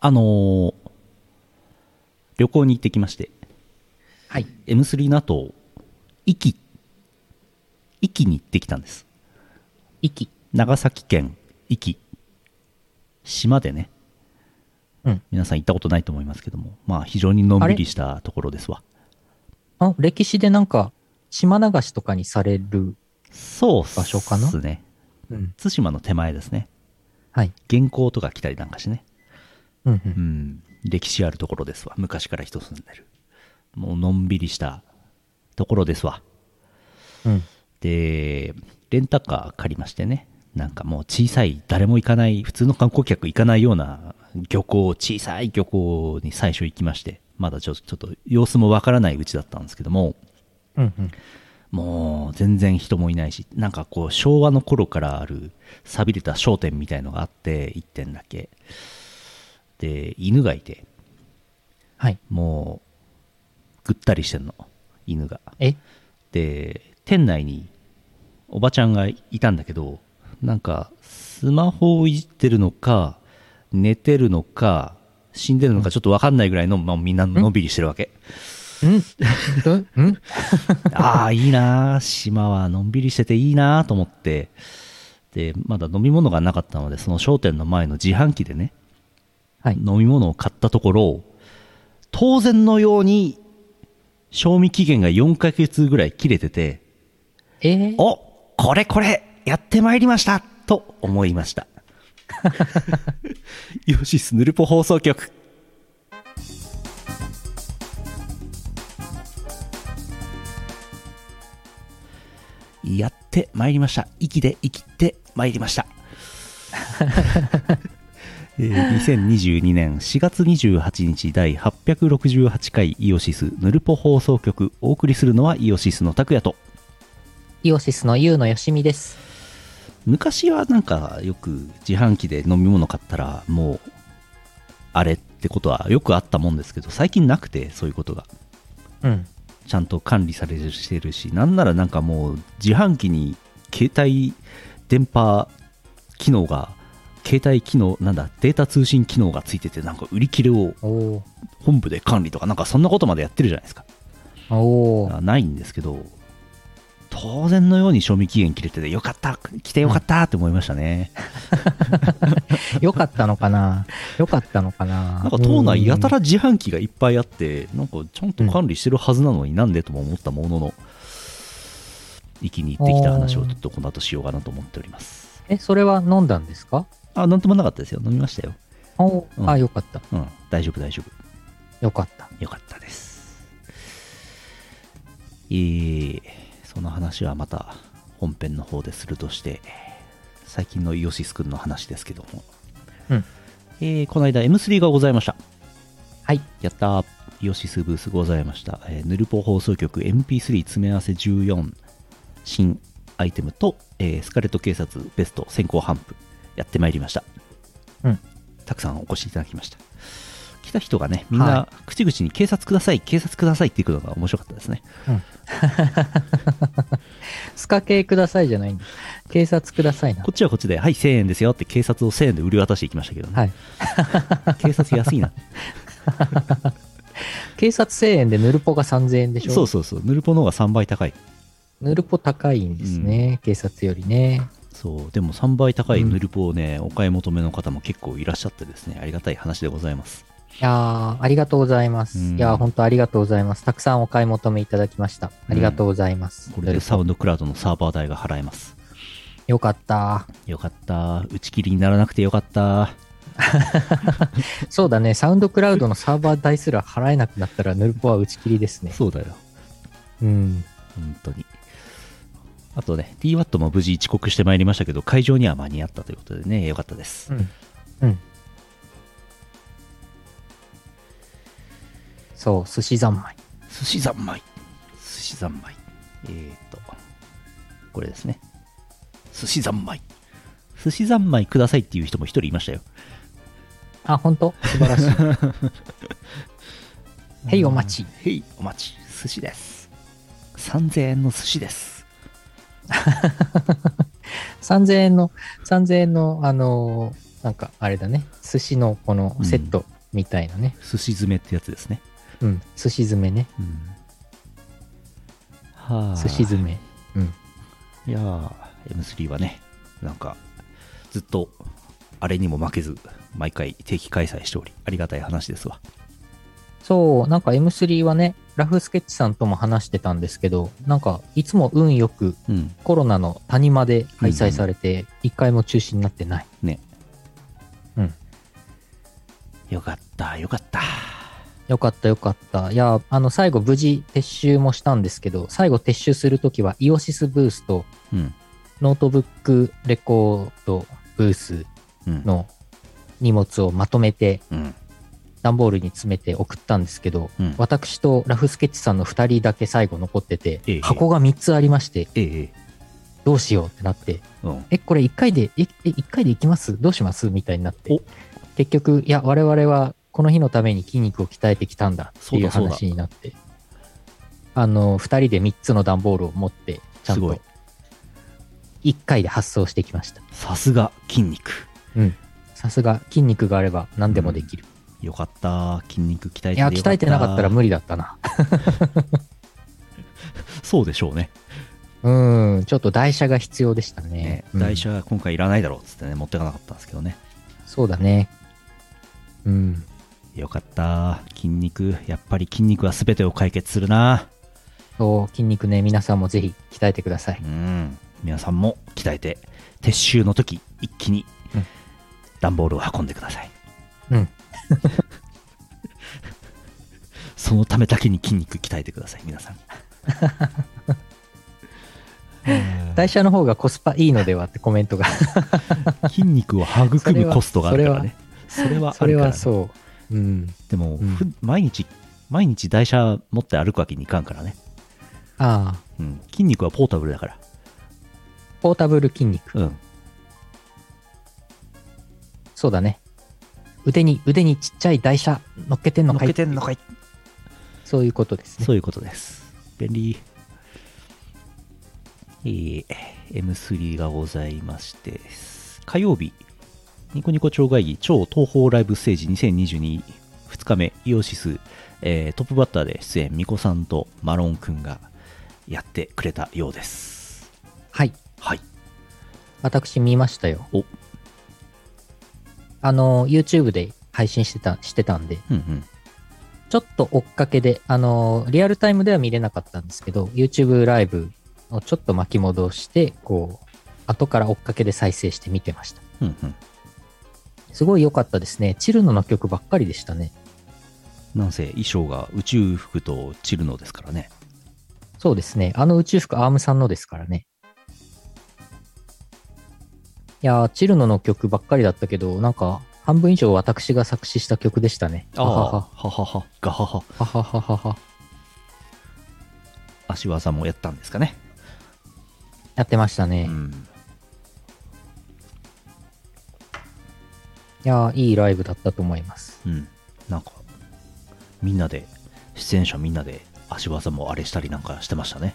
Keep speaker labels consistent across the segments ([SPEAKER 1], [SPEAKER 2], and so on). [SPEAKER 1] あのー旅行に行ってきまして、
[SPEAKER 2] はい。
[SPEAKER 1] M3 の後、壱岐、壱岐に行ってきたんです。
[SPEAKER 2] 息。
[SPEAKER 1] 長崎県壱岐、島でね、
[SPEAKER 2] うん。
[SPEAKER 1] 皆さん行ったことないと思いますけども、まあ非常にのんびりしたところですわ。
[SPEAKER 2] あ、歴史でなんか、島流しとかにされる。
[SPEAKER 1] そうっ
[SPEAKER 2] 場所かな
[SPEAKER 1] すね。
[SPEAKER 2] うん。
[SPEAKER 1] 対馬の手前ですね。
[SPEAKER 2] はい。
[SPEAKER 1] 原稿とか来たりなんかしてね。
[SPEAKER 2] うん、う。
[SPEAKER 1] うんん、歴史あるところですわ。昔から人住んでる。もうのんびりしたところですわ。
[SPEAKER 2] うん。
[SPEAKER 1] で、レンタカー借りましてね、なんかもう小さい、誰も行かない、普通の観光客行かないような漁港、小さい漁港に最初行きまして、まだちょちょっと様子もわからないうちだったんですけども、
[SPEAKER 2] うん、うん。
[SPEAKER 1] もう全然人もいないし、なんかこう昭和の頃からある錆びれた商店みたいのがあって、1点だけ。で、犬がいて、
[SPEAKER 2] はい。
[SPEAKER 1] もうぐったりしてんの、犬が。
[SPEAKER 2] え
[SPEAKER 1] で店内におばちゃんがいたんだけどなんかスマホをいじってるのか寝てるのか死んでるのかちょっと分かんないぐらいの、まあ、みんなのんびりしてるわ け
[SPEAKER 2] んど ん
[SPEAKER 1] ああいいなー島はのんびりしてていいなーと思ってでまだ飲み物がなかったのでその商店の前の自販機でね
[SPEAKER 2] はい。
[SPEAKER 1] 飲み物を買ったところ当然のように賞味期限が4ヶ月ぐらい切れてて
[SPEAKER 2] えー、
[SPEAKER 1] おこれこれやってまいりましたと思いました イオシスヌルポ放送局やってまいりました息で生きてまいりました えー2022年4月28日第868回イオシスヌルポ放送局お送りするのはイオシスの拓也と
[SPEAKER 2] イオシスのユウのよしみです。
[SPEAKER 1] 昔はなんかよく自販機で飲み物買ったらもうあれってことはよくあったもんですけど最近なくてそういうことが
[SPEAKER 2] うん。
[SPEAKER 1] ちゃんと管理されるしてるしなんならなんかもう自販機に携帯電波機能が携帯機能なんだデータ通信機能がついててなんか売り切れを
[SPEAKER 2] お
[SPEAKER 1] 本部で管理とかなんかそんなことまでやってるじゃないですか
[SPEAKER 2] おおー
[SPEAKER 1] あないんですけど当然のように賞味期限切れててよかった来てよかったって思いましたね、
[SPEAKER 2] よかったのか なよかったのかな
[SPEAKER 1] なんか島内やたら自販機がいっぱいあって、なんかちゃんと管理してるはずなのになんでとも思ったものの、域に行ってきた話をちょっとこの後しようかなと思っております。
[SPEAKER 2] え、それは飲んだんですか
[SPEAKER 1] あ、なんともなかったですよ。飲みましたよ。
[SPEAKER 2] おー
[SPEAKER 1] うん
[SPEAKER 2] あ、よかった。
[SPEAKER 1] うん、大丈夫、大丈夫。
[SPEAKER 2] よかった。
[SPEAKER 1] よかったです。えー、その話はまた本編の方でするとして、最近のイオシス君の話ですけども、
[SPEAKER 2] うん。
[SPEAKER 1] えー、この間 M3 がございました。
[SPEAKER 2] はい。
[SPEAKER 1] やったーイオシスブースございました、えーヌルポ放送局 MP3 詰め合わせ14新アイテムと、えースカレット警察ベスト先行頒布やってまいりました
[SPEAKER 2] うん。
[SPEAKER 1] たくさんお越しいただきました来た人がねみんな
[SPEAKER 2] は
[SPEAKER 1] 口々に警察ください、警察くださいっていうのが面白かったですね
[SPEAKER 2] スカ系くださいじゃないんだ。警察くださいな
[SPEAKER 1] こ。っちはこっちではい1000円ですよって警察を1000円で売り渡していきましたけどね、
[SPEAKER 2] はい。
[SPEAKER 1] 警察安いな
[SPEAKER 2] 警察1000円でヌルポが3000円でしょ
[SPEAKER 1] そうそうそうヌルポの方が3倍高い
[SPEAKER 2] ヌルポ高いんですね、警察よりね。
[SPEAKER 1] そうでも3倍高いヌルポをね、お買い求めの方も結構いらっしゃってですねありがたい話でございます
[SPEAKER 2] いやー、ありがとうございます。
[SPEAKER 1] うん
[SPEAKER 2] いやー、本当ありがとうございます。たくさんお買い求めいただきました。ありがとうございます。
[SPEAKER 1] これでサウンドクラウドのサーバー代が払えます
[SPEAKER 2] よかった。
[SPEAKER 1] よかった打ち切りにならなくてよかった
[SPEAKER 2] そうだね、サウンドクラウドのサーバー代すら払えなくなったら、ヌルポは打ち切りですね。
[SPEAKER 1] そうだよ
[SPEAKER 2] うん。
[SPEAKER 1] 本当にあとね DWAT も無事遅刻してまいりましたけど会場には間に合ったということでねよかったです、
[SPEAKER 2] うん。うん。そう、寿司三昧。
[SPEAKER 1] 寿司三昧寿司三昧えー、っとこれですね寿司三昧寿司三昧くださいっていう人も一人いましたよ
[SPEAKER 2] あ、本当素晴らし い。へい、お待ち。
[SPEAKER 1] へい、お待ち、寿司です。3000円の寿司です。
[SPEAKER 2] 3000円の、3000円の、あのーなんか、あれだね、寿司のこのセット、みたいなね。
[SPEAKER 1] 寿司詰めってやつですね。
[SPEAKER 2] うん。寿司詰めね。
[SPEAKER 1] うん、はあ。
[SPEAKER 2] 寿司詰め。うん。
[SPEAKER 1] いやー M3 はね、なんか、ずっと、あれにも負けず、毎回定期開催しており、ありがたい話ですわ。
[SPEAKER 2] そう、なんか M3 はね、ラフスケッチさんとも話してたんですけど、なんかいつも運よく
[SPEAKER 1] うん。
[SPEAKER 2] コロナの谷間で開催されて、一回も中止になってない。
[SPEAKER 1] ね。
[SPEAKER 2] うん。
[SPEAKER 1] よかった、よかった。
[SPEAKER 2] よかったよかった。いや、あの、最後無事撤収もしたんですけど、最後撤収するときはイオシスブースと
[SPEAKER 1] うん。
[SPEAKER 2] ノートブックレコードブース
[SPEAKER 1] うん。
[SPEAKER 2] の荷物をまとめて
[SPEAKER 1] うん。
[SPEAKER 2] 段ボールに詰めて送ったんですけど、
[SPEAKER 1] うん
[SPEAKER 2] 私とラフスケッチさんの2人だけ最後残ってて、
[SPEAKER 1] ええ
[SPEAKER 2] 箱が3つありまして、
[SPEAKER 1] ええ、え
[SPEAKER 2] どうしようってなって、
[SPEAKER 1] えうん。
[SPEAKER 2] え、これ1回で、え、え一回で行きますどうしますみたいになって
[SPEAKER 1] お。
[SPEAKER 2] 結局、いや、我々はこの日のために筋肉を鍛えてきたんだっていう
[SPEAKER 1] そうだそうだ
[SPEAKER 2] 話になって、あの、2人で3つの段ボールを持って、ちゃん
[SPEAKER 1] すご
[SPEAKER 2] と
[SPEAKER 1] い
[SPEAKER 2] 1回で発送してきました。
[SPEAKER 1] さすが、筋肉。
[SPEAKER 2] さすが筋肉があれば何でもできる。
[SPEAKER 1] よかった、筋肉鍛えて
[SPEAKER 2] いや、鍛えてなかったら無理だったな。
[SPEAKER 1] そうでしょうね。
[SPEAKER 2] うん、ちょっと台車が必要でしたね
[SPEAKER 1] ね。
[SPEAKER 2] うん
[SPEAKER 1] 台車は今回いらないだろうっつってね、持ってかなかったんですけどね。
[SPEAKER 2] そうだね。うん。
[SPEAKER 1] よかった、筋肉。やっぱり筋肉は全てを解決するな。
[SPEAKER 2] そう、筋肉ね、皆さんもぜひ鍛えてください。
[SPEAKER 1] うん。皆さんも鍛えて、撤収の時、一気に
[SPEAKER 2] うん
[SPEAKER 1] 段ボールを運んでください。
[SPEAKER 2] うん。
[SPEAKER 1] そのためだけに筋肉鍛えてください、皆 さん。うん
[SPEAKER 2] 台車の方がコスパいいのではってコメントが。
[SPEAKER 1] 筋肉を育むコストがあるからね。それはあるか
[SPEAKER 2] それ
[SPEAKER 1] ら
[SPEAKER 2] は
[SPEAKER 1] ね
[SPEAKER 2] そう。うん。
[SPEAKER 1] でも、
[SPEAKER 2] うん
[SPEAKER 1] ふ毎日、毎日台車持って歩くわけにいかんからね。
[SPEAKER 2] ああ、
[SPEAKER 1] うん。筋肉はポータブルだから。
[SPEAKER 2] ポータブル筋肉。
[SPEAKER 1] うん。
[SPEAKER 2] そうだね。腕に、腕にちっちゃい台車乗っけてんの
[SPEAKER 1] 乗っ
[SPEAKER 2] かい
[SPEAKER 1] けてんのかい。
[SPEAKER 2] そういうことですね。
[SPEAKER 1] そういうことです。便利。えー M3 がございまして、火曜日、ニコニコ超会議超東方ライブステージ2022、2日目、イオシス、えートップバッターで出演、ミコさんとマロンくんがやってくれたようです。
[SPEAKER 2] はい。
[SPEAKER 1] はい。
[SPEAKER 2] 私見ましたよ。
[SPEAKER 1] お
[SPEAKER 2] あの、YouTube で配信してた、してたんで、
[SPEAKER 1] うんうん。
[SPEAKER 2] ちょっと追っかけで、あの、リアルタイムでは見れなかったんですけど、YouTube ライブをちょっと巻き戻して、こう、後から追っかけで再生して見てました。
[SPEAKER 1] うんうん。
[SPEAKER 2] すごい良かったですね。チルノの曲ばっかりでしたね。
[SPEAKER 1] なんせ衣装が宇宙服とチルノですからね。
[SPEAKER 2] そうですね。あの宇宙服、アームさんのですからね。いやー、チルノの曲ばっかりだったけど、なんか、半分以上私が作詞した曲でしたね。
[SPEAKER 1] は
[SPEAKER 2] は
[SPEAKER 1] ははは、ガハハ。
[SPEAKER 2] ははははは。
[SPEAKER 1] 足技もやったんですかね。
[SPEAKER 2] やってましたね。
[SPEAKER 1] う
[SPEAKER 2] い
[SPEAKER 1] ん。
[SPEAKER 2] やー、いいライブだったと思います。
[SPEAKER 1] うん、なんかみんなで出演者みんなで足技もあれしたりなんかしてましたね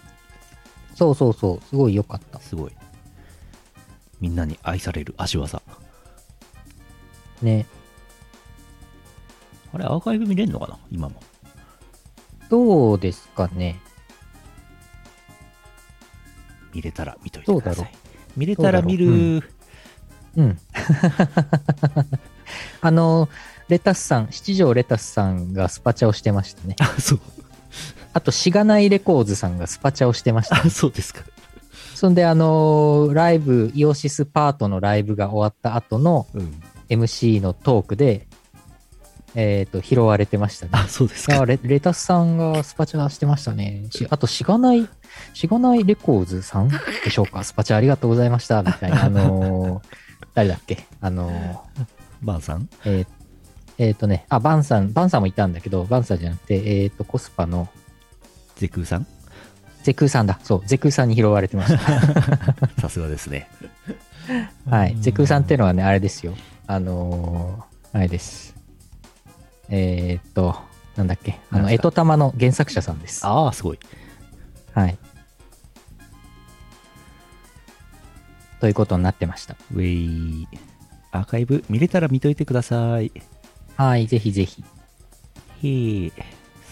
[SPEAKER 2] そうそうそう、すごい良かった。
[SPEAKER 1] すごいみんなに愛される足技
[SPEAKER 2] ね。
[SPEAKER 1] あれアーカイブ見れるのかな今も
[SPEAKER 2] どうですかね。
[SPEAKER 1] 見れたら見といてくだ
[SPEAKER 2] どうだ
[SPEAKER 1] さ
[SPEAKER 2] ろ
[SPEAKER 1] い見れたら見る
[SPEAKER 2] うん。 あのー、レタスさん、七条レタスさんがスパチャをしてましたね。
[SPEAKER 1] あそう
[SPEAKER 2] あと、しがないレコーズさんがスパチャをし てましたね
[SPEAKER 1] あそうですか
[SPEAKER 2] そんで、あのーライブ、イオシスパートのライブが終わった後の
[SPEAKER 1] うん、
[SPEAKER 2] MC のトークで、えっ、と、拾われてましたね。
[SPEAKER 1] あそうです
[SPEAKER 2] あ
[SPEAKER 1] か
[SPEAKER 2] レレタスさんがスパチャしてましたね。しあと、しがない、しがないレコーズさんでしょうか。スパチャありがとうございました。みたいな、あのー誰だっけあのー
[SPEAKER 1] バンさん
[SPEAKER 2] えーえーとね、あ、バンさん、バンさんもいたんだけど、バンさんじゃなくて、えっ、と、コスパの
[SPEAKER 1] ゼクーさん
[SPEAKER 2] ゼクーさんだ。そう、ゼクーさんに拾われてま した。
[SPEAKER 1] さすがですね
[SPEAKER 2] はい。ゼクーさんっていう
[SPEAKER 1] の
[SPEAKER 2] のはね、あれですよ。あのーあれです。えーっと、なんだっけ。あ
[SPEAKER 1] なん
[SPEAKER 2] の、
[SPEAKER 1] すか
[SPEAKER 2] えとたまの原作者さんです。
[SPEAKER 1] ああすごい
[SPEAKER 2] はい。ということになってました。
[SPEAKER 1] ウェイアーカイブ見れたら見といてください
[SPEAKER 2] はい、ぜひぜひ。
[SPEAKER 1] へえ、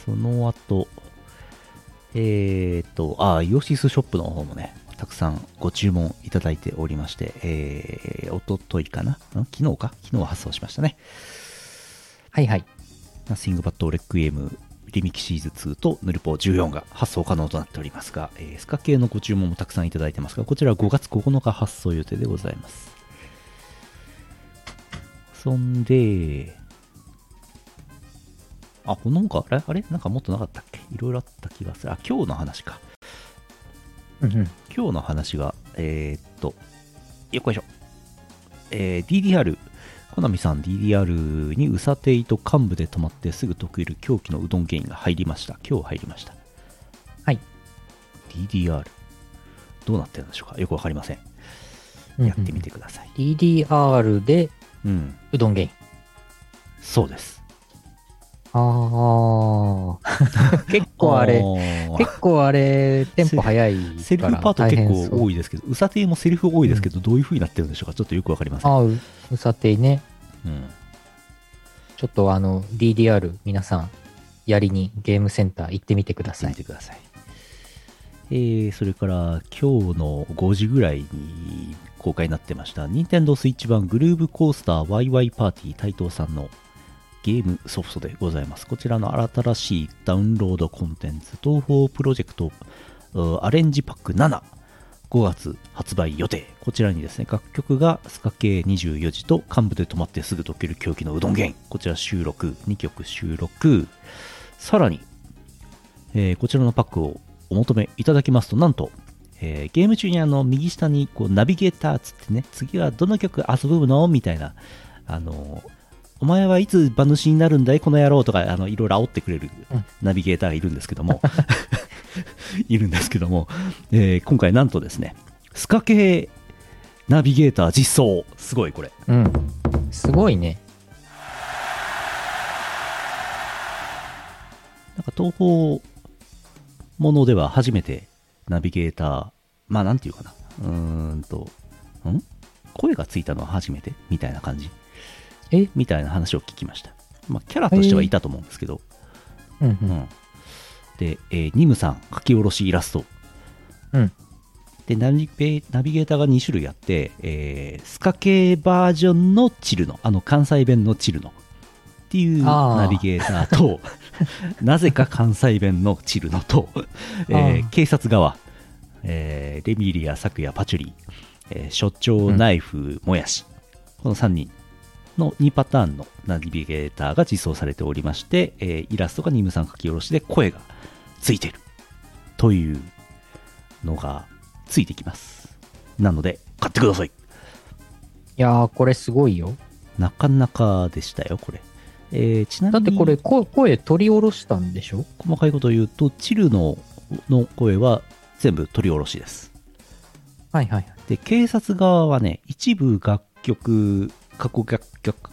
[SPEAKER 1] その後、えっ、と、あ、イオシスショップの方もね、たくさんご注文いただいておりまして、えー、おとといかなうん昨日か昨日は発送しましたね。
[SPEAKER 2] はいはい。
[SPEAKER 1] ナッシングバットレックイエムリミキシーズ2とヌルポ14が発送可能となっておりますが、えースカ系のご注文もたくさんいただいてますが、こちらは5月9日発送予定でございます。そんで、あ、こんなもんかあれあれなんかもっとなかったっけいろいろあった気がする。あ、今日の話か。
[SPEAKER 2] うんうん。
[SPEAKER 1] 今日の話が、えーっと、よっこいしょ。えー DDR、コナミさん DDR にうさていと幹部で止まってすぐ溶ける狂気のうどん原因が入りました。今日入りました。
[SPEAKER 2] はい。
[SPEAKER 1] DDR、どうなってるんでしょうかよくわかりません。やってみてください。
[SPEAKER 2] うんうん。DDR で
[SPEAKER 1] うん、
[SPEAKER 2] うどんゲイン。
[SPEAKER 1] そうです。
[SPEAKER 2] あ あ。結構あれ、
[SPEAKER 1] ー
[SPEAKER 2] 結構あれ、テンポ早いから。
[SPEAKER 1] セリフパート
[SPEAKER 2] 大変
[SPEAKER 1] 結
[SPEAKER 2] そう
[SPEAKER 1] 構多いですけど、うさていもセリフ多いですけど、どういう風になってるんでしょうかちょっとよくわかりません。
[SPEAKER 2] ああ、ううさていね。
[SPEAKER 1] うん
[SPEAKER 2] ちょっとあの、DDR 皆さん、やりにゲームセンター行ってみてくだ
[SPEAKER 1] して
[SPEAKER 2] さ
[SPEAKER 1] み
[SPEAKER 2] い。
[SPEAKER 1] てください。えーそれから今日の5時ぐらいに公開になってました、任天堂スイッチ版グルーブコースター YY パーティー台東さんのゲームソフトでございます。こちらの新しいダウンロードコンテンツ、東方プロジェクトうんアレンジパック7、5月発売予定。こちらにですね、楽曲がスカ系24時と幹部で止まってすぐ溶ける狂気のうどんゲインこちら収録、2曲収録。さらに、えーこちらのパックをお求めいただきますと、なんと、えーゲーム中にあの右下にこうナビゲーターつってね、次はどの曲遊ぶのみたいな、あのーお前はいつ馬主になるんだいこの野郎とか、あの、いろいろ煽ってくれる
[SPEAKER 2] うん
[SPEAKER 1] ナビゲーターがいるんですけども、 いるんですけども、えー今回なんとですね、スカ系ナビゲーター実装。すごいこれ。
[SPEAKER 2] うん。すごいね。
[SPEAKER 1] なんか東方ものでは初めてナビゲーター、まあなんていうかな、うーんと、ん声がついたのは初めてみたいな感じ
[SPEAKER 2] え
[SPEAKER 1] みたいな話を聞きました。まあキャラとしてはいたと思うんですけど、
[SPEAKER 2] うんう。
[SPEAKER 1] うんん。で、えーニムさん書き下ろしイラスト。
[SPEAKER 2] うん。
[SPEAKER 1] でナビペナビゲーターが2種類あって、えースカ系バージョンのチルノあの関西弁のチルノっていう
[SPEAKER 2] あー
[SPEAKER 1] ナビゲーターと なぜか関西弁のチルノと、えー
[SPEAKER 2] あー
[SPEAKER 1] 警察側、えーレミリア昨夜パチュリー、えー所長ナイフもやし、この3人の2パターンのナビゲーターが実装されておりまして、えーイラストがニムさん書き下ろしで声がついてるというのがついてきますなので買ってください
[SPEAKER 2] いやー、これすごいよ。
[SPEAKER 1] なかなかでしたよこれ、えーちなみ
[SPEAKER 2] だっ
[SPEAKER 1] に
[SPEAKER 2] てこれ、こ声取り下ろしたんでしょ
[SPEAKER 1] 細かいことを言うとチルのの声は全部取り下ろしです
[SPEAKER 2] はいはいはい。
[SPEAKER 1] で警察側はね一部楽曲過去楽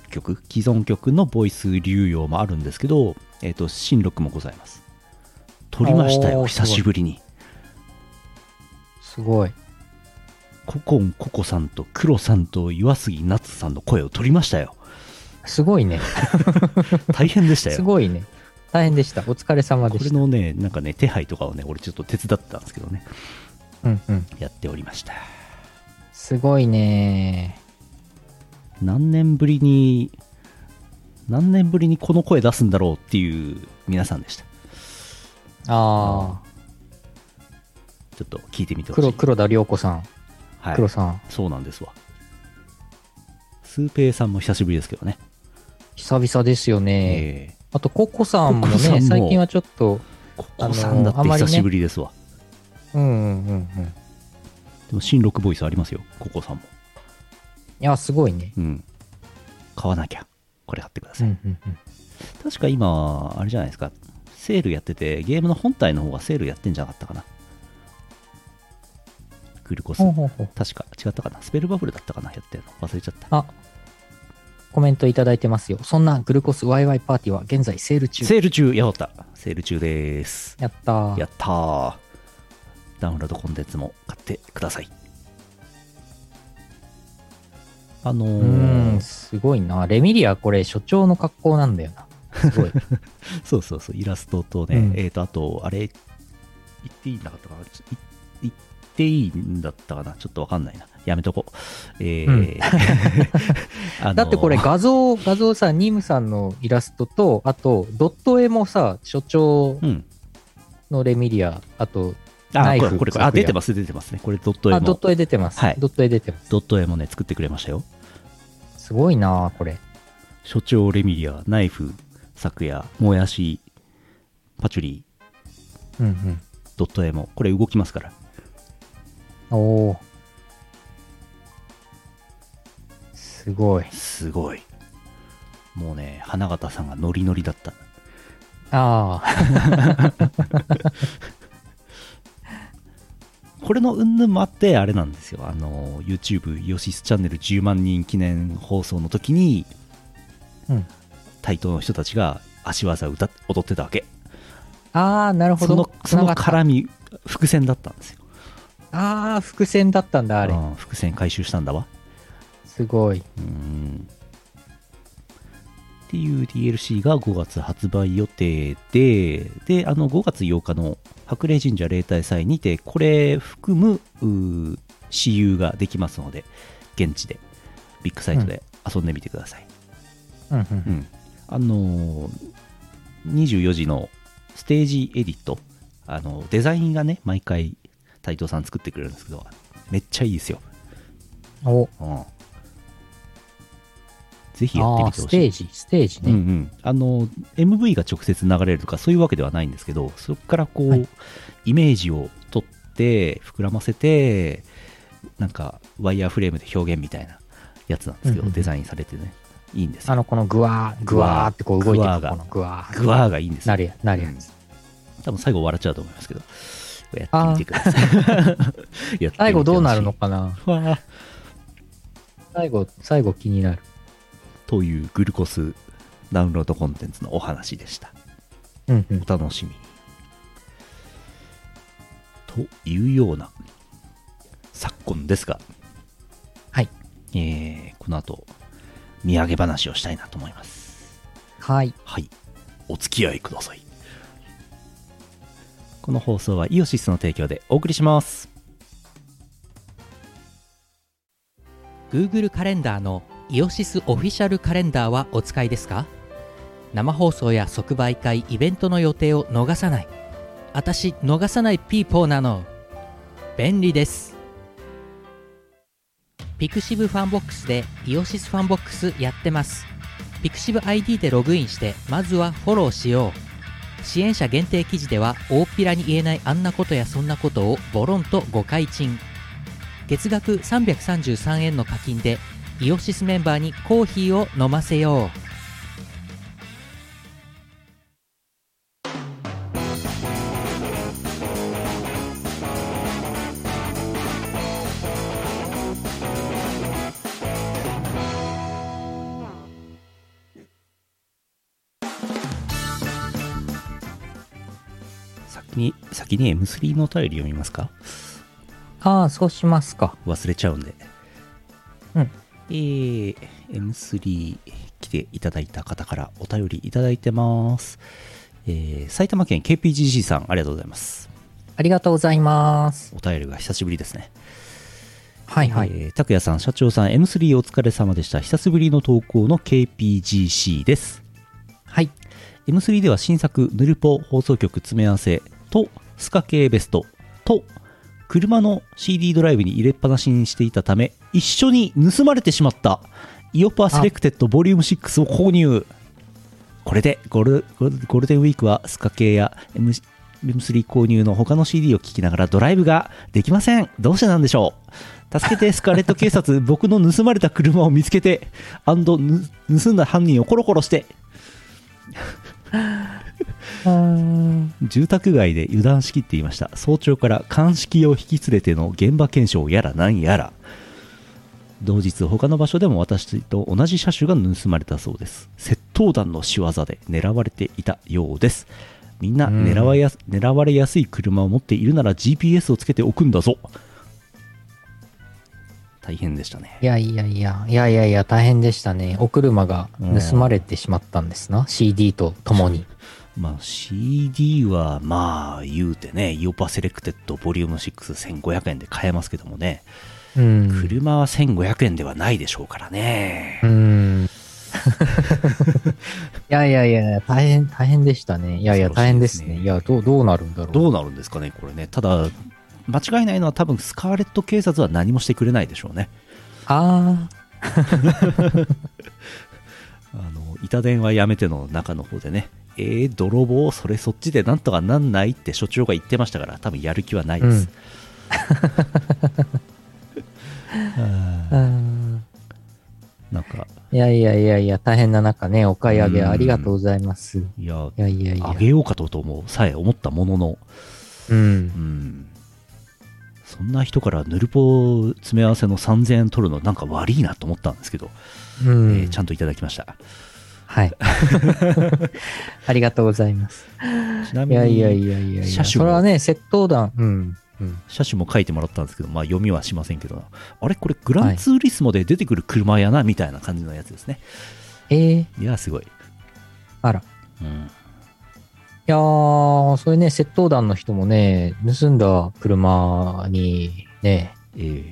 [SPEAKER 1] 曲既存曲のボイス流用もあるんですけど、えー、と新録もございます撮りました
[SPEAKER 2] お
[SPEAKER 1] よ
[SPEAKER 2] ーす
[SPEAKER 1] 久
[SPEAKER 2] ごい
[SPEAKER 1] しぶりに
[SPEAKER 2] すごい。
[SPEAKER 1] ココンココさんとクロさんと岩杉夏さんの声を取りましたよ
[SPEAKER 2] すごいね。
[SPEAKER 1] 大変でしたよ
[SPEAKER 2] すごいね。大変でした。お疲れ様で
[SPEAKER 1] これ
[SPEAKER 2] した。
[SPEAKER 1] のね、なんかね、手配とかをね、俺ちょっと手伝ってたんですけどね、
[SPEAKER 2] うんうん。
[SPEAKER 1] やっておりました。
[SPEAKER 2] すごいね
[SPEAKER 1] 何年ぶりに、何年ぶりにこの声出すんだろうっていう皆さんでした。
[SPEAKER 2] ああ。
[SPEAKER 1] ちょっと聞いてみてほし
[SPEAKER 2] 黒、
[SPEAKER 1] い。
[SPEAKER 2] 黒田良子さん。
[SPEAKER 1] はい
[SPEAKER 2] 黒、さん。
[SPEAKER 1] そうなんですわ。スーペイさんも久しぶりですけどね。
[SPEAKER 2] 久々ですよね。
[SPEAKER 1] ええ
[SPEAKER 2] あと、ココさんも
[SPEAKER 1] ココさんも
[SPEAKER 2] ね、最近はちょっと、
[SPEAKER 1] ここさんだって
[SPEAKER 2] あのーあまり
[SPEAKER 1] 久
[SPEAKER 2] ね
[SPEAKER 1] しぶりですわ。
[SPEAKER 2] うんうんうんうん。
[SPEAKER 1] でも新録ボイスありますよ、ここさんも。
[SPEAKER 2] いや、すごいね。
[SPEAKER 1] うん。買わなきゃ。これ買ってくだ
[SPEAKER 2] う
[SPEAKER 1] さい。
[SPEAKER 2] んうんうん。
[SPEAKER 1] 確か今、あれじゃないですか。セールやってて、ゲームの本体の方がセールやってんじゃなかったかな。グルコス
[SPEAKER 2] ほう。ほうほう。
[SPEAKER 1] 確か違ったかな。スペルバブルだったかな。やってるの。忘れちゃった。
[SPEAKER 2] あ、コメントいただいてますよ。そんなグルコスワイワイパーティーは現在セール中。
[SPEAKER 1] セール中、やばった。セール中です。
[SPEAKER 2] やったー。
[SPEAKER 1] やったー。ダウンロードコンテンツも買ってください。あの
[SPEAKER 2] う
[SPEAKER 1] ー
[SPEAKER 2] ん、すごいな。レミリア、これ、所長の格好なんだよな。 すごい。
[SPEAKER 1] そうそうそう、イラストとね、
[SPEAKER 2] うん
[SPEAKER 1] えっ、と、あと、あれ、言っていいんだったかなちょい言っていいんだったかなちょっとわかんないな。やめとこう。えー あのー
[SPEAKER 2] だってこれ、画像、画像さ、ニムさんのイラストと、あと、ドット絵もさ、所長
[SPEAKER 1] うん。
[SPEAKER 2] のレミリア、あと、ナ
[SPEAKER 1] あ、
[SPEAKER 2] イ
[SPEAKER 1] こ
[SPEAKER 2] フ
[SPEAKER 1] れ、これ、これ
[SPEAKER 2] か
[SPEAKER 1] あ、
[SPEAKER 2] っこいい
[SPEAKER 1] 出
[SPEAKER 2] や
[SPEAKER 1] てます、出てますね。これ、ドット絵
[SPEAKER 2] あ、ド
[SPEAKER 1] も。
[SPEAKER 2] ット絵出てます。
[SPEAKER 1] はい
[SPEAKER 2] ドット絵出てます。
[SPEAKER 1] ドット絵もね、作ってくれましたよ。
[SPEAKER 2] すごいな、これ。
[SPEAKER 1] 所長、レミリア、ナイフ、昨夜、もやし、パチュリー、
[SPEAKER 2] うんうん。
[SPEAKER 1] ドット絵も。これ、動きますから。
[SPEAKER 2] おお。すごい。
[SPEAKER 1] すごい。もうね、花形さんがノリノリだった。
[SPEAKER 2] ああ、
[SPEAKER 1] これの云々もあって、あれなんですよ、あの、YouTube、ヨシスチャンネル10万人記念放送の時に、
[SPEAKER 2] うん
[SPEAKER 1] 対等の人たちが足技を歌っ踊ってたわけ。
[SPEAKER 2] ああ、なるほ
[SPEAKER 1] その
[SPEAKER 2] ど。、
[SPEAKER 1] その
[SPEAKER 2] 繋がった
[SPEAKER 1] 絡み、伏線だったんですよ。
[SPEAKER 2] ああ、伏線だったんだ、あれ
[SPEAKER 1] う。ん伏線回収したんだわ。
[SPEAKER 2] すごい。
[SPEAKER 1] うん。っていう DLC が5月発売予定で、で、あの5月8日の白麗神社例大祭にて、これ含むうー私有ができますので、現地で、ビッグサイトで遊んでみてください。
[SPEAKER 2] うんう
[SPEAKER 1] うん
[SPEAKER 2] ん。
[SPEAKER 1] あのー24時のステージエディット、あのデザインがね、毎回、斉藤さん作ってくれるんですけど、めっちゃいいですよ。
[SPEAKER 2] お、
[SPEAKER 1] うん、ぜひやって
[SPEAKER 2] あ
[SPEAKER 1] み
[SPEAKER 2] あ、
[SPEAKER 1] て
[SPEAKER 2] ス
[SPEAKER 1] ほしい
[SPEAKER 2] テージ、ステージ
[SPEAKER 1] うんう
[SPEAKER 2] ね。
[SPEAKER 1] ん、あの MV が直接流れるとかそういうわけではないんですけどそこからこう、
[SPEAKER 2] はい
[SPEAKER 1] イメージを取って膨らませてなんかワイヤーフレームで表現みたいなやつなんですけど、
[SPEAKER 2] うんうんうん
[SPEAKER 1] デザインされてねいいんです
[SPEAKER 2] あ
[SPEAKER 1] よ
[SPEAKER 2] の、このグワー、グワーってこう動いて
[SPEAKER 1] グ
[SPEAKER 2] る
[SPEAKER 1] ワー
[SPEAKER 2] と
[SPEAKER 1] が
[SPEAKER 2] このグワー。
[SPEAKER 1] グワーがいいんです
[SPEAKER 2] な
[SPEAKER 1] よ
[SPEAKER 2] るや、なるやつ。
[SPEAKER 1] 多分最後笑っちゃうと思いますけどやってみてくださいやってみてほしい
[SPEAKER 2] 最後どうなるのかな
[SPEAKER 1] ふわー
[SPEAKER 2] 最後、最後気になる。
[SPEAKER 1] というグルコスダウンロードコンテンツのお話でした
[SPEAKER 2] うんうん。
[SPEAKER 1] お楽しみに。というような昨今ですが、
[SPEAKER 2] はい。
[SPEAKER 1] えーこの後、土産話をしたいなと思います。
[SPEAKER 2] はい。
[SPEAKER 1] はい。お付き合いください。この放送はイオシスの提供でお送りします。
[SPEAKER 3] Google カレンダーのイオシスオフィシャルカレンダーはお使いですか生放送や即売会イベントの予定を逃さない私逃さないピーポーなの便利ですピクシブファンボックスでイオシスファンボックスやってますピクシブ ID でログインしてまずはフォローしよう支援者限定記事では大っぴらに言えないあんなことやそんなことをボロンと誤解賃月額333円の課金でイオシスメンバーにコーヒーを飲ませよう
[SPEAKER 1] 先に、先に M3 のお便り読みますか
[SPEAKER 2] ああ、そうしますか。
[SPEAKER 1] 忘れちゃうんで。
[SPEAKER 2] うん
[SPEAKER 1] えー、M3 来ていただいた方からお便りいただいてます。えー埼玉県 KPGC さん、ありがとうございます。
[SPEAKER 2] ありがとうございます。
[SPEAKER 1] お便りが久しぶりですね。
[SPEAKER 2] はいはい。
[SPEAKER 1] えー拓也さん、社長さん、M3 お疲れ様でした。久しぶりの投稿の KPGC です。
[SPEAKER 2] はい。
[SPEAKER 1] M3 では新作ヌルポ放送局詰め合わせとスカ系ベストと車の CD ドライブに入れっぱなしにしていたため一緒に盗まれてしまったイオパセレクテッドボリューム6を購入これでゴールゴールゴールデンウィークはスカ系や M M3 購入の他の CD を聴きながらドライブができませんどうしてなんでしょう助けてスカーレット警察僕の盗まれた車を見つけてアンドぬ盗んだ犯人をコロコロして
[SPEAKER 2] うん。
[SPEAKER 1] 住宅街で油断しきっていました早朝から鑑識を引き連れての現場検証やら何やら同日他の場所でも私と同じ車種が盗まれたそうです窃盗団の仕業で狙われていたようですみんな
[SPEAKER 2] うん
[SPEAKER 1] 狙わやす狙われやすい車を持っているなら GPS をつけておくんだぞ大変でしたね。
[SPEAKER 2] いやいやいや、いやいやいや、大変でしたね。お車が盗まれてしまったんですな。CD とともに。
[SPEAKER 1] まあ CD はまあ言うてね、イオパセレクテッドボリューム6 1500円で買えますけどもね、
[SPEAKER 2] うん。
[SPEAKER 1] 車は1500円ではないでしょうからね
[SPEAKER 2] う。ん。いやいやいや、大変、大変でしたね。いやいや、
[SPEAKER 1] 恐ろしい
[SPEAKER 2] 大変です
[SPEAKER 1] です
[SPEAKER 2] ね。
[SPEAKER 1] ね
[SPEAKER 2] いや、どう、どうなるんだろう。
[SPEAKER 1] どうなるんですかね、これね。ただ、間違いないのは多分スカーレット警察は何もしてくれないでしょうね。
[SPEAKER 2] ああ、
[SPEAKER 1] あの、板電話やめての中の方でね、えー、泥棒、それそっちでなんとかなんないって所長が言ってましたから、多分やる気はないです。 あー
[SPEAKER 2] うん。
[SPEAKER 1] なんか、
[SPEAKER 2] いやいやいやいや、大変な中ね、お買い上げありがとうございます。い
[SPEAKER 1] いや、
[SPEAKER 2] やいやい
[SPEAKER 1] あ
[SPEAKER 2] や。
[SPEAKER 1] げようかとともさえ思ったものの、
[SPEAKER 2] うん
[SPEAKER 1] う。ん、そんな人からヌルポ詰め合わせの3000円取るのなんか悪いなと思ったんですけど、え
[SPEAKER 2] うん。
[SPEAKER 1] ーちゃんといただきました
[SPEAKER 2] はい。 ありがとうございます。
[SPEAKER 1] ちないみ
[SPEAKER 2] やいや
[SPEAKER 1] に
[SPEAKER 2] いやいやい
[SPEAKER 1] 車
[SPEAKER 2] や。
[SPEAKER 1] 種
[SPEAKER 2] そ
[SPEAKER 1] も
[SPEAKER 2] れはね、窃盗団。うん。うん。
[SPEAKER 1] 車種も書いてもらったんですけど、まあ、読みはしませんけどなあれこれグランツーリスモで出てくる車やなみたいな感じのやつですね、
[SPEAKER 2] ええ
[SPEAKER 1] い、やすごい、
[SPEAKER 2] あら。い
[SPEAKER 1] うん、
[SPEAKER 2] やー、そういうね、窃盗団の人もね、盗んだ車にね、
[SPEAKER 1] えー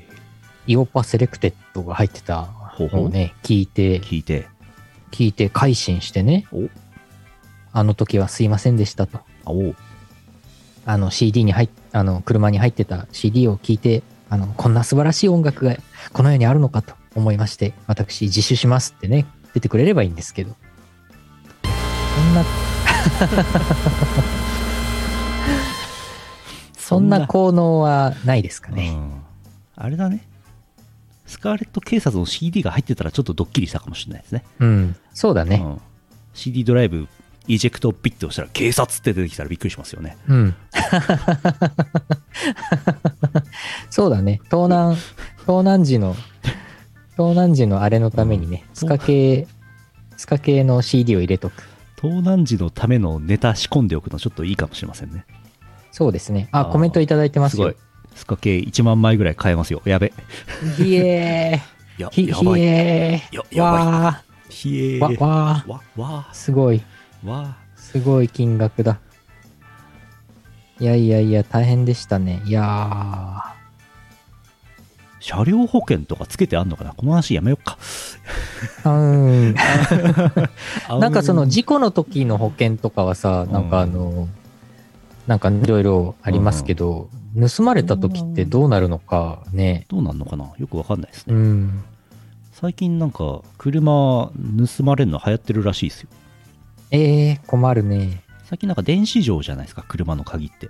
[SPEAKER 2] イオパセレクテッドが入ってた
[SPEAKER 1] ほうほう
[SPEAKER 2] のをね、聞いて、
[SPEAKER 1] 聞いて
[SPEAKER 2] 聞いて、改心してね、
[SPEAKER 1] お
[SPEAKER 2] あの時はすいませんでしたと。
[SPEAKER 1] あおう
[SPEAKER 2] あの CD に入っあの車に入ってた CD を聞いてあのこんな素晴らしい音楽がこの世にあるのかと思いまして私自首しますってね出てくれればいいんですけどそんな そんな効能はないですか
[SPEAKER 1] う
[SPEAKER 2] ね
[SPEAKER 1] ん、あれだねスカーレット警察の CD が入ってたらちょっとドッキリしたかもしれないですね
[SPEAKER 2] うん、そうだね
[SPEAKER 1] うん、CD ドライブイジェクトをピッと押したら警察って出てきたらびっくりしますよね
[SPEAKER 2] うん そうだね盗難盗難時の盗難時のあれのためにね、スカ系スカ系の CD を入れとく
[SPEAKER 1] 盗難時のためのネタ仕込んでおくのちょっといいかもしれませんね
[SPEAKER 2] そうですね。
[SPEAKER 1] あ
[SPEAKER 2] あ、
[SPEAKER 1] ー
[SPEAKER 2] コメントいただいてます
[SPEAKER 1] すごい
[SPEAKER 2] よ。
[SPEAKER 1] スカ系1万枚ぐらい買えますよやべ
[SPEAKER 2] ひえ
[SPEAKER 1] い や
[SPEAKER 2] ー。ひ、
[SPEAKER 1] や
[SPEAKER 2] ひ
[SPEAKER 1] ばい
[SPEAKER 2] え
[SPEAKER 1] や
[SPEAKER 2] ー。
[SPEAKER 1] やばい
[SPEAKER 2] わ
[SPEAKER 1] ひえ
[SPEAKER 2] ー。わ、
[SPEAKER 1] ー
[SPEAKER 2] わ
[SPEAKER 1] わわ
[SPEAKER 2] ー。すごい。
[SPEAKER 1] わ
[SPEAKER 2] すごい金額だ。いやいやいや、大変でしたね。いや
[SPEAKER 1] 車両保険とかつけてあんのかなこの話やめよっか
[SPEAKER 2] ー。うー
[SPEAKER 1] あ
[SPEAKER 2] ん。なんかその事故の時の保険とかはさ、なんかあの、なんかいろいろありますけど、盗まれた時ってどうなるのかね。
[SPEAKER 1] どうなんのかなよくわかんないです
[SPEAKER 2] う
[SPEAKER 1] ね、
[SPEAKER 2] ん。
[SPEAKER 1] 最近なんか車盗まれるの流行ってるらしいですよ
[SPEAKER 2] えー、困るね。
[SPEAKER 1] 最近なんか電子錠じゃないですか車の鍵って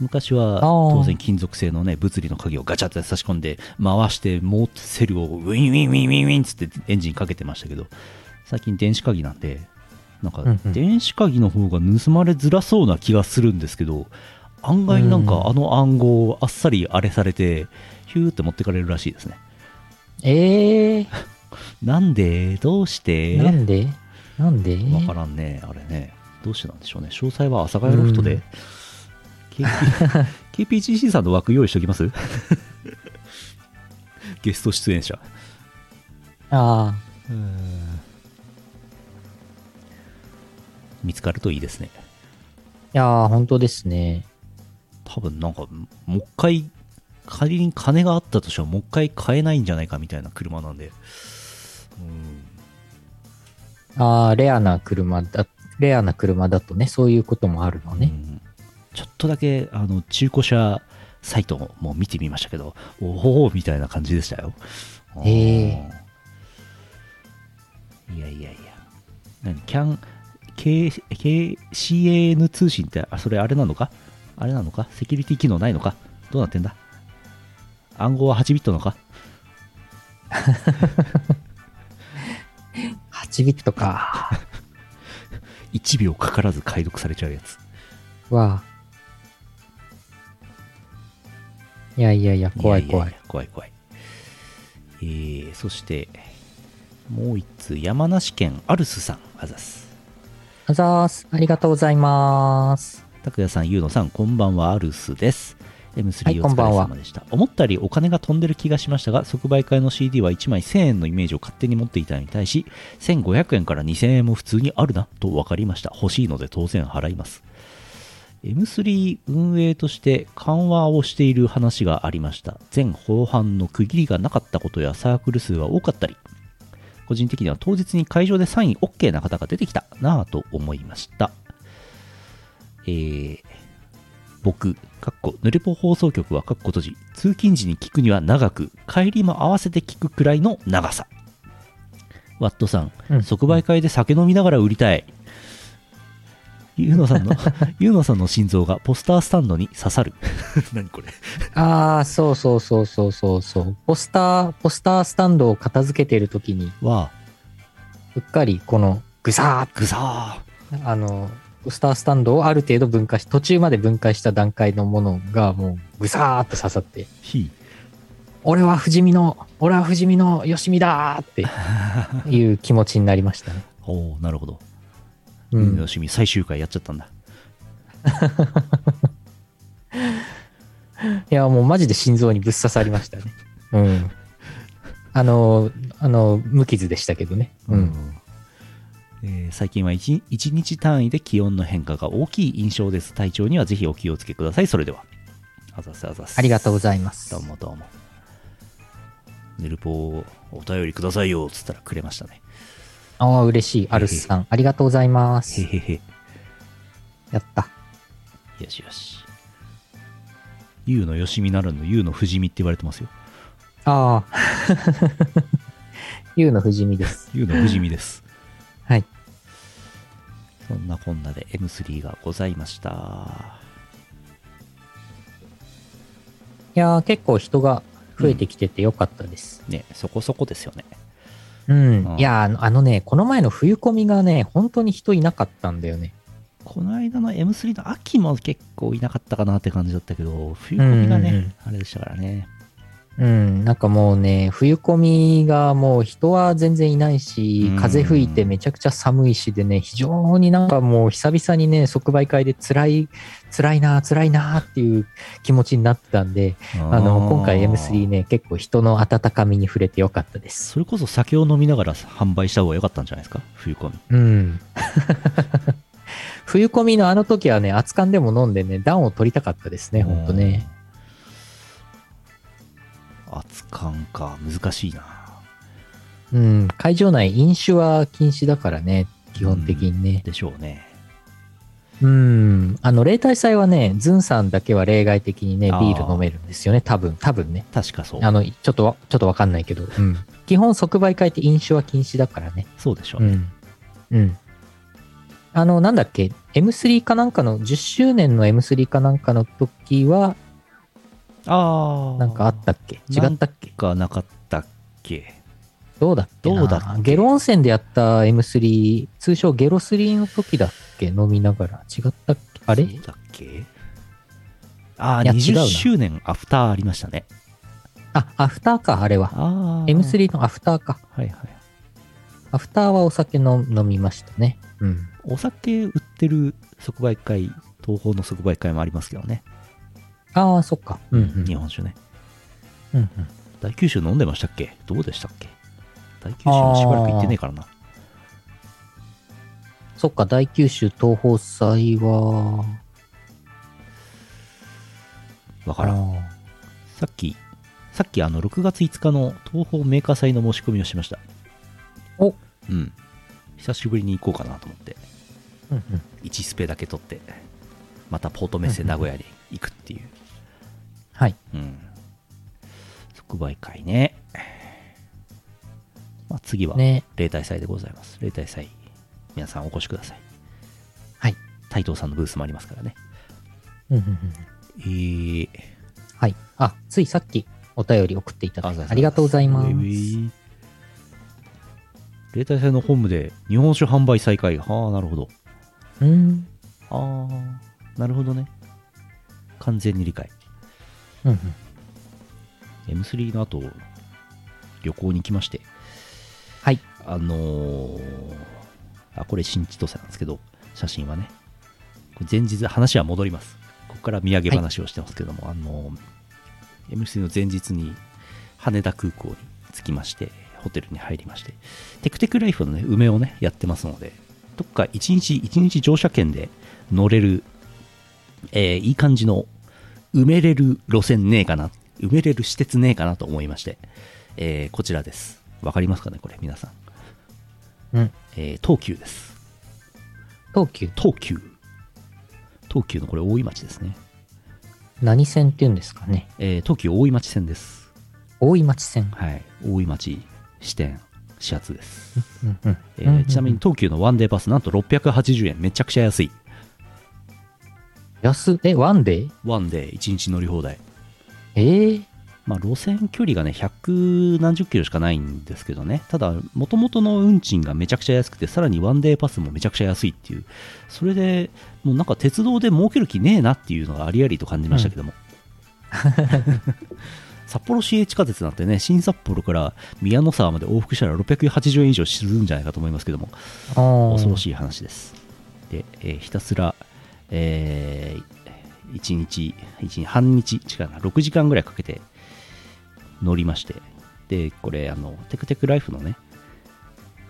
[SPEAKER 1] 昔
[SPEAKER 2] あー
[SPEAKER 1] は当然金属製のね物理の鍵をガチャって差し込んで回してモーセルをウィンウィンウィンウィンウィンっつってエンジンかけてましたけど最近電子鍵なんでなんか
[SPEAKER 2] うんうん
[SPEAKER 1] 電子鍵の方が盗まれづらそうな気がするんですけど案外なん
[SPEAKER 2] うん
[SPEAKER 1] かあの暗号をあっさりあれされてヒューって持ってかれるらしいですね
[SPEAKER 2] えー、
[SPEAKER 1] なんでどうして
[SPEAKER 2] なんでなんで
[SPEAKER 1] わからんね、あれね。どうしてなんでしょうね。詳細は阿佐ヶ谷ロフトで、KP KPGC さんの枠用意しておきます ゲスト出演者。
[SPEAKER 2] ああ。
[SPEAKER 1] 見つかるといいですね。
[SPEAKER 2] いやー、本当ですね。
[SPEAKER 1] 多分なんか、もう一回、仮に金があったとしても、もう一回買えないんじゃないかみたいな車なんで。うん
[SPEAKER 2] あーレアな車だ、レアな車だとね、そういうこともあるの
[SPEAKER 1] う
[SPEAKER 2] ね。
[SPEAKER 1] んちょっとだけあの中古車サイトも見てみましたけど、おおみたいな感じでしたよ。
[SPEAKER 2] へえ
[SPEAKER 1] うんいやいやいや。何キャン、K、K、CAN 通信って、あ、それあれなのかあれなのかセキュリティ機能ないのかどうなってんだ暗号は8ビットなのか
[SPEAKER 2] 8ビットか。
[SPEAKER 1] ?1 秒かからず解読されちゃうやつ。
[SPEAKER 2] わーいやいやいや、怖い怖
[SPEAKER 1] や
[SPEAKER 2] い。
[SPEAKER 1] やや怖い怖い。えー、そして、もう一通、山梨県アルスさん、あざす。
[SPEAKER 2] あざーす。ありがとうございます。
[SPEAKER 1] 拓也さん、ゆうのさん、こんばんは、アルスです。 M3
[SPEAKER 2] はい
[SPEAKER 1] お
[SPEAKER 2] こんば
[SPEAKER 1] 疲
[SPEAKER 2] ん
[SPEAKER 1] れ
[SPEAKER 2] は
[SPEAKER 1] 様でした、思ったよりお金が飛んでる気がしましたが即売会の CD は1枚1000円のイメージを勝手に持っていたのに対し1500円から2000円も普通にあるなと分かりました欲しいので当然払います M3 運営として緩和をしている話がありました前後半の区切りがなかったことやサークル数は多かったり個人的には当日に会場でサイン OK な方が出てきたなぁと思いましたえー、僕、かっこ、ぬれぽ放送局はかっこ閉じ、通勤時に聞くには長く、帰りも合わせて聞くくらいの長さ。ワットさん、
[SPEAKER 2] うん
[SPEAKER 1] 即売会で酒飲みながら売りたい。ゆうのさ んの、ゆうのさんの心臓がポスタースタンドに刺さる。 何これ。
[SPEAKER 2] ああ、そうそうそうそうそうそう。ポスター、ポスタースタンドを片付けてるときに、
[SPEAKER 1] わあ、
[SPEAKER 2] うっかりこのぐさ
[SPEAKER 1] ぐさ
[SPEAKER 2] ーっとあのポスタースタンドをある程度分解し途中まで分解した段階のものがもうぐさーっと刺さって
[SPEAKER 1] ー、ひ
[SPEAKER 2] 「俺は不死身の俺は不死身のよしみだ!」っていう気持ちになりましたね。
[SPEAKER 1] おーなるほど。
[SPEAKER 2] う
[SPEAKER 1] ゆうの
[SPEAKER 2] ん、
[SPEAKER 1] 趣味最終回やっちゃったんだ。
[SPEAKER 2] いやもうマジで心臓にぶっ刺さりましたね。うん、あのあの無傷でしたけどね。うん
[SPEAKER 1] えー最近は 1, 日単位で気温の変化が大きい印象です体調にはぜひお気をつけくださいそれではあざすあざす
[SPEAKER 2] ありがとうご
[SPEAKER 1] い
[SPEAKER 2] ざいます。
[SPEAKER 1] どうもどうもぬるぽをお便りくださいよっつったらくれましたね
[SPEAKER 2] ああ嬉しいアルスさんありがとうございます
[SPEAKER 1] へ。へへ
[SPEAKER 2] やった。
[SPEAKER 1] よしよしゆうのよしみならぬゆうの不死身って言われてますよ
[SPEAKER 2] ああ ゆうの不死身です。
[SPEAKER 1] ゆうの不死身です
[SPEAKER 2] はい。
[SPEAKER 1] そんなこんなで M3 がございました
[SPEAKER 2] いやー結構人が増えてきててよかったです。
[SPEAKER 1] ねそこそこですよね
[SPEAKER 2] うん。
[SPEAKER 1] うん
[SPEAKER 2] いやーあのあのね、この前の冬コミがね、本当に人いなかったんだよね。
[SPEAKER 1] この間の M3 の秋も結構いなかったかなって感じだったけど、冬コミがね、
[SPEAKER 2] うんうんうん
[SPEAKER 1] あれでしたからね。
[SPEAKER 2] うん。なんかもうね、冬コミがもう人は全然いないし
[SPEAKER 1] うん、
[SPEAKER 2] 風吹いてめちゃくちゃ寒いしでね、非常になんかもう久々にね、即売会で辛い、辛いな、辛いなっていう気持ちになってたんで、あの、今回 M3 ね、結構人の温かみに触れてよかったです。
[SPEAKER 1] それこそ酒を飲みながら販売した方が良かったんじゃないですか、冬コミ。
[SPEAKER 2] うん。 冬コミのあの時はね、熱燗でも飲んでね、暖を取りたかったですね、ほんとね。
[SPEAKER 1] うん。熱感か、難しいな。
[SPEAKER 2] うん、会場内飲酒は禁止だからね、基本的にね。
[SPEAKER 1] でしょうね。
[SPEAKER 2] うん、あの、例大祭はね、ズンさんだけは例外的にね、ビ
[SPEAKER 1] あー
[SPEAKER 2] ール飲めるんですよね、多分、多分ね。
[SPEAKER 1] 確かそう。
[SPEAKER 2] あの、ちょっとわ、ちょっとわかんないけど、うん。基本即売会って飲酒は禁止だからね。
[SPEAKER 1] そうでしょう
[SPEAKER 2] う
[SPEAKER 1] ね。
[SPEAKER 2] ん。うん。あの、なんだっけ、M3 かなんかの、10周年の M3 かなんかの時は、
[SPEAKER 1] ああ。
[SPEAKER 2] なんかあったっけ違
[SPEAKER 1] なん
[SPEAKER 2] ったっけ
[SPEAKER 1] かなかったっけ。
[SPEAKER 2] どうだっけな
[SPEAKER 1] どうだっけ
[SPEAKER 2] ゲロ温泉でやった M3、通称ゲロ3の時だっけ飲みながら。違ったっけあれ
[SPEAKER 1] そうだっけああ、
[SPEAKER 2] いや違うな
[SPEAKER 1] 20周年アフターありましたね。
[SPEAKER 2] あ、アフターか、あれは。
[SPEAKER 1] ああ。
[SPEAKER 2] M3 のアフターか。
[SPEAKER 1] はいはい。
[SPEAKER 2] アフターはお酒の飲みましたね。うん。
[SPEAKER 1] お酒売ってる即売会、東宝の即売会もありますけどね。
[SPEAKER 2] ああ、そっか。うん、うん。
[SPEAKER 1] 日本酒ね。
[SPEAKER 2] うんうん、
[SPEAKER 1] 大九州飲んでましたっけどうでしたっけ大九州はしばらく行ってねえからな。
[SPEAKER 2] そっか、大九州東宝祭は、
[SPEAKER 1] わか
[SPEAKER 2] あ
[SPEAKER 1] ら
[SPEAKER 2] ら
[SPEAKER 1] ん。さっき、さっきあの、6月5日の東宝メーカー祭の申し込みをしました。
[SPEAKER 2] お
[SPEAKER 1] うん。久しぶりに行こうかなと思って。
[SPEAKER 2] うんうん。
[SPEAKER 1] 1スペだけ取って、またポートメッセ名古屋に行くっていう。
[SPEAKER 2] はい。
[SPEAKER 1] うん。即売会ね。まあ、次は、
[SPEAKER 2] ね。
[SPEAKER 1] 例大祭でございます。例大祭、皆さんお越しください。
[SPEAKER 2] はい。
[SPEAKER 1] 台東さんのブースもありますからね。
[SPEAKER 2] うんうんうん。
[SPEAKER 1] えー、
[SPEAKER 2] はい。あ、ついさっきお便り送っていただいて、ありがとうございます。
[SPEAKER 1] ういうい例大祭のホームで日本酒販売再開。はあ、なるほど。
[SPEAKER 2] うん。
[SPEAKER 1] ああ、なるほどね。完全に理解。
[SPEAKER 2] うんうん。
[SPEAKER 1] M3 の後、旅行に行きまして、
[SPEAKER 2] はい。
[SPEAKER 1] あのーあ、これ新千歳なんですけど、写真はね。これ前日、話は戻ります。ここから土産話をしてますけども、あの MC の前日に羽田空港に着きましてホテルに入りましてテクテクライフの、ね、梅をねやってますのでどっか1日1日乗車券で乗れる、えーいい感じの埋めれる路線ねえかな埋めれる施設ねえかなと思いまして、えーこちらですわかりますかねこれ皆さん、
[SPEAKER 2] うん。
[SPEAKER 1] えー東急です
[SPEAKER 2] 東急、
[SPEAKER 1] 東急東急のこれ大井町ですね、
[SPEAKER 2] 何線っていうんですかね。
[SPEAKER 1] えー東急大井町線です
[SPEAKER 2] 大井町線。
[SPEAKER 1] はい大井町支店始発です、
[SPEAKER 2] うんうん
[SPEAKER 1] え
[SPEAKER 2] うんうんう
[SPEAKER 1] ー
[SPEAKER 2] ん
[SPEAKER 1] ちなみに東急のワンデーパスなんと680円めちゃくちゃ安い
[SPEAKER 2] 安っ、え、ワンデー
[SPEAKER 1] ワンデー1日乗り放題
[SPEAKER 2] ええ
[SPEAKER 1] まあ路線距離がね100何十キロしかないんですけどねただ元々の運賃がめちゃくちゃ安くてさらにワンデーパスもめちゃくちゃ安いっていうそれでもうなんか鉄道で儲ける気ねえなっていうのがありありと感じましたけども、 札幌市営地下鉄なんてね新札幌から宮の沢まで往復したら680円以上するんじゃないかと思いますけども
[SPEAKER 2] あー
[SPEAKER 1] 恐ろしい話です。で、えーひたすら、え1日、一日、半日、違うな、6時間ぐらいかけて乗りまして、で、これ、あの、テクテクライフのね、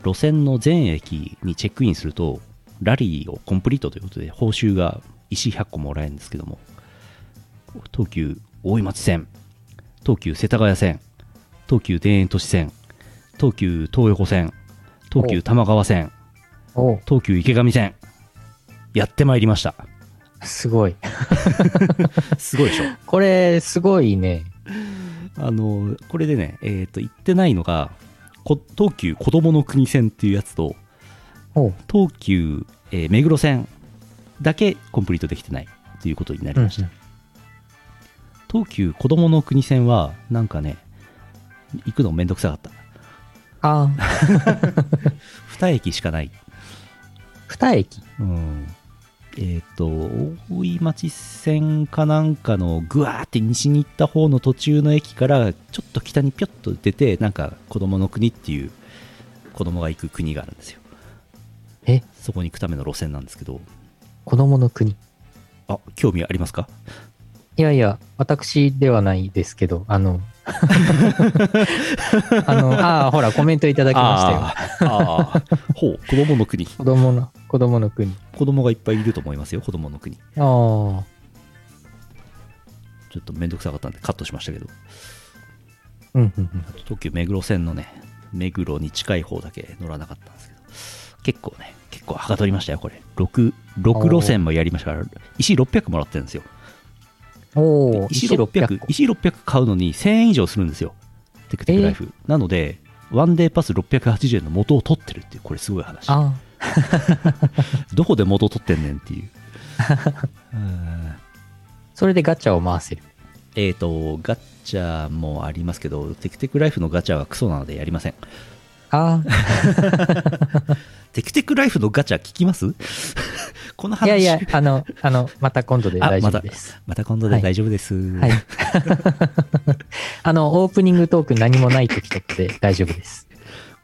[SPEAKER 1] 路線の全駅にチェックインすると、ラリーをコンプリートということで、報酬が石100個もらえるんですけども、東急大井町線、東急世田谷線、東急田園都市線、東急東横線、東急多摩川線、
[SPEAKER 2] お
[SPEAKER 1] 東急池上線やってまいりました
[SPEAKER 2] すごい。
[SPEAKER 1] すごいでしょ
[SPEAKER 2] これ、すごいね。
[SPEAKER 1] あのこれでねえっ、と行ってないのがこ東急こどもの国線っていうやつと
[SPEAKER 2] おう。
[SPEAKER 1] 東急、えー目黒線だけコンプリートできてないということになりました、東急こどもの国線はなんかね行くのめんどくさかった
[SPEAKER 2] ああ、
[SPEAKER 1] 2駅しかない
[SPEAKER 2] 二駅。
[SPEAKER 1] うんえっ、と、大井町線かなんかのぐわーって西に行った方の途中の駅からちょっと北にぴょっと出て、なんか子供の国っていう子供が行く国があるんですよ。
[SPEAKER 2] え、
[SPEAKER 1] そこに行くための路線なんですけど、
[SPEAKER 2] 子供の国。
[SPEAKER 1] あ、興味ありますか
[SPEAKER 2] いやいや、私ではないですけど、あ の、あの、ああ、ほら、コメントいただきましたよ。
[SPEAKER 1] したよ。あーあー、 ほう、子供の国。
[SPEAKER 2] 子供の、子供の国。
[SPEAKER 1] 子供がいっぱいいると思いますよ、子供の国。
[SPEAKER 2] ああ、
[SPEAKER 1] ちょっとめんどくさかったんでカットしましたけど。
[SPEAKER 2] うんうんうん。
[SPEAKER 1] 東急目黒線のね目黒に近い方だけ乗らなかったんですけど結構ね結構はかどりましたよこれ 6, 6路線もやりましたから石600もらってるんですよ
[SPEAKER 2] おお、
[SPEAKER 1] 石
[SPEAKER 2] 石600
[SPEAKER 1] 600
[SPEAKER 2] 個。
[SPEAKER 1] 石600買うのに1000円以上するんですよテクテクライフ、なのでワンデーパス680円の元を取ってるっていうこれすごい話
[SPEAKER 2] あ
[SPEAKER 1] どこで元を取ってんねん っていううん
[SPEAKER 2] あ、それでガチャを回せる。
[SPEAKER 1] えっ、とガッチャもありますけどテクテクライフのガチャはクソなのでやりません
[SPEAKER 2] ああ、
[SPEAKER 1] テクテクライフのガチャ聞きます この話
[SPEAKER 2] いやいや、あの、あの、また今度で大丈夫です。
[SPEAKER 1] また今度で大丈夫です。
[SPEAKER 2] はい。 あの、オープニングトーク何もない時とかで大丈夫です。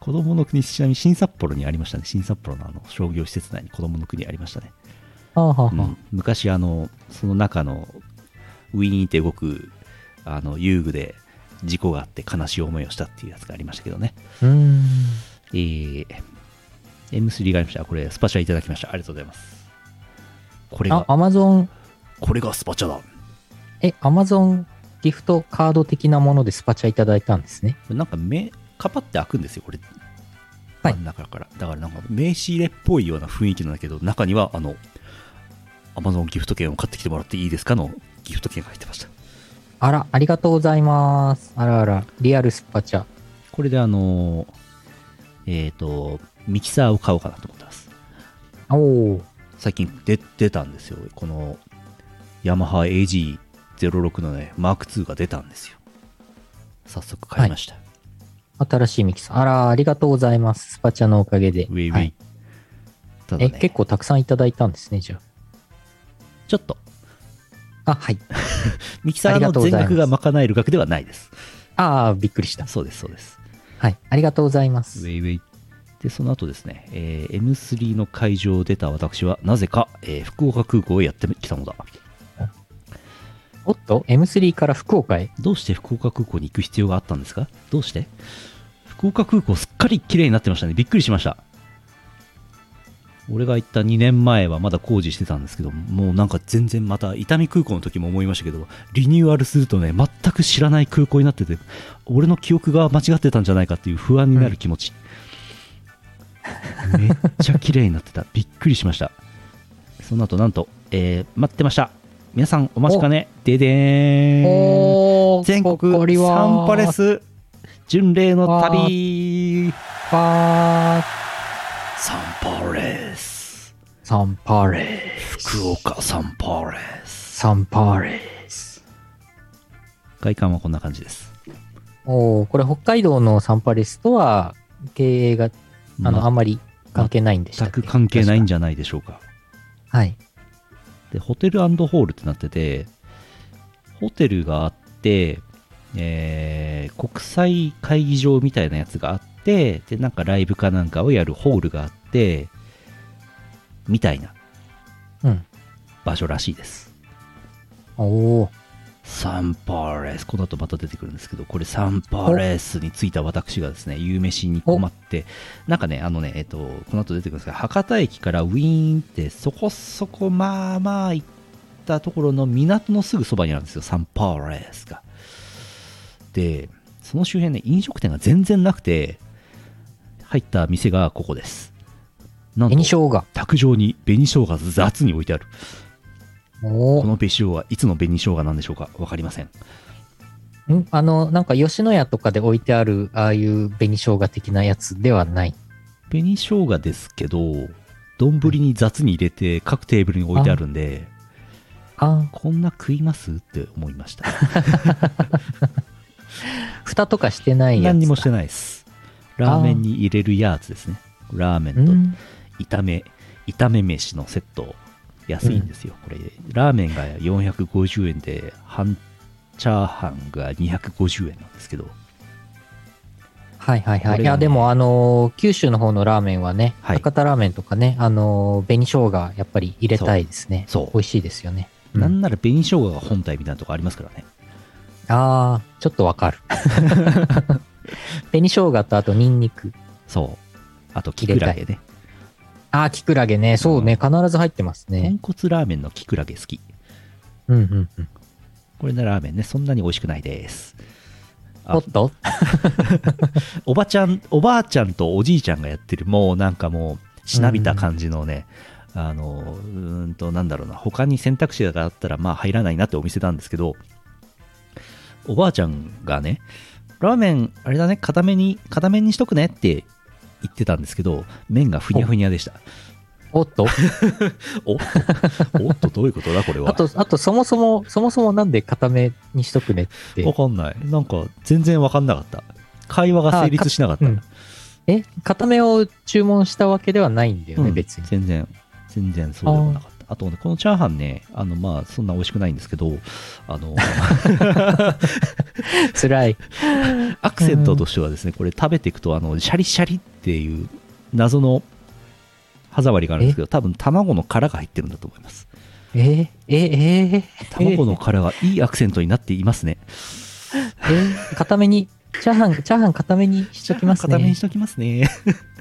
[SPEAKER 1] 子供の国、ちなみに新札幌にありましたね。新札幌のあの商業施設内に子供の国ありましたね。
[SPEAKER 2] ああ、はあ
[SPEAKER 1] う
[SPEAKER 2] は
[SPEAKER 1] ん昔、あの、その中のウィーンって動くあの遊具で事故があって悲しい思いをしたっていうやつがありましたけどね。
[SPEAKER 2] あうーん。
[SPEAKER 1] えー、M3 がありました。これ、スパチャいただきました。ありがとうございます。これ
[SPEAKER 2] あ
[SPEAKER 1] が、、
[SPEAKER 2] アマゾン、
[SPEAKER 1] これがスパチャだ。
[SPEAKER 2] え、アマゾンギフトカード的なものでスパチャいただいたんですね。
[SPEAKER 1] なんか目、カパって開くんですよ、これ。
[SPEAKER 2] はい
[SPEAKER 1] 真ん中から。だからなんか名刺入れっぽいような雰囲気なんだけど、中には、あの、アマゾンギフト券を買ってきてもらっていいですかのギフト券が入ってました。
[SPEAKER 2] あら、ありがとうございます。あらあら、リアルスパチャ。
[SPEAKER 1] これであのーえっ、と、ミキサーを買おうかなと思ってます。
[SPEAKER 2] おお、
[SPEAKER 1] 最近出出たんですよ。この、ヤマハ AG06 のね、マーク2が出たんですよ。早速買いました。
[SPEAKER 2] 新しいミキサー。あら、ありがとうございます。スパチャのおかげで。
[SPEAKER 1] ウェイウェイ。
[SPEAKER 2] はい
[SPEAKER 1] ただ
[SPEAKER 2] え、
[SPEAKER 1] ね、
[SPEAKER 2] 結構たくさんいただいたんですね、じゃ
[SPEAKER 1] ちょっと、
[SPEAKER 2] あ。あ、はい。
[SPEAKER 1] ミキサーの全額が賄える額ではないです。
[SPEAKER 2] ああ、びっくりした。
[SPEAKER 1] そうです、そうです。
[SPEAKER 2] はい。ありがとうございま
[SPEAKER 1] ウ
[SPEAKER 2] す。
[SPEAKER 1] ェイウェイ。で、その後ですね、えー M3 の会場を出た私は、なぜか、えー福岡空港へやってきたのだ。
[SPEAKER 2] おっと M3 から福岡へ
[SPEAKER 1] どうして福岡空港に行く必要があったんですかどうして福岡空港すっかり綺麗になってましたねびっくりしました俺が行った2年前はまだ工事してたんですけどもうなんか全然また伊丹空港の時も思いましたけどリニューアルするとね全く知らない空港になってて俺の記憶が間違ってたんじゃないかっていう不安になる気持ち、めっちゃ綺麗になってたびっくりしましたその後なんと、えー待ってました皆さんお待ちかねででーん
[SPEAKER 2] おー
[SPEAKER 1] 全国
[SPEAKER 2] 誇りは
[SPEAKER 1] サンパレス巡礼の旅
[SPEAKER 2] わー
[SPEAKER 1] サンパレス
[SPEAKER 2] サンパレ
[SPEAKER 1] 福岡サンパレス
[SPEAKER 2] サンパレス
[SPEAKER 1] 外観はこんな感じです
[SPEAKER 2] おーこれ北海道のサンパレスとは経営があのあんまり関係ないんでした
[SPEAKER 1] 全
[SPEAKER 2] っけ
[SPEAKER 1] く関係ないん
[SPEAKER 2] じ
[SPEAKER 1] じゃないでしょうか
[SPEAKER 2] ゃはい
[SPEAKER 1] でホテルホールってなっててホテルがあって、えー国際会議場みたいなやつがあってでなんかライブかなんかをやるホールがあってみたいな
[SPEAKER 2] うん
[SPEAKER 1] 場所らしいです
[SPEAKER 2] おおー
[SPEAKER 1] サンパレス、この後また出てくるんですけど、これサンパレスについた私がですね、夕飯に困って、なんかね、あのね、えっと、この後出てくるんですが、博多駅からウィーンって、そこそこまあまあ行ったところの港のすぐそばにあるんですよ、サンパレスが。で、その周辺ね、飲食店が全然なくて、入った店がここです。なんと
[SPEAKER 2] 紅、生姜
[SPEAKER 1] 卓上に紅生姜が雑に置いてある。
[SPEAKER 2] お
[SPEAKER 1] こ
[SPEAKER 2] お
[SPEAKER 1] の紅生姜はいつの紅生姜なんでしょうかわかりません。
[SPEAKER 2] あのなんか吉野家とかで置いてあるああいう紅生姜的なやつではない
[SPEAKER 1] 紅生姜ですけど丼に雑に入れて各テーブルに置いてあるんで
[SPEAKER 2] あ
[SPEAKER 1] こんな食いますって思いました
[SPEAKER 2] ー蓋とかしてないやつだ
[SPEAKER 1] 何にもしてないですラーメンに入れるやつですねラーメ
[SPEAKER 2] う
[SPEAKER 1] ン
[SPEAKER 2] ん
[SPEAKER 1] と炒め炒め飯のセット安いんですよ、これラーメンが450円で半チャーハンが250円なんですけど
[SPEAKER 2] はいはい
[SPEAKER 1] これが
[SPEAKER 2] はい。
[SPEAKER 1] ね
[SPEAKER 2] いや、でも、あのー九州の方のラーメンはね、
[SPEAKER 1] はい
[SPEAKER 2] 博多ラーメンとかね、あのー紅生姜、やっぱり入れたいですね。
[SPEAKER 1] そう
[SPEAKER 2] 美味しいですよね。うん
[SPEAKER 1] なんなら紅生姜が本体みたいなとこありますからね
[SPEAKER 2] ああ、ちょっと わかる。 紅生姜とあとニンニク。
[SPEAKER 1] そうあとキクラゲね
[SPEAKER 2] ああ、キクラゲね。そうね、必ず入ってますね。
[SPEAKER 1] 豚骨ラーメンのキクラゲ好き
[SPEAKER 2] うんうんうん。
[SPEAKER 1] これのラーメンね、そんなに美味しくないです。あ
[SPEAKER 2] おっと
[SPEAKER 1] おばちゃん、おばあちゃんとおじいちゃんがやってる、もうなんかもう、しなびた感じのね、あの、うーんと、なんだろうな、他に選択肢があったら、まあ入らないなってお店なんですけど、おばあちゃんがね、ラーメン、あれだね、固めに、固めにしとくねって言ってたんですけど、麺がふにゃふにゃでした。
[SPEAKER 2] おっと
[SPEAKER 1] おっと、おっと、どういうことだ、これは。
[SPEAKER 2] あと、あと、そもそも、そもそもなんで固めにしとくねって
[SPEAKER 1] わ。かんない。なんか、全然わかんなかった。会話が成立しなかった。
[SPEAKER 2] うんえ、固めを注文したわけではないんだよね、
[SPEAKER 1] うん
[SPEAKER 2] 別に。
[SPEAKER 1] 全然全然そうでもなかったあとねこのチャーハンねあのまあそんな美味しくないんですけどあ の
[SPEAKER 2] 辛い。
[SPEAKER 1] アクセントとしてはですねこれ食べていくとあのシャリシャリっていう謎の歯触りがあるんですけど多分卵の殻が入ってるんだと思います
[SPEAKER 2] えー、えー、えー、
[SPEAKER 1] 卵の殻がいいアクセントになっていますね
[SPEAKER 2] えー、固めに、チャーハン、チャーハン固めにしときます
[SPEAKER 1] 固めに
[SPEAKER 2] ね
[SPEAKER 1] し。ときますね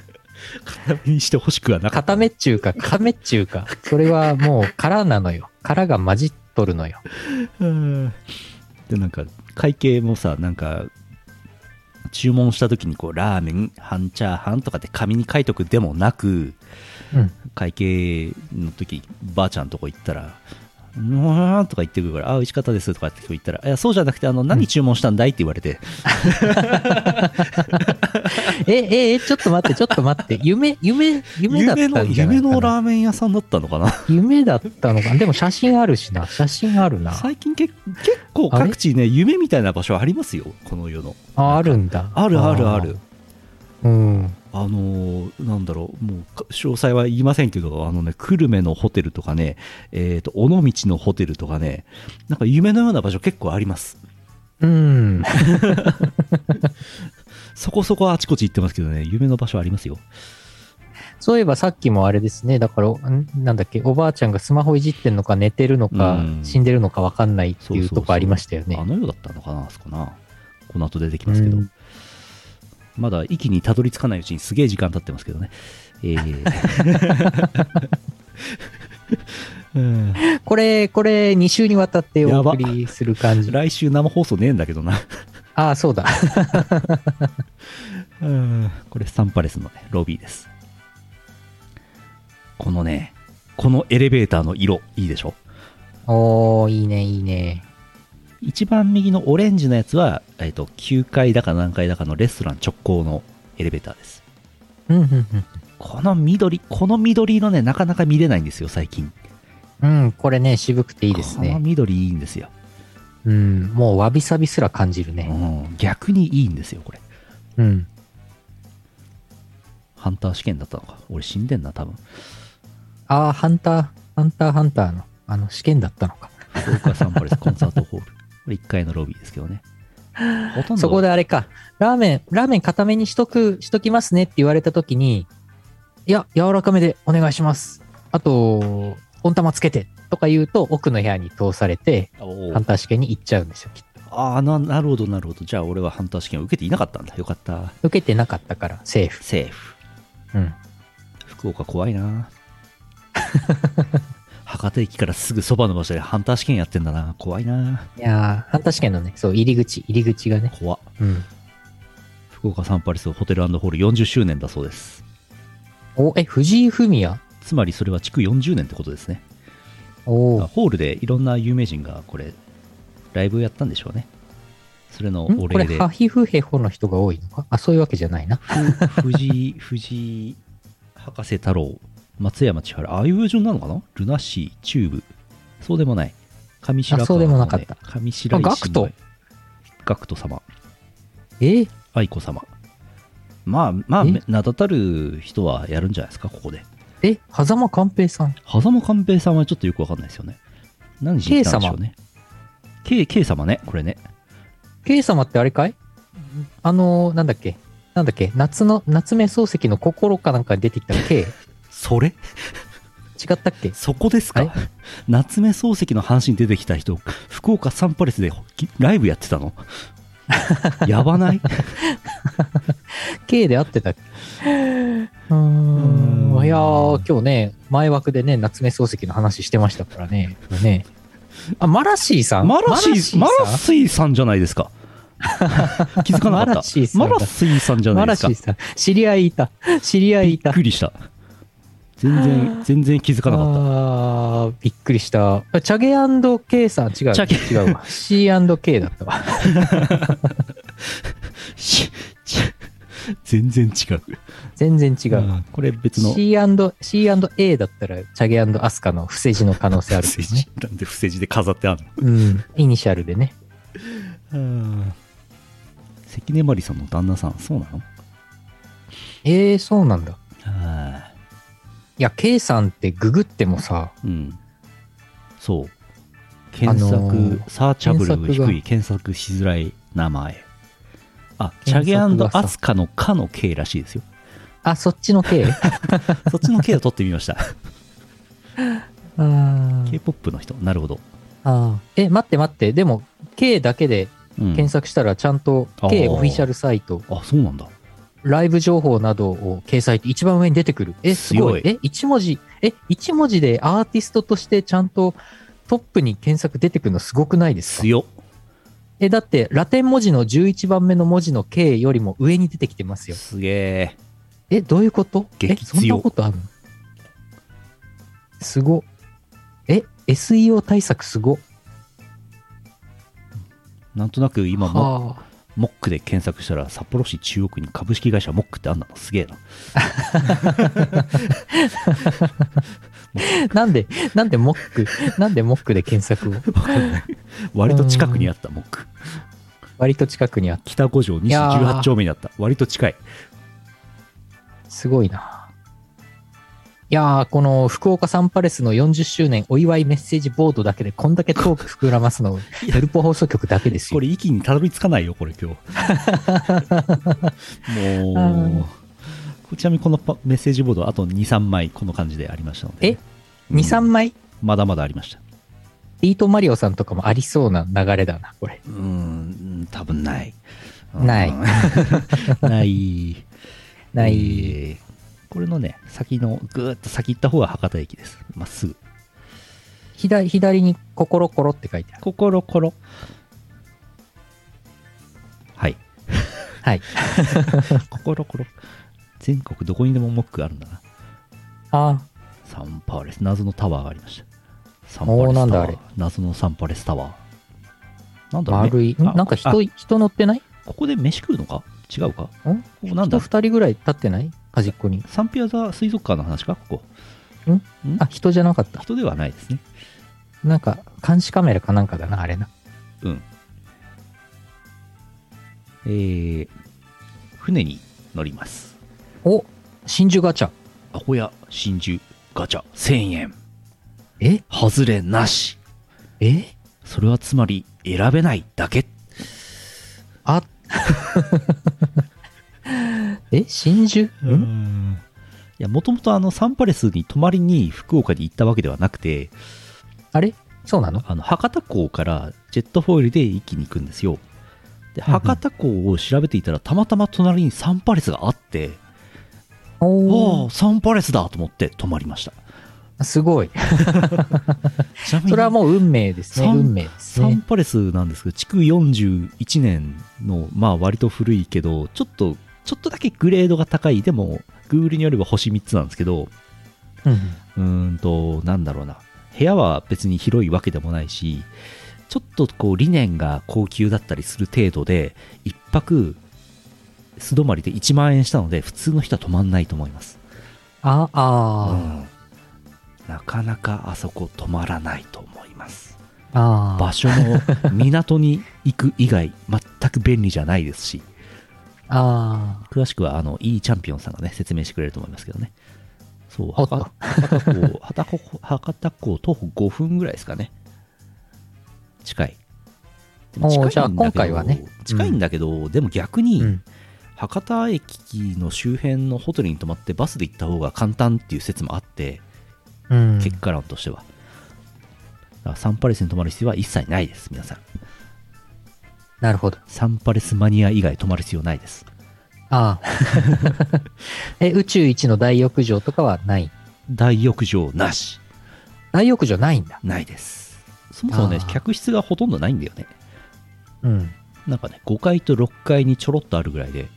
[SPEAKER 1] 固めにしてほしくはなかった
[SPEAKER 2] 固めっちゅうか、固めっちゅうか。それはもう殻なのよ。殻が混じっとるのよ。
[SPEAKER 1] うんでなんか会計もさなんか注文した時にこうラーメン半チャーハンとかって紙に書いとくでもなく
[SPEAKER 2] うん。
[SPEAKER 1] 会計の時ばあちゃんとこ行ったら「うーん」とか言ってくるから「あ美味しかったです」とかって言ったら「いやそうじゃなくてあの何注文したんだい?」って言われて
[SPEAKER 2] え、え、え、ちょっと待って、ちょっと待って。夢、夢、夢だっ
[SPEAKER 1] 夢
[SPEAKER 2] た
[SPEAKER 1] の
[SPEAKER 2] んじゃない
[SPEAKER 1] 夢
[SPEAKER 2] かな
[SPEAKER 1] のラーメン屋さんだったのかな
[SPEAKER 2] 夢だったのか。でも写真あるしな。写真ある な。
[SPEAKER 1] 最近け結構各地ね夢みたいな場所ありますよこの世の
[SPEAKER 2] あ、あるんだ。
[SPEAKER 1] あるあるある
[SPEAKER 2] あー。うん。
[SPEAKER 1] あのーなんだろう、もうか詳細は言いませんけど、あのね、久留米のホテルとかね、えっ、と、尾道のホテルとかね、なんか夢のような場所結構あります。
[SPEAKER 2] うん。
[SPEAKER 1] そこそこあちこち行ってますけどね、夢の場所ありますよ。
[SPEAKER 2] そういえばさっきもあれですね、だから、んなんだっけ、おばあちゃんがスマホいじってんのか、寝てるのか、
[SPEAKER 1] うん
[SPEAKER 2] 死んでるのか分かんないっていうとこありましたよね
[SPEAKER 1] あ。の世だったのかな、あそこな。この後出てきますけど。
[SPEAKER 2] うん
[SPEAKER 1] まだ息にたどり着かないうちにすげえ時間経ってますけどね。えー うん
[SPEAKER 2] これ、これ、2週にわたってお
[SPEAKER 1] やば
[SPEAKER 2] 送りする感じ。
[SPEAKER 1] 来週生放送ねえんだけどな。
[SPEAKER 2] ああ、そうだ。
[SPEAKER 1] うんこれサンパレスの、ね、ロビーです。このね、このエレベーターの色、いいでしょ
[SPEAKER 2] おー、いいね、いいね。
[SPEAKER 1] 一番右のオレンジのやつは、えっと9階だか何階だかのレストラン直行のエレベーターです。
[SPEAKER 2] うん、うん、
[SPEAKER 1] この緑、この緑色ね、なかなか見れないんですよ、最近。
[SPEAKER 2] うん。うん、これね、渋くていいです
[SPEAKER 1] この
[SPEAKER 2] ね。
[SPEAKER 1] 緑いいんですよ。
[SPEAKER 2] うん、もうわびさびすら感じるね。
[SPEAKER 1] うん、逆にいいんですよ、これ。
[SPEAKER 2] うん。
[SPEAKER 1] ハンター試験だったのか。俺死んでんな、多分。
[SPEAKER 2] ああ、ハンター、ハンター、ハンターの、あの、試験だったのか。
[SPEAKER 1] 福岡サンパレスコンサートホール。これ1階のロビーですけどね。ほとんど
[SPEAKER 2] そこであれか、ラーメン、ラーメン固めにしとく、しときますねって言われたときに、いや、柔らかめでお願いします。あと、温玉つけてとか言うと、奥の部屋に通されて、
[SPEAKER 1] おー
[SPEAKER 2] ハンター試験に行っちゃうんですよ、きっと。
[SPEAKER 1] ああななるほどなるほどじゃあ俺はハンター試験を受けていなかったんだよかった
[SPEAKER 2] 受けてなかったから、セーフ。
[SPEAKER 1] セーフ
[SPEAKER 2] うん。
[SPEAKER 1] 福岡怖いな 博多駅からすぐそばの場所でハンター試験やってんだな怖いない
[SPEAKER 2] やー、ハンター試験のね、そう、入り口、入り口がね。
[SPEAKER 1] 怖っ
[SPEAKER 2] うん。
[SPEAKER 1] 福岡サンパレスホテルホール40周年だそうです
[SPEAKER 2] お、え、藤井フミヤ
[SPEAKER 1] つまりそれは築40年ってことですね
[SPEAKER 2] おー
[SPEAKER 1] ホールでいろんな有名人がこれライブをやったんでしょうねそれの
[SPEAKER 2] ん
[SPEAKER 1] お
[SPEAKER 2] こ
[SPEAKER 1] 礼
[SPEAKER 2] れ、
[SPEAKER 1] で
[SPEAKER 2] ハヒフヘホの人が多いのかあ、そういうわけじゃないな。
[SPEAKER 1] ふ 藤井藤井博士太郎松山千春ああいう順なのかなルナシーチューブそうでもない上白
[SPEAKER 2] あそうでもなかった
[SPEAKER 1] 上白石
[SPEAKER 2] あガクト
[SPEAKER 1] ガクト様
[SPEAKER 2] えー
[SPEAKER 1] 愛子様まあまあ
[SPEAKER 2] え
[SPEAKER 1] め名だたる人はやるんじゃないですかここで
[SPEAKER 2] え、狭間寛平さん。
[SPEAKER 1] 狭間寛平さんはちょっとよくわかんないですよね何しに来たんでしょうね K, K 様ねこれね
[SPEAKER 2] K 様ってあれかいあのー、なんだっけなんだっけ夏の、夏目漱石の心かなんかに出てきた K。違
[SPEAKER 1] それ
[SPEAKER 2] ったっけ
[SPEAKER 1] そこですか
[SPEAKER 2] はい
[SPEAKER 1] 夏目漱石の話に出てきた人福岡サンパレスできライブやって たのやばない
[SPEAKER 2] K で合ってたっけうー
[SPEAKER 1] うー
[SPEAKER 2] ん。
[SPEAKER 1] ん
[SPEAKER 2] いやー、今日ね、前枠でね、夏目漱石の話してましたからね。ねあ、マラシーさん
[SPEAKER 1] マラシーマラ
[SPEAKER 2] さ
[SPEAKER 1] シーさんじゃないです か気づかなかった
[SPEAKER 2] マラシーさん
[SPEAKER 1] マ
[SPEAKER 2] だ
[SPEAKER 1] ラシーさんじゃ
[SPEAKER 2] ん
[SPEAKER 1] な
[SPEAKER 2] マ
[SPEAKER 1] いで
[SPEAKER 2] ラ
[SPEAKER 1] す
[SPEAKER 2] シ
[SPEAKER 1] か
[SPEAKER 2] ーさん。知り合いいた。知り合いい
[SPEAKER 1] び
[SPEAKER 2] た
[SPEAKER 1] っ。くりした全然全然気づかなかっ
[SPEAKER 2] あーびっくりした。チャゲ &K さん、違う。
[SPEAKER 1] チャゲ
[SPEAKER 2] 違うわ。C&K だったわ。
[SPEAKER 1] たしち全然違う
[SPEAKER 2] 全然違う。
[SPEAKER 1] うんこれ別の
[SPEAKER 2] C&A C&A だったら、チャゲアスカの伏せ字の可能性ある
[SPEAKER 1] 伏
[SPEAKER 2] けど
[SPEAKER 1] せ
[SPEAKER 2] ね
[SPEAKER 1] 字。なんで伏せ字で飾ってある
[SPEAKER 2] うん。イニシャルでね。
[SPEAKER 1] の関根麻里さんの旦那さんそうなの
[SPEAKER 2] ええそうなんだ。
[SPEAKER 1] はい
[SPEAKER 2] や、K さんってググってもさ、
[SPEAKER 1] うん。そう。検索、
[SPEAKER 2] あのー
[SPEAKER 1] サーチャブル
[SPEAKER 2] 検索が
[SPEAKER 1] 低い、検索しづらい名前。あ、チャ
[SPEAKER 2] 検
[SPEAKER 1] ゲ
[SPEAKER 2] 索がさ
[SPEAKER 1] アスカのかの K らしいですよ。
[SPEAKER 2] あ、そっちの K?
[SPEAKER 1] そっちの K を取ってみ ました。
[SPEAKER 2] あー
[SPEAKER 1] K-POP の人。なるほど。
[SPEAKER 2] あー。え、待って待って。でも、K だけで
[SPEAKER 1] うん、
[SPEAKER 2] 検索したら、ちゃんと
[SPEAKER 1] あー
[SPEAKER 2] K オフィシャルサイト、
[SPEAKER 1] あ、そうなんだ。
[SPEAKER 2] ライブ情報などを掲載って一番上に出てくる。え、すごい。
[SPEAKER 1] 強
[SPEAKER 2] え、一文字、え、一文字でアーティストとしてちゃんとトップに検索出てくるのすごくないですか
[SPEAKER 1] 強っ。
[SPEAKER 2] え、だって、ラテン文字の11番目の文字の K よりも上に出てきてますよ。
[SPEAKER 1] すげえ。
[SPEAKER 2] え、どういうことえ、
[SPEAKER 1] 激
[SPEAKER 2] そん
[SPEAKER 1] 強
[SPEAKER 2] なことあるのすご。え、SEO 対策すご。
[SPEAKER 1] なんとなく今も、
[SPEAKER 2] はあ。
[SPEAKER 1] モックで検索したら、札幌市中央区に株式会社モックってあんなのすげえな。
[SPEAKER 2] なんで、なんでモック、 なんでモックで検索を
[SPEAKER 1] わかんない。 割と近くにあった、モック。
[SPEAKER 2] 割と近くにあっ
[SPEAKER 1] 北五条西
[SPEAKER 2] いやー
[SPEAKER 1] 18丁目にあった。割と近い。
[SPEAKER 2] た。すごいな。いやー、この福岡サンパレスの40周年お祝いメッセージボードだけでこんだけトーク膨らますの、ヘルポ放送局だけですよ
[SPEAKER 1] こ。れ息にたどり着かないよこれ今日もうちなみにこのパメッセージボードあと23枚この感じでありましたので
[SPEAKER 2] え23枚
[SPEAKER 1] まだまだありました
[SPEAKER 2] イートマリオさんとかもありそうな流れだなこれ
[SPEAKER 1] うーん多分ない
[SPEAKER 2] ない
[SPEAKER 1] ない
[SPEAKER 2] ない、
[SPEAKER 1] えーこれのね先のぐーっと先行った方が博多駅ですまっすぐ
[SPEAKER 2] 左左に「ココロコロ」って書いてある
[SPEAKER 1] ココロコロはい
[SPEAKER 2] はい
[SPEAKER 1] ココロコロ全国どこにでもモックがあるんだな
[SPEAKER 2] あ
[SPEAKER 1] サンパレス謎のタワーがありましたサンパレス
[SPEAKER 2] おー
[SPEAKER 1] タ
[SPEAKER 2] なんだあ
[SPEAKER 1] ワ
[SPEAKER 2] れ
[SPEAKER 1] ー謎のサンパレスタワーなん
[SPEAKER 2] あ
[SPEAKER 1] だろう、ね、
[SPEAKER 2] 丸いん
[SPEAKER 1] あ
[SPEAKER 2] なんか
[SPEAKER 1] あ
[SPEAKER 2] 人人乗ってない
[SPEAKER 1] ここで飯食うのか違うか
[SPEAKER 2] ん
[SPEAKER 1] ここなん
[SPEAKER 2] 人
[SPEAKER 1] だ
[SPEAKER 2] 2人ぐらい立ってない端っこに
[SPEAKER 1] サンピアザ水族館の話かここ
[SPEAKER 2] ん
[SPEAKER 1] ん
[SPEAKER 2] あ人じゃなかった
[SPEAKER 1] 人ではないですね
[SPEAKER 2] なんか監視カメラかなんかだなあれな
[SPEAKER 1] うんえー、船に乗ります
[SPEAKER 2] お真珠ガチャ
[SPEAKER 1] アホや真珠ガチャ1000円
[SPEAKER 2] え
[SPEAKER 1] 外れなし
[SPEAKER 2] え
[SPEAKER 1] それはつまり選べないだけ
[SPEAKER 2] あ え真珠
[SPEAKER 1] うーんいやもともとあのサンパレスに泊まりに福岡に行ったわけではなくて
[SPEAKER 2] あれそうなの
[SPEAKER 1] あの博多港からジェットフォイルで一気に行くんですよで
[SPEAKER 2] うんうん
[SPEAKER 1] 博多港を調べていたらたまたま隣にサンパレスがあって、あ
[SPEAKER 2] お
[SPEAKER 1] あサンパレスだと思って泊まりました
[SPEAKER 2] おすごい
[SPEAKER 1] ちなみに
[SPEAKER 2] それはもう運命ですね
[SPEAKER 1] さん
[SPEAKER 2] 運命です
[SPEAKER 1] サン
[SPEAKER 2] ね
[SPEAKER 1] パレスなんですけど築41年のまあ割と古いけどちょっとちょっとだけグレードが高いでも Google によれば星3つなんですけど
[SPEAKER 2] うん
[SPEAKER 1] うーんと、なんだろうな、部屋は別に広いわけでもないし、ちょっとこう理念が高級だったりする程度で、一泊素泊まりで1万円したので、普通の人は泊まんないと思います。
[SPEAKER 2] ああ、
[SPEAKER 1] うんなかなかあそこ泊まらないと思います。
[SPEAKER 2] あ
[SPEAKER 1] 場所も港に行く以外、全く便利じゃないですし、
[SPEAKER 2] ああ
[SPEAKER 1] 詳しくはあの、いいチャンピオンさんがね、説明してくれると思いますけどね。そう、
[SPEAKER 2] おっと
[SPEAKER 1] 博博多港、博多港博多港徒歩5分ぐらいですかね。近い。で
[SPEAKER 2] おー
[SPEAKER 1] 近いんだけど
[SPEAKER 2] じゃあ今回はね。
[SPEAKER 1] 近いんだけど、でも逆に、
[SPEAKER 2] ーうん
[SPEAKER 1] 博多駅の周辺のホテルに泊まってバスで行った方が簡単っていう説もあって、
[SPEAKER 2] うん
[SPEAKER 1] 結果論としては。だからサンパレスに泊まる必要は一切ないです、皆さん。
[SPEAKER 2] なるほど
[SPEAKER 1] サンパレスマニア以外泊まる必要ないです。
[SPEAKER 2] ああえ宇宙一の大浴場とかはない
[SPEAKER 1] 大浴場なし。
[SPEAKER 2] 大浴場ないんだ
[SPEAKER 1] ないですそもそもね
[SPEAKER 2] あー
[SPEAKER 1] 客室がほとんどないんだよね
[SPEAKER 2] うん
[SPEAKER 1] なんかね5階と6階にちょろっとあるぐらいで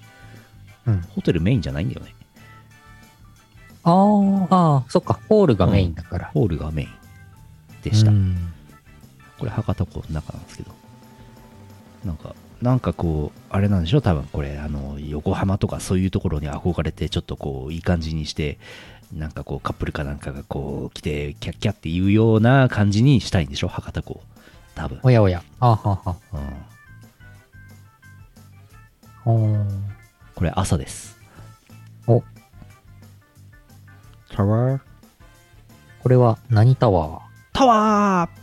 [SPEAKER 2] うん
[SPEAKER 1] ホテルメインじゃないんだよね
[SPEAKER 2] あーあーそっかホールがメインだから、
[SPEAKER 1] ホールがメインでした、
[SPEAKER 2] うん
[SPEAKER 1] これ博多港の中なんですけどなんかなんかこうあれなんでしょう多分これあの横浜とかそういうところに憧れてちょっとこういい感じにしてなんかこうカップルかなんかがこう来てキャッキャっていうような感じにしたいんでしょ博多港多分、
[SPEAKER 2] おやおやあーはーは
[SPEAKER 1] うん、
[SPEAKER 2] ーおー
[SPEAKER 1] これ朝です
[SPEAKER 2] お
[SPEAKER 1] タワー
[SPEAKER 2] これは何タワー
[SPEAKER 1] タワー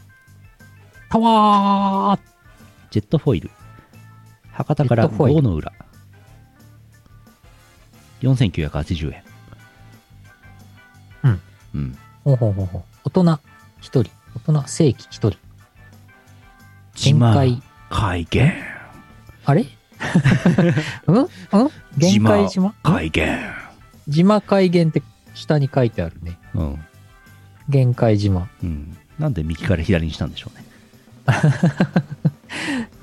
[SPEAKER 2] タワー
[SPEAKER 1] ジェットフォイル博多か
[SPEAKER 2] ジ
[SPEAKER 1] ら
[SPEAKER 2] ェットフォイル
[SPEAKER 1] 5の裏4980円
[SPEAKER 2] うん
[SPEAKER 1] うん
[SPEAKER 2] ほうほうほうほう大人一人大人正規一人
[SPEAKER 1] 自
[SPEAKER 2] 限界
[SPEAKER 1] 慢会見
[SPEAKER 2] あ れうんうん限界島
[SPEAKER 1] 会見
[SPEAKER 2] 島海限って下に書いてあるね
[SPEAKER 1] うん
[SPEAKER 2] 限界島
[SPEAKER 1] うんなんで右から左にしたんでしょうね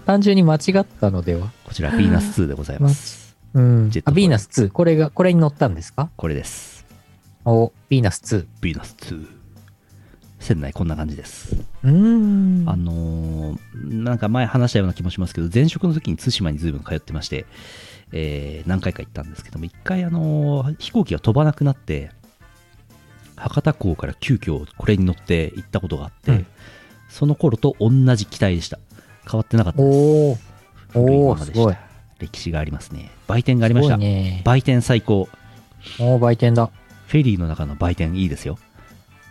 [SPEAKER 2] 単純に間違ったのでは
[SPEAKER 1] こちらヴィーナス2でございます
[SPEAKER 2] うん
[SPEAKER 1] ジェット
[SPEAKER 2] あ
[SPEAKER 1] フォ
[SPEAKER 2] ヴ
[SPEAKER 1] イル
[SPEAKER 2] ィーナス2これがこれに乗ったんですか
[SPEAKER 1] これです
[SPEAKER 2] おヴィーナス2
[SPEAKER 1] ヴィーナス2船内こんな感じです
[SPEAKER 2] うーん
[SPEAKER 1] あのーなんか前話したような気もしますけど、前職の時に対馬に随分通ってまして、えー何回か行ったんですけども、一回、あのー飛行機が飛ばなくなって、博多港から急遽これに乗って行ったことがあって、
[SPEAKER 2] うん
[SPEAKER 1] その頃と同じ機体でした。変わってなかったです。
[SPEAKER 2] おー
[SPEAKER 1] 古いま
[SPEAKER 2] お
[SPEAKER 1] まで
[SPEAKER 2] ー
[SPEAKER 1] すし
[SPEAKER 2] ごい
[SPEAKER 1] た。歴史がありますね。売店がありますし
[SPEAKER 2] ご
[SPEAKER 1] た。
[SPEAKER 2] いね
[SPEAKER 1] 売店最高。
[SPEAKER 2] おー売店だ
[SPEAKER 1] フェリーの中の売店いいですよ。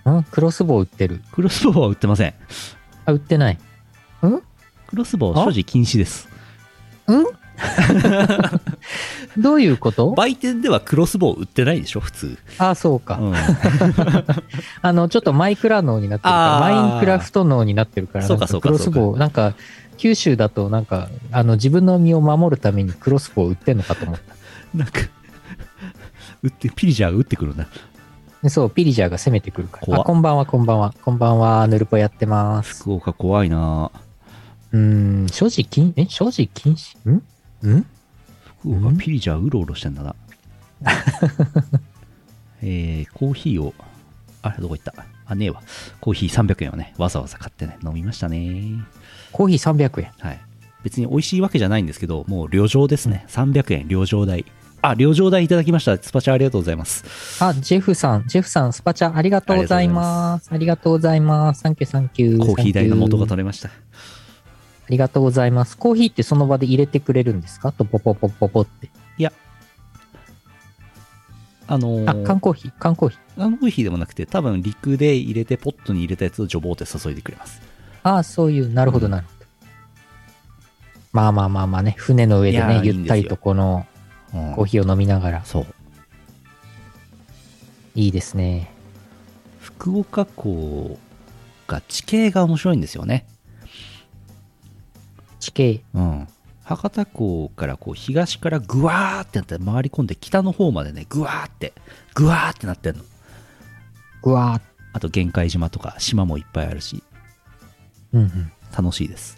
[SPEAKER 2] うんクロスボウ売ってる
[SPEAKER 1] クロスボウは売ってません。
[SPEAKER 2] あ売ってない
[SPEAKER 1] クロスボウ所持禁止です。
[SPEAKER 2] うんどういうこと
[SPEAKER 1] 売店ではクロスボウ売ってないでしょ普通、
[SPEAKER 2] ああ、そうか、
[SPEAKER 1] うん、
[SPEAKER 2] あの、ちょっとマイクラ脳になってるか
[SPEAKER 1] あ
[SPEAKER 2] ら、
[SPEAKER 1] ー
[SPEAKER 2] マインクラフト脳になってるから、
[SPEAKER 1] そうか
[SPEAKER 2] なん
[SPEAKER 1] そうか
[SPEAKER 2] クロスボウ、なんか、九州だと、なんか、あの、自分の身を守るためにクロスボウ売ってんのかと思った
[SPEAKER 1] なんか売ってピリジャーが打ってくるな
[SPEAKER 2] で。そう、ピリジャーが攻めてくるから。
[SPEAKER 1] 怖っ
[SPEAKER 2] あ、こんばんは、こんばんは。こんばんは、ヌルポやってます。
[SPEAKER 1] 福岡怖いな
[SPEAKER 2] うーん、所持禁、え、所持禁止んん
[SPEAKER 1] 福岡
[SPEAKER 2] ん
[SPEAKER 1] ピリジャーうろうろしてんだな えー、コーヒーをあれどこ行ったあねえわコーヒー300円をねわざわざ買ってね飲みましたね
[SPEAKER 2] コーヒー300円。
[SPEAKER 1] はい別に美味しいわけじゃないんですけどもう旅情ですね300円旅情代あ旅情代いただきましたスパチャありがとうございます
[SPEAKER 2] あ、ジェフさん、ジェフさん、スパチャありがとうございます。ありがとうございます。サンキュー、サンキュー。
[SPEAKER 1] コーヒー代の元が取れました
[SPEAKER 2] ありがとうございます。コーヒーってその場で入れてくれるんですかとポポポポポって。
[SPEAKER 1] あの
[SPEAKER 2] あ、
[SPEAKER 1] ー
[SPEAKER 2] 缶コーヒー、缶コーヒー。
[SPEAKER 1] 缶コーヒーでもなくて多分陸で入れてポットに入れたやつをジョボーって注いでくれます
[SPEAKER 2] ああ、そういう、なるほど、なるほど。まあまあまあまあね、船の上で
[SPEAKER 1] いやー
[SPEAKER 2] ね、
[SPEAKER 1] いいん
[SPEAKER 2] ゆっ
[SPEAKER 1] ですよ
[SPEAKER 2] たりとこの
[SPEAKER 1] うん
[SPEAKER 2] コーヒーを飲みながら、
[SPEAKER 1] そう
[SPEAKER 2] いいですね。
[SPEAKER 1] 福岡港が地形が面白いんですよね、
[SPEAKER 2] 地形。
[SPEAKER 1] うん、博多港からこう東からぐわーってなって回り込んで北の方までねぐわーってぐわーってなってんの
[SPEAKER 2] ぐわ
[SPEAKER 1] あと玄界島とか島もいっぱいあるし
[SPEAKER 2] ーっ。うん
[SPEAKER 1] 楽しいです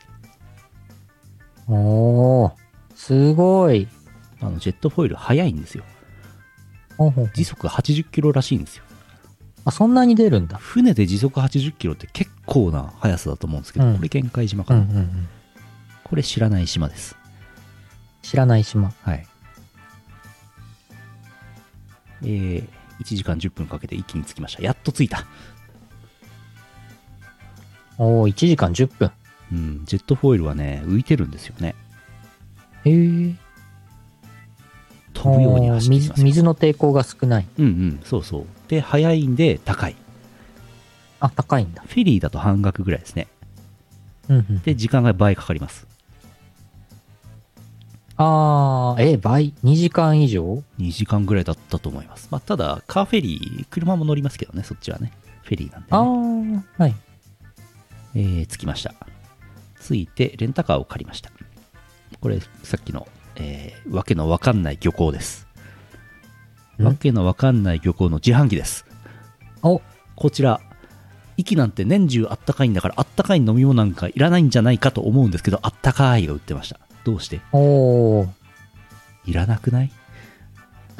[SPEAKER 2] うん。おー、すごい。
[SPEAKER 1] あのジェットフォイル速いんですよ
[SPEAKER 2] ほんほん
[SPEAKER 1] 時速80キロらしいんですよ
[SPEAKER 2] あ、そんなに出るんだ。
[SPEAKER 1] 船で時速80キロって結構な速さだと思うんですけど、
[SPEAKER 2] うん
[SPEAKER 1] これ玄界島か
[SPEAKER 2] うん
[SPEAKER 1] な、
[SPEAKER 2] うんうん。
[SPEAKER 1] これ知らない島です
[SPEAKER 2] 知らない島。
[SPEAKER 1] はい。えー、1時間10分かけて一気に着きました。やっと着いた。
[SPEAKER 2] おー、1時間10分。
[SPEAKER 1] うん、ジェットフォイルはね、浮いてるんですよね。
[SPEAKER 2] へえ。
[SPEAKER 1] 飛ぶように走ってき
[SPEAKER 2] 水
[SPEAKER 1] ますよ。
[SPEAKER 2] 水の抵抗が少ない。
[SPEAKER 1] うんうん、そうそう。で、早いんで高い。
[SPEAKER 2] あ、高いんだ。
[SPEAKER 1] フェリーだと半額ぐらいですね。
[SPEAKER 2] うんうん。
[SPEAKER 1] で、時間が倍かかります。
[SPEAKER 2] あー、えー、倍 ?2 時間以上
[SPEAKER 1] 2時間ぐらいだったと思います。まあ、ただ、カーフェリー、車も乗りますけどね、そっちはね。フェリーなんで、
[SPEAKER 2] あ
[SPEAKER 1] ね。
[SPEAKER 2] ー、はい。
[SPEAKER 1] えー着きました。着いて、レンタカーを借りました。これ、さっきの、えーわけのわかんない漁港です。
[SPEAKER 2] ん
[SPEAKER 1] わけのわかんない漁港の自販機です。
[SPEAKER 2] お、
[SPEAKER 1] こちら、息なんて年中あったかいんだから、あったかい飲み物なんかいらないんじゃないかと思うんですけど、あったかいが売ってました。どうして
[SPEAKER 2] おー。
[SPEAKER 1] いらなくない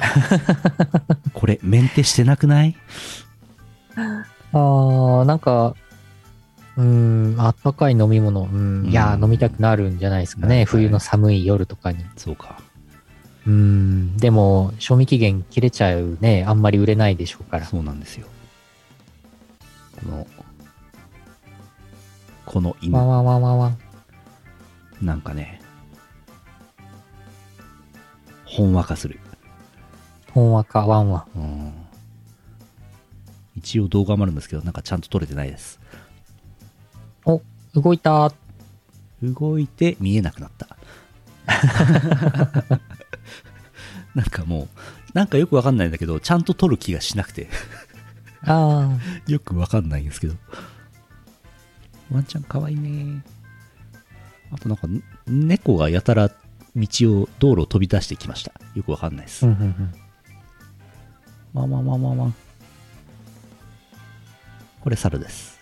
[SPEAKER 1] これ、メンテしてなくない
[SPEAKER 2] あー、なんか、うーん、あったかい飲み物、うん、いや
[SPEAKER 1] う
[SPEAKER 2] ー、
[SPEAKER 1] ん
[SPEAKER 2] 飲みたくなるんじゃないですか
[SPEAKER 1] なる
[SPEAKER 2] ね、
[SPEAKER 1] ね
[SPEAKER 2] 冬の寒い夜とかに。
[SPEAKER 1] そうか。
[SPEAKER 2] うーん、でも、賞味期限切れちゃうね、あんまり売れないでしょうから。
[SPEAKER 1] そうなんですよ。この、この
[SPEAKER 2] わ
[SPEAKER 1] 犬。
[SPEAKER 2] んわんわんわんわん。
[SPEAKER 1] なんかね、ほんわかする。
[SPEAKER 2] ほんわか、わんわん。
[SPEAKER 1] うん一応動画もあるんですけど、なんかちゃんと撮れてないです。
[SPEAKER 2] お、動いたー。
[SPEAKER 1] 動いて見えなくなった。 なんかもう、なんかよくわかんないんだけど、ちゃんと撮る気がしなくて、
[SPEAKER 2] あ
[SPEAKER 1] よくわかんないんですけど。ワンちゃんかわいいね。あとなんか、ね猫がやたら道を、道路を飛び出してきました。よくわかんないです
[SPEAKER 2] ー。うん。うんうん
[SPEAKER 1] まあまあまあまあまあ。これ猿です。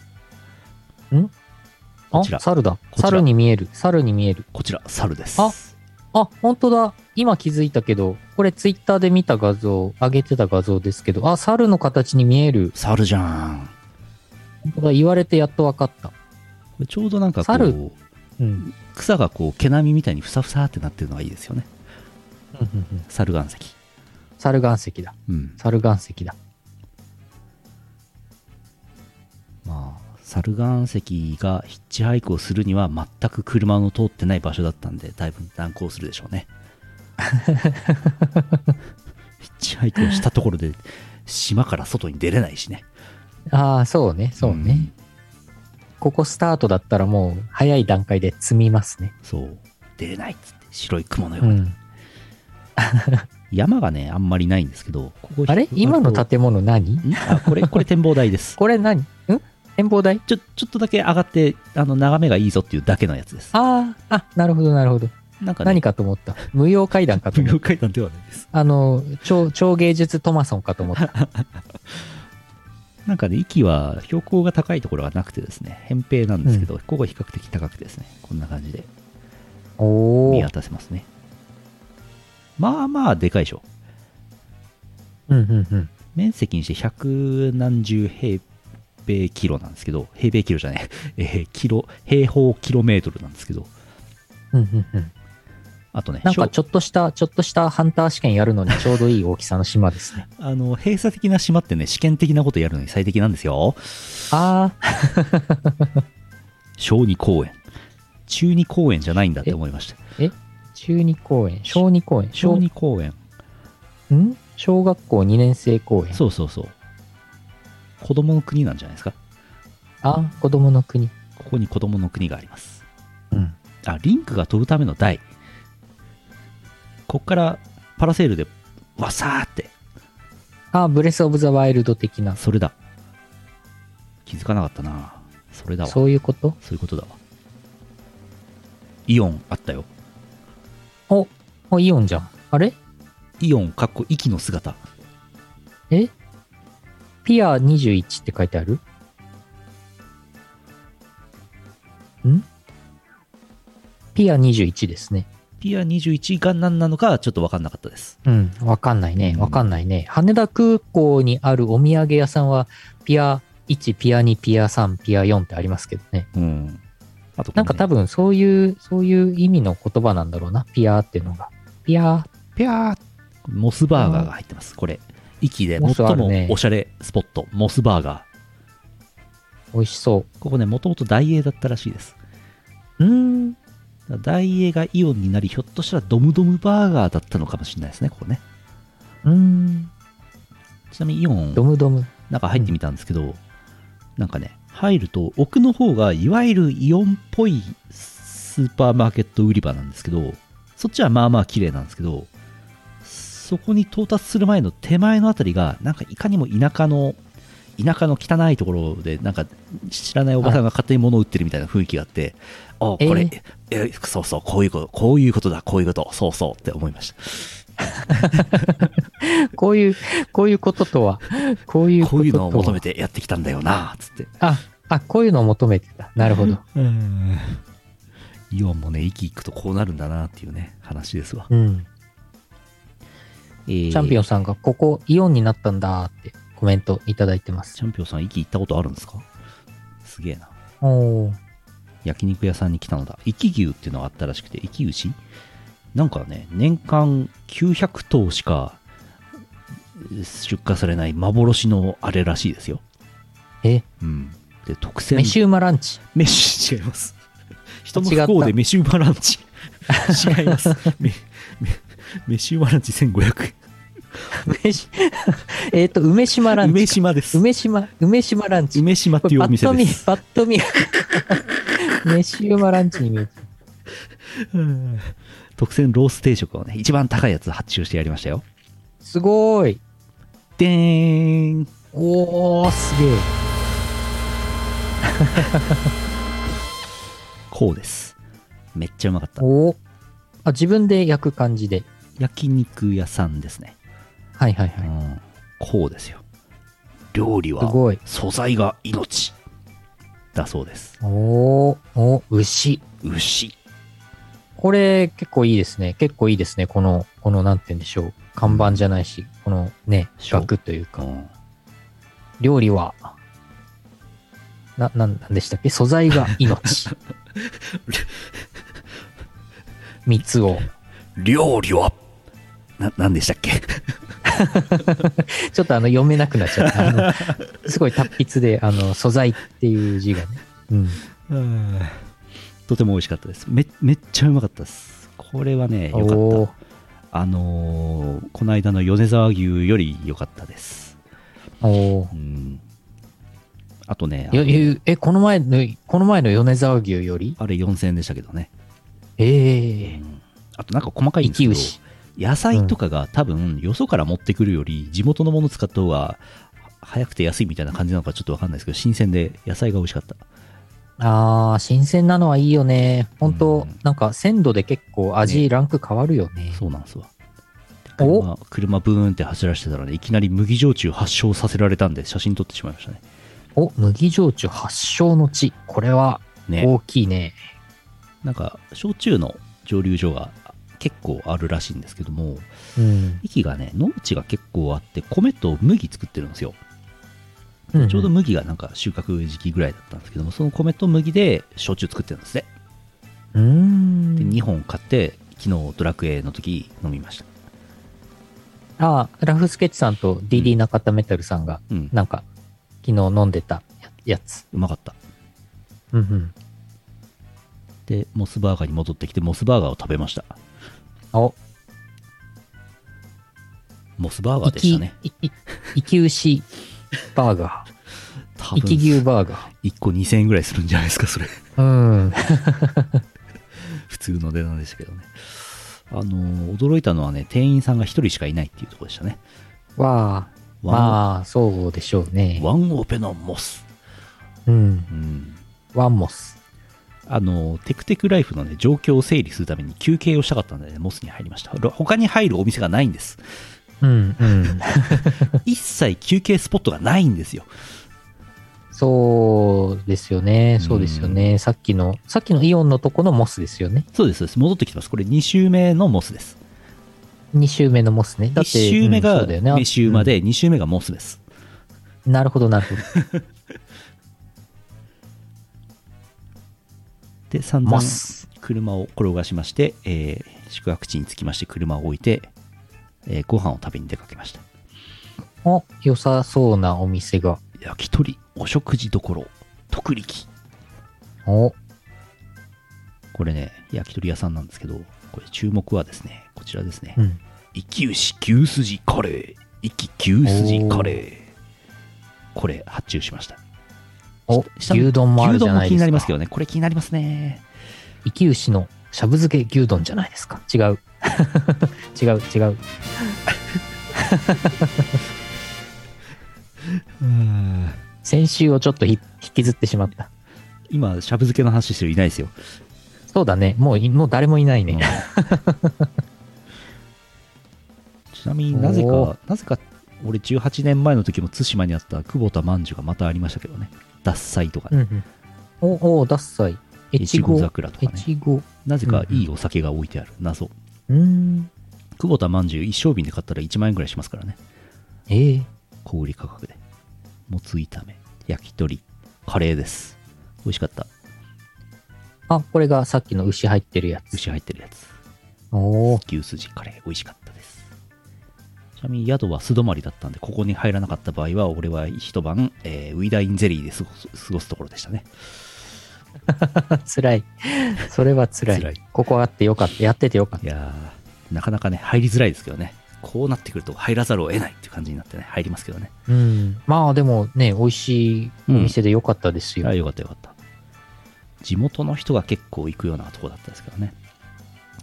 [SPEAKER 1] こちら
[SPEAKER 2] あ、猿だ。
[SPEAKER 1] ちら
[SPEAKER 2] 猿に見える。猿に見える。
[SPEAKER 1] こちら猿です。
[SPEAKER 2] ああ、本当だ。今気づいたけど、これツイッターで見た画像、上げてた画像ですけど、あ、猿の形に見える。
[SPEAKER 1] 猿じゃん。
[SPEAKER 2] 本当だ言われてやっと分かった。
[SPEAKER 1] これちょうどなんかこ
[SPEAKER 2] 猿
[SPEAKER 1] う、
[SPEAKER 2] うん。
[SPEAKER 1] 草がこう毛並みみたいにふさふさってなってるのがいいですよね。猿岩石。
[SPEAKER 2] 猿岩石だ。
[SPEAKER 1] うん。
[SPEAKER 2] 猿岩石だ。
[SPEAKER 1] まあ、猿岩石がヒッチハイクをするには全く車の通ってない場所だったんで、だいぶ難航するでしょう ね。ヒッチハイクをしたところで、島から外に出れないしね。
[SPEAKER 2] ああ、そうね、そうね。
[SPEAKER 1] ん
[SPEAKER 2] ここスタートだったらもう早い段階で積みますね。
[SPEAKER 1] そう。出れないっつって白い雲のよう
[SPEAKER 2] う
[SPEAKER 1] な、
[SPEAKER 2] ん、
[SPEAKER 1] 山がねあんまりないんですけどここ
[SPEAKER 2] あれ今の建物何
[SPEAKER 1] んあこれ これ展望台です
[SPEAKER 2] これ何ん展望台
[SPEAKER 1] ちょちょっとだけ上がってあの眺めがいいぞっていうだけのやつです
[SPEAKER 2] ああ、あ、なるほど、なるほど。
[SPEAKER 1] なんか、ね、
[SPEAKER 2] 何かと思った。無用階段かと
[SPEAKER 1] 無
[SPEAKER 2] 思った。
[SPEAKER 1] 料階段ではないです
[SPEAKER 2] あの、超、超芸術トマソンかと思った。
[SPEAKER 1] なんかね息は標高が高いところがなくてですね扁平なんですけど、ここが比較的高くてですねこんな感じで
[SPEAKER 2] お
[SPEAKER 1] 見
[SPEAKER 2] ー。
[SPEAKER 1] 渡せますねまあまあでかいでしょ
[SPEAKER 2] うんうんうん。
[SPEAKER 1] 面積にして百何十平米キロなんですけど平米キロじゃない、え ーキロ平方キロメートルなんですけど
[SPEAKER 2] うんうんうん。
[SPEAKER 1] あとね
[SPEAKER 2] なんか
[SPEAKER 1] し
[SPEAKER 2] ちょっとした、ちょっとしたハンター試験やるのにちょうどいい大きさの島ですね。
[SPEAKER 1] ょあの閉鎖的な島ってね試験的なことやるのに最適なんですよ
[SPEAKER 2] ああ、
[SPEAKER 1] 小児公園中二公園じゃないんだって思いました
[SPEAKER 2] 中二公園、小二公園、
[SPEAKER 1] 小
[SPEAKER 2] 小
[SPEAKER 1] 児公園
[SPEAKER 2] ん小学校2年生公園。
[SPEAKER 1] そうそうそう子供の国なんじゃないですか
[SPEAKER 2] あー子供の国。
[SPEAKER 1] ここに子供の国があります
[SPEAKER 2] うん。
[SPEAKER 1] あリンクが飛ぶための台こっからパラセールでわさーって
[SPEAKER 2] あーブレス・オブ・ザ・ワイルド的な。
[SPEAKER 1] それだ気づかなかったなそれだわそう
[SPEAKER 2] そういうこと
[SPEAKER 1] いうことだわイオンあったよ
[SPEAKER 2] お、お、イオンじゃん。あれ
[SPEAKER 1] イオンかっこ息の姿
[SPEAKER 2] えピア21って書いてあるんピア21ですね。
[SPEAKER 1] ピア21が何なのかちょっと分かんなかったです
[SPEAKER 2] うん、わかんないね。わかんないね。羽田空港にあるお土産屋さんは、ピア1、ピア2、ピア3、ピア4ってありますけどね。
[SPEAKER 1] うんあとこれね、
[SPEAKER 2] なんか多分そういう、そういう意味の言葉なんだろうな。ピアっていうのが。ピア、
[SPEAKER 1] ピャーモスバーガーが入ってますこれ息で
[SPEAKER 2] モスあ
[SPEAKER 1] 最
[SPEAKER 2] るね
[SPEAKER 1] もおしゃれスポットモスバーガ
[SPEAKER 2] 美味しそ
[SPEAKER 1] ーここねもともと大英だったらしいです
[SPEAKER 2] う。うーん。
[SPEAKER 1] だから大英がイオンになりひょっとしたらドムドムバーガーだったのかもしれないですねここね
[SPEAKER 2] うーん。
[SPEAKER 1] ちなみにイオン
[SPEAKER 2] ドムドム。
[SPEAKER 1] 中入ってみたんですけど、なんかね入ると奥の方がいわゆるイオンっぽいスーパーマーケット売り場なんですけどそっちはまあまあ綺麗なんですけどそこに到達する前の手前のあたりがなんかいかにも田舎の田舎の汚いところでなんか知らないおばさんが勝手に物を売ってるみたいな雰囲気があって、あこれ、えそうそうこういうことこういうことだこういうことそうそうって思いました
[SPEAKER 2] こういう、こういうこととは、こういうこと
[SPEAKER 1] こ
[SPEAKER 2] とは。
[SPEAKER 1] ういうのを求めてやってきたんだよなつって
[SPEAKER 2] あ、あ、こういうのを求めてた。なるほど。
[SPEAKER 1] うんイオンもね、息いくとこうなるんだなっていうね、話ですわ。
[SPEAKER 2] うん。チャンピオ
[SPEAKER 1] ン。
[SPEAKER 2] ンさんが、ここ、イオンになったんだってコメントいただいてます
[SPEAKER 1] チ。ャンピオンさん、息いったことあるんですかすげえな。
[SPEAKER 2] おー
[SPEAKER 1] 焼肉屋さんに来たのだ。息牛っていうのがあったらしくて、息牛なんかね、年間900頭しか出荷されない幻のあれらしいですよ。
[SPEAKER 2] え、
[SPEAKER 1] うん。で、特選。
[SPEAKER 2] 飯うまランチ。
[SPEAKER 1] 飯違います。 人の
[SPEAKER 2] 違
[SPEAKER 1] 不
[SPEAKER 2] った
[SPEAKER 1] 幸で飯馬ランチ。違います。めめ飯馬ランチ1500円。
[SPEAKER 2] 飯 えっと、梅島ランチ。
[SPEAKER 1] 梅島です。
[SPEAKER 2] 梅島、梅島ランチ。
[SPEAKER 1] 梅島っていうお店です。
[SPEAKER 2] これパッと見、パ ッと見、飯うまランチに見えて
[SPEAKER 1] うん特選ロース定食をね、一番高いやつ発注してやりましたよ。
[SPEAKER 2] すごーい。
[SPEAKER 1] でーん。
[SPEAKER 2] おー、すげえ。
[SPEAKER 1] こうです。めっちゃうまかった。
[SPEAKER 2] おー。あ、自分で焼く感じで。
[SPEAKER 1] 焼肉屋さんですね。
[SPEAKER 2] はいはいうはい。
[SPEAKER 1] ん。こうですよ。料理
[SPEAKER 2] す
[SPEAKER 1] は
[SPEAKER 2] ごい。
[SPEAKER 1] 素材が命。だそうです。
[SPEAKER 2] おー、お、牛。
[SPEAKER 1] 牛。
[SPEAKER 2] これ結構いいですね。結構いいですね。この、この、なんて言うんでしょう。看板じゃないし、このね、
[SPEAKER 1] そう
[SPEAKER 2] 額という
[SPEAKER 1] う
[SPEAKER 2] か、
[SPEAKER 1] ん。
[SPEAKER 2] 料理は、な、なんなんでしたっけ素 材が命。三つを。
[SPEAKER 1] 料理はな、なんでしたっけ
[SPEAKER 2] ちょっとあの、読めなくなっちゃった。あのすごい達筆で、あの、素材っていう字がね。うん。
[SPEAKER 1] うん とても美味しかったです。め、めっちゃうまかったです。これはね、よかった。
[SPEAKER 2] おー
[SPEAKER 1] あのーこの間の米沢牛より良かったです。
[SPEAKER 2] おー
[SPEAKER 1] うん。あとね、あ
[SPEAKER 2] よ
[SPEAKER 1] の
[SPEAKER 2] よえ、この前の、この前の米沢牛より
[SPEAKER 1] あれ4000円でしたけどね。
[SPEAKER 2] ええ
[SPEAKER 1] うんあとなんか細かいんですけ
[SPEAKER 2] 生き
[SPEAKER 1] ど
[SPEAKER 2] 牛
[SPEAKER 1] 野菜とかが多分よそから持ってくるより地元のもの使った方が早くて安いみたいな感じなのかちょっとわかんないですけど新鮮で野菜が美味しかった
[SPEAKER 2] ああ、新鮮なのはいいよね。本当、
[SPEAKER 1] うん
[SPEAKER 2] なんか鮮度で結構味ランク変わるよね。
[SPEAKER 1] そうなんですわ
[SPEAKER 2] お
[SPEAKER 1] 車車ブーンって走らせてたらねいきなり麦焼酎発症させられたんで写真撮ってしまいましたね
[SPEAKER 2] お、麦焼酎発祥の地。これは
[SPEAKER 1] ね
[SPEAKER 2] 大きいね。
[SPEAKER 1] なんか焼酎の蒸留所が結構あるらしいんですけども
[SPEAKER 2] うん。
[SPEAKER 1] 息がね農地が結構あって米と麦作ってるんですよ
[SPEAKER 2] うん
[SPEAKER 1] ちょうど麦がなんか収穫時期ぐらいだったんですけどもその米と麦で焼酎作ってるんですね
[SPEAKER 2] うー
[SPEAKER 1] で
[SPEAKER 2] ん。
[SPEAKER 1] 2本買って昨日ドラクエの時飲みました、
[SPEAKER 2] ああ、ラフスケッチさんと DD 中田メタルさんが、
[SPEAKER 1] うん、
[SPEAKER 2] なんか、昨日飲んでたややつ。
[SPEAKER 1] うまかった
[SPEAKER 2] うんうん。
[SPEAKER 1] でモスバーガーに戻ってきてモスバーガーを食べました
[SPEAKER 2] お、
[SPEAKER 1] モスバーガー
[SPEAKER 2] 生
[SPEAKER 1] でし
[SPEAKER 2] き、
[SPEAKER 1] たね
[SPEAKER 2] いい生き牛バーガ
[SPEAKER 1] 多
[SPEAKER 2] ー。生き
[SPEAKER 1] 分
[SPEAKER 2] 牛バーガ
[SPEAKER 1] 1個2000円ぐらいするんじゃないですかそれ
[SPEAKER 2] ー。うん。
[SPEAKER 1] 普通の値段でしたけどねあの驚いたのはね店員さんが1人しかいないっていうところでしたね
[SPEAKER 2] わあ、
[SPEAKER 1] ワン,、
[SPEAKER 2] まあ、そうでしょうね。
[SPEAKER 1] ワンオペのモス
[SPEAKER 2] うん。
[SPEAKER 1] うん
[SPEAKER 2] ワンモス。
[SPEAKER 1] あのテクテクライフのね状況を整理するために休憩をしたかったんでねモスに入りましたろ他に入るお店がないんです
[SPEAKER 2] うん うん。
[SPEAKER 1] 一切休憩スポットがないんですよ
[SPEAKER 2] そうですよね。そうですよね。さっきの、さっきのイオンのとこのモスですよね。
[SPEAKER 1] そうですそうです戻ってきてますこれ2週目のモスです
[SPEAKER 2] 2週目のモスね。だ
[SPEAKER 1] 1
[SPEAKER 2] って、
[SPEAKER 1] 週目
[SPEAKER 2] うん
[SPEAKER 1] が
[SPEAKER 2] そうだよね
[SPEAKER 1] 2週ま、で2週目がモスです
[SPEAKER 2] うんなるほど、なるほど。
[SPEAKER 1] で散々
[SPEAKER 2] モス。
[SPEAKER 1] 車を転がしまして、えー宿泊地に着きまして車を置いて、えーご飯を食べに出かけました
[SPEAKER 2] お、良さそうなお店が。
[SPEAKER 1] 焼き鳥お食事処徳力
[SPEAKER 2] お、
[SPEAKER 1] これね焼き鳥屋さんなんですけどこれ注目はですねこちらですね、
[SPEAKER 2] うん。
[SPEAKER 1] 生き牛牛すじカレー生き牛すじカレーこれ発注しました
[SPEAKER 2] お、
[SPEAKER 1] 下の
[SPEAKER 2] 牛丼もある
[SPEAKER 1] 牛
[SPEAKER 2] じゃ
[SPEAKER 1] 丼も
[SPEAKER 2] ない
[SPEAKER 1] 気
[SPEAKER 2] で
[SPEAKER 1] にな
[SPEAKER 2] すか。
[SPEAKER 1] りますけどねこれ気になりますね
[SPEAKER 2] 生き牛のしゃぶ漬け牛丼じゃないですか。違う。 違う、違う。先週をちょっとひ引きずってしまった。
[SPEAKER 1] 今しゃぶ漬けの話してる人いないですよ、
[SPEAKER 2] そうだね。もうい、もう誰もいないね。
[SPEAKER 1] ちなみになぜ
[SPEAKER 2] お
[SPEAKER 1] かなぜか俺18年前の時も対馬にあった久保田まんじゅうがまたありましたけどね獺祭とか
[SPEAKER 2] うん
[SPEAKER 1] ね
[SPEAKER 2] うん、お、お、ダッサイ。え
[SPEAKER 1] 越
[SPEAKER 2] ち
[SPEAKER 1] 後
[SPEAKER 2] ご。
[SPEAKER 1] 桜と
[SPEAKER 2] え
[SPEAKER 1] かね
[SPEAKER 2] ちご。
[SPEAKER 1] なぜかいいお酒が置いてある謎
[SPEAKER 2] うーん。
[SPEAKER 1] 久保田まんじゅう一升瓶で買ったら1万円ぐらいしますからね
[SPEAKER 2] ええ
[SPEAKER 1] 小売価格でもつ炒め焼き鳥カレーです美味しかった
[SPEAKER 2] あ、これがさっきの牛入ってるやつ。
[SPEAKER 1] 牛入ってるやつ
[SPEAKER 2] おお。
[SPEAKER 1] 牛すじカレー美味しかったですちなみに宿は素泊まりだったんでここに入らなかった場合は俺は一晩、えーウイダインゼリーで過ごす過ごすところでしたね
[SPEAKER 2] 辛い。それは辛い。
[SPEAKER 1] 辛い
[SPEAKER 2] ここあってよかった。やっててよかっ
[SPEAKER 1] いやーなかなかね入りづらいですけどねこうなってくると入らざるを得ないっていう感じになってね入りますけどね
[SPEAKER 2] た。うん。まあでもね、美味しいお店でよかったです
[SPEAKER 1] い
[SPEAKER 2] よ。
[SPEAKER 1] やよかったよかった地元の人が結構行くようなとこだったんですけどね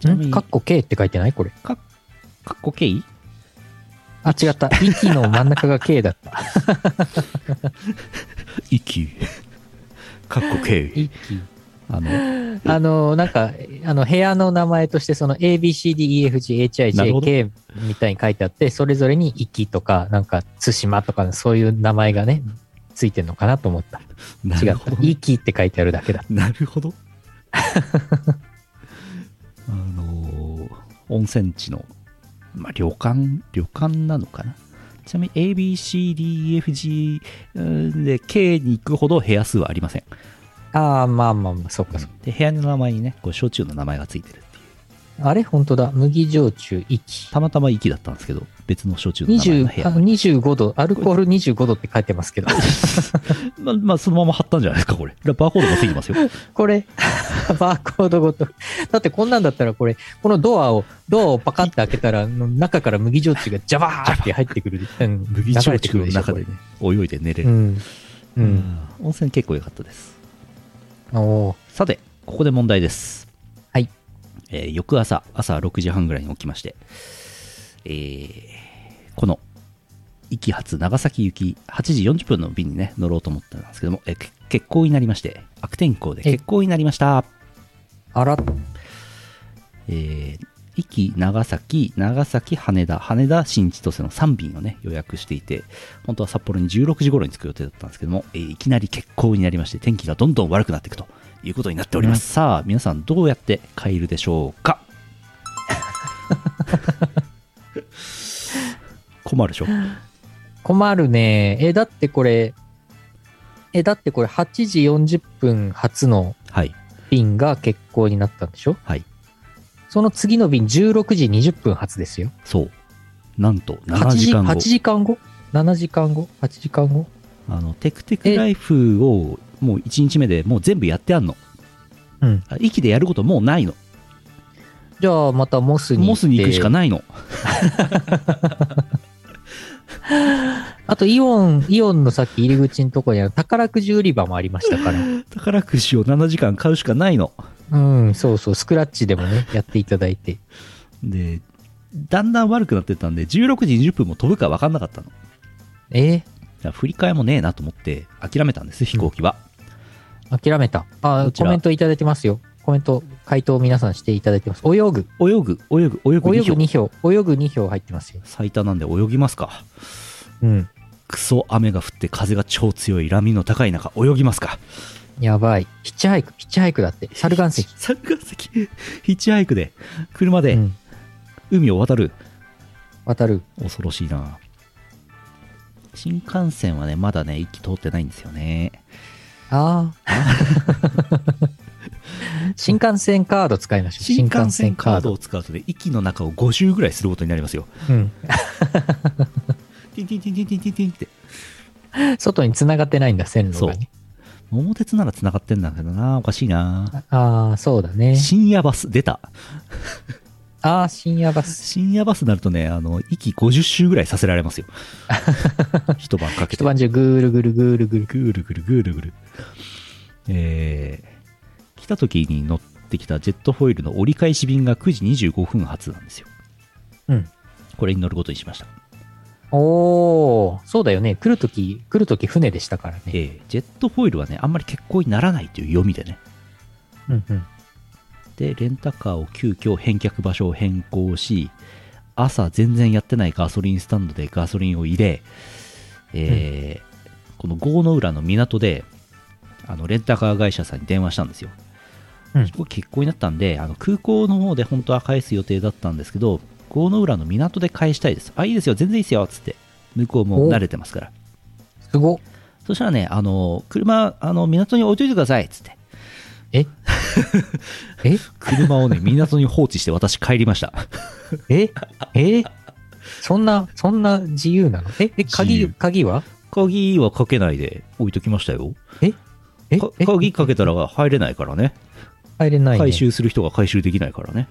[SPEAKER 1] ちなみ
[SPEAKER 2] ん
[SPEAKER 1] に
[SPEAKER 2] かっこ K って書いてないこれ。
[SPEAKER 1] かかっこけい
[SPEAKER 2] あ、違った。息の真ん中が K だ った。
[SPEAKER 1] 息かっこけい
[SPEAKER 2] 息。
[SPEAKER 1] あの
[SPEAKER 2] あの、なんか、あの、部屋の名前として、その ABCDEFGHIJK
[SPEAKER 1] なるほど
[SPEAKER 2] みたいに書いてあって、それぞれに息とか、なんか、対馬とか、そういう名前がね、ついてるのかなと思った。
[SPEAKER 1] な
[SPEAKER 2] 違
[SPEAKER 1] る
[SPEAKER 2] っ
[SPEAKER 1] ほ
[SPEAKER 2] た
[SPEAKER 1] ど。
[SPEAKER 2] 息って書いてあるだけだ。
[SPEAKER 1] なるほど あのー温泉地の、まあ、旅館旅館なのかなちなみに ABCDEFG で K に行くほど部屋数はありません
[SPEAKER 2] ああ、まあまあまあ、そっかそっか。
[SPEAKER 1] で部屋の名前にねこう焼酎の名前がついてるっていう
[SPEAKER 2] あれ本当だ。麦焼酎、息。
[SPEAKER 1] たまたま息だったんですけど別の焼酎の名前の部
[SPEAKER 2] 20
[SPEAKER 1] 屋
[SPEAKER 2] あ25度、アルコール25度って書いてますけど、
[SPEAKER 1] まあ、まあ、そのまま貼ったんじゃないですかこれバーコードがついてますよ
[SPEAKER 2] これ、 バーコードごと。だってこんなんだったらこれ、このドアを、ドアをパカンって開けたら、の中から麦焼酎がジャバーって入ってくる。うん
[SPEAKER 1] 麦焼酎の中。
[SPEAKER 2] 流
[SPEAKER 1] で
[SPEAKER 2] れてくる
[SPEAKER 1] ね泳いで寝れ
[SPEAKER 2] でし
[SPEAKER 1] る、
[SPEAKER 2] ょこれうん。う。
[SPEAKER 1] うんん温泉結構良かったです
[SPEAKER 2] おー
[SPEAKER 1] さてここで問題です
[SPEAKER 2] はい
[SPEAKER 1] えー翌朝、朝6時半ぐらいに起きまして、えーこの、壱岐発長崎行き8時40分の便にね、乗ろうと思ったんですけども、えーけ欠航になりまして、悪天候で欠航になりました。
[SPEAKER 2] あら、
[SPEAKER 1] えー、壱岐、長崎、長崎、羽田、羽田、新千歳の3便をね、予約していて、本当は札幌に16時頃に着く予定だったんですけども、えーいきなり欠航になりまして、天気がどんどん悪くなっていくということになっております。さあ、皆さんどうやって帰るでしょうか 困るでしょ
[SPEAKER 2] 困るね。え、だってこれ、え、だってこれ8時40分発の
[SPEAKER 1] はい、
[SPEAKER 2] 便が欠航になったんでしょ
[SPEAKER 1] はい、
[SPEAKER 2] その次の便16時20分発ですよ。
[SPEAKER 1] そう。なんと、7
[SPEAKER 2] 8
[SPEAKER 1] 時間後
[SPEAKER 2] 8。時間後 ?7 時間後 ?8 時間後
[SPEAKER 1] あの、テクテクライフを、もう1日目でもう全部やってあんの。
[SPEAKER 2] うん。
[SPEAKER 1] あ息でやることもうないの。
[SPEAKER 2] じゃあまたモスに行って。
[SPEAKER 1] モスに行くしかないの。
[SPEAKER 2] あとイオン、イオンのさっき入り口のところにある宝くじ売り場もありましたから。
[SPEAKER 1] 宝くじを7時間買うしかないの。
[SPEAKER 2] うん、そうそう、スクラッチでもね、やっていただいて。
[SPEAKER 1] で、だんだん悪くなってったんで、16時20分も飛ぶか分かんなかったの。だか
[SPEAKER 2] え
[SPEAKER 1] ら振り替えもねえなと思って、諦めたんです、飛行機は。
[SPEAKER 2] ー諦めた。あ
[SPEAKER 1] こ
[SPEAKER 2] ー、
[SPEAKER 1] ちら
[SPEAKER 2] コメントいただいてますよ。コメント、回答皆さんしていただいてます。泳ぐ、
[SPEAKER 1] 泳ぐ、泳ぐ、泳ぐ
[SPEAKER 2] 泳
[SPEAKER 1] 2
[SPEAKER 2] ぐ
[SPEAKER 1] 票。
[SPEAKER 2] 2票、泳ぐ2票入ってますよ。
[SPEAKER 1] 最多なんで泳ぎますか。
[SPEAKER 2] うん、
[SPEAKER 1] クソ雨が降って風が超強い、波の高い中、泳ぎますか。
[SPEAKER 2] やばい。ヒッチハイク、ヒッチハイクだって。猿岩石。
[SPEAKER 1] 三岩石、ヒッチハイクで、車
[SPEAKER 2] う
[SPEAKER 1] で
[SPEAKER 2] ん、
[SPEAKER 1] 海を渡る。
[SPEAKER 2] 渡る。
[SPEAKER 1] 恐ろしいな。新幹線はね、まだね、息通ってないんですよね。
[SPEAKER 2] ああ。 新幹線カード使いましょう。
[SPEAKER 1] 新幹線カードを使うとね、息の中を5周ぐらいすることになりますよ。
[SPEAKER 2] 新幹線カー
[SPEAKER 1] ティンティンティンティンティンティンティンって。
[SPEAKER 2] ド。うん。外に繋がってないんだ、線路がね。
[SPEAKER 1] 桃鉄なら繋がってんだけどな、おかしいな。
[SPEAKER 2] ああ、そうだね。
[SPEAKER 1] 深夜バス、出た。
[SPEAKER 2] ああ、深夜バス。
[SPEAKER 1] 深夜バスになるとね、あの、息50周ぐらいさせられますよ。一晩かけ
[SPEAKER 2] 一
[SPEAKER 1] て。
[SPEAKER 2] 晩中ぐーるぐるぐーるぐる。
[SPEAKER 1] ぐるぐるぐるぐる。えー、来た時に乗ってきたジェットフォイルの折り返し便が9時25分発なんですよ。
[SPEAKER 2] うん。
[SPEAKER 1] これに乗ることにしました。
[SPEAKER 2] おー、そうだよね。来るとき、来るとき船でしたから
[SPEAKER 1] え
[SPEAKER 2] ね。
[SPEAKER 1] ー、ジェットフォイルはね、あんまり欠航にならないという読みでね。
[SPEAKER 2] うんうん。
[SPEAKER 1] でレンタカーを急遽返却場所を変更し朝全然やってないガソリンスタンドでガソリンを入れ、えーこの郷の浦の港であのレンタカー会社さんに電話したんですよ、
[SPEAKER 2] うん
[SPEAKER 1] これ結構になったんであの空港の方で本当は返す予定だったんですけど郷の浦の港で返したいですあいいですよ全然いいですよつって向こうも慣れてますから
[SPEAKER 2] すごっ。
[SPEAKER 1] そしたらねあの車あの港に置いといてくださいつっ て
[SPEAKER 2] ええ
[SPEAKER 1] 車をね港に放置して私帰りました
[SPEAKER 2] ええそんな、そんな自由なのえ、え、
[SPEAKER 1] 自
[SPEAKER 2] 鍵、
[SPEAKER 1] 由
[SPEAKER 2] 鍵は
[SPEAKER 1] 鍵はかけないで置いときましたよ。
[SPEAKER 2] え
[SPEAKER 1] か
[SPEAKER 2] え
[SPEAKER 1] 鍵かけたら入れないからね。
[SPEAKER 2] 入れない、ね。
[SPEAKER 1] 回収する人が回収できないからね。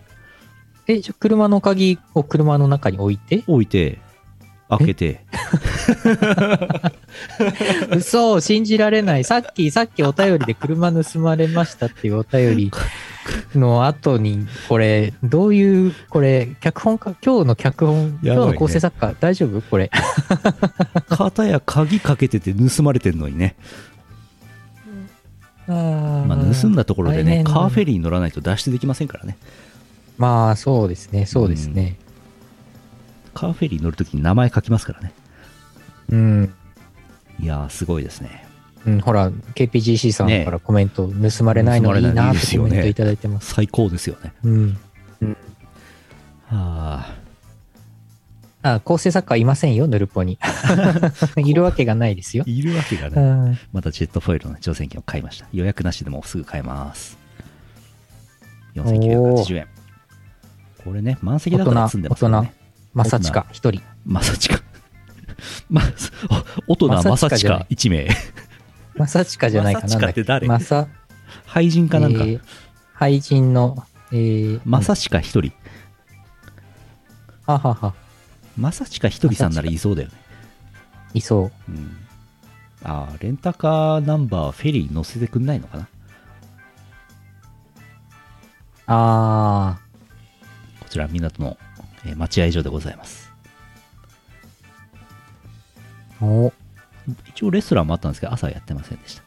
[SPEAKER 2] え、じゃあ車の鍵を車の中に置いて
[SPEAKER 1] 置いて、開けて、
[SPEAKER 2] 嘘信じられない。さっき、さっきお便りで車盗まれましたっていうお便りの後に、これ、どういう、これ、脚本か、今日の脚本、
[SPEAKER 1] やばいね
[SPEAKER 2] 今日の構成作家、大丈夫これ。
[SPEAKER 1] 片や鍵かけてて盗まれてんのにね。ま
[SPEAKER 2] ま
[SPEAKER 1] あ、盗んだところで
[SPEAKER 2] 大
[SPEAKER 1] ね、
[SPEAKER 2] 変だ
[SPEAKER 1] カーフェリーに乗らないと脱出できませんからね。
[SPEAKER 2] まあ、そうですね、そうですね。
[SPEAKER 1] カーフェリーに乗るときに名前書きますからね。
[SPEAKER 2] うん。
[SPEAKER 1] いやー、すごいですね。
[SPEAKER 2] うん、ほら、KPGC さん
[SPEAKER 1] ね
[SPEAKER 2] からコメント、盗まれないのいい
[SPEAKER 1] 盗まれない
[SPEAKER 2] な
[SPEAKER 1] のいい
[SPEAKER 2] っ
[SPEAKER 1] で
[SPEAKER 2] て
[SPEAKER 1] す
[SPEAKER 2] コ
[SPEAKER 1] よね
[SPEAKER 2] メントいただいてます。
[SPEAKER 1] 最高ですよね。
[SPEAKER 2] うん。
[SPEAKER 1] は
[SPEAKER 2] あ、構成作家いませんよ、ヌ ルポに。いるわけがないですよ
[SPEAKER 1] あ、。いるわけが
[SPEAKER 2] う
[SPEAKER 1] ない。
[SPEAKER 2] ん。
[SPEAKER 1] またジェットフォイルの乗船券を買いました。予約なしでもうすぐ買えます。4980円。これね、満席だから積んでますからね。
[SPEAKER 2] まさちか、一人。
[SPEAKER 1] まさちか。 ま、お大人ま
[SPEAKER 2] ま
[SPEAKER 1] さ
[SPEAKER 2] さ
[SPEAKER 1] ち
[SPEAKER 2] ちか
[SPEAKER 1] か1名。
[SPEAKER 2] まさちかじゃないか
[SPEAKER 1] ま
[SPEAKER 2] な。
[SPEAKER 1] さちかって誰
[SPEAKER 2] まさ、
[SPEAKER 1] 廃人かなんか
[SPEAKER 2] え。ー俳人の、えー、
[SPEAKER 1] まさちか一人。
[SPEAKER 2] ははは、
[SPEAKER 1] まさちか一人さんならいそうだよね。
[SPEAKER 2] いそう。
[SPEAKER 1] うん、ああ、レンタカーナンバーフェリーに乗せてくんないのかな
[SPEAKER 2] あー、
[SPEAKER 1] ちら港の、えー待合所でございます
[SPEAKER 2] お
[SPEAKER 1] 一応レストランもあったんですけど朝はやってませんでした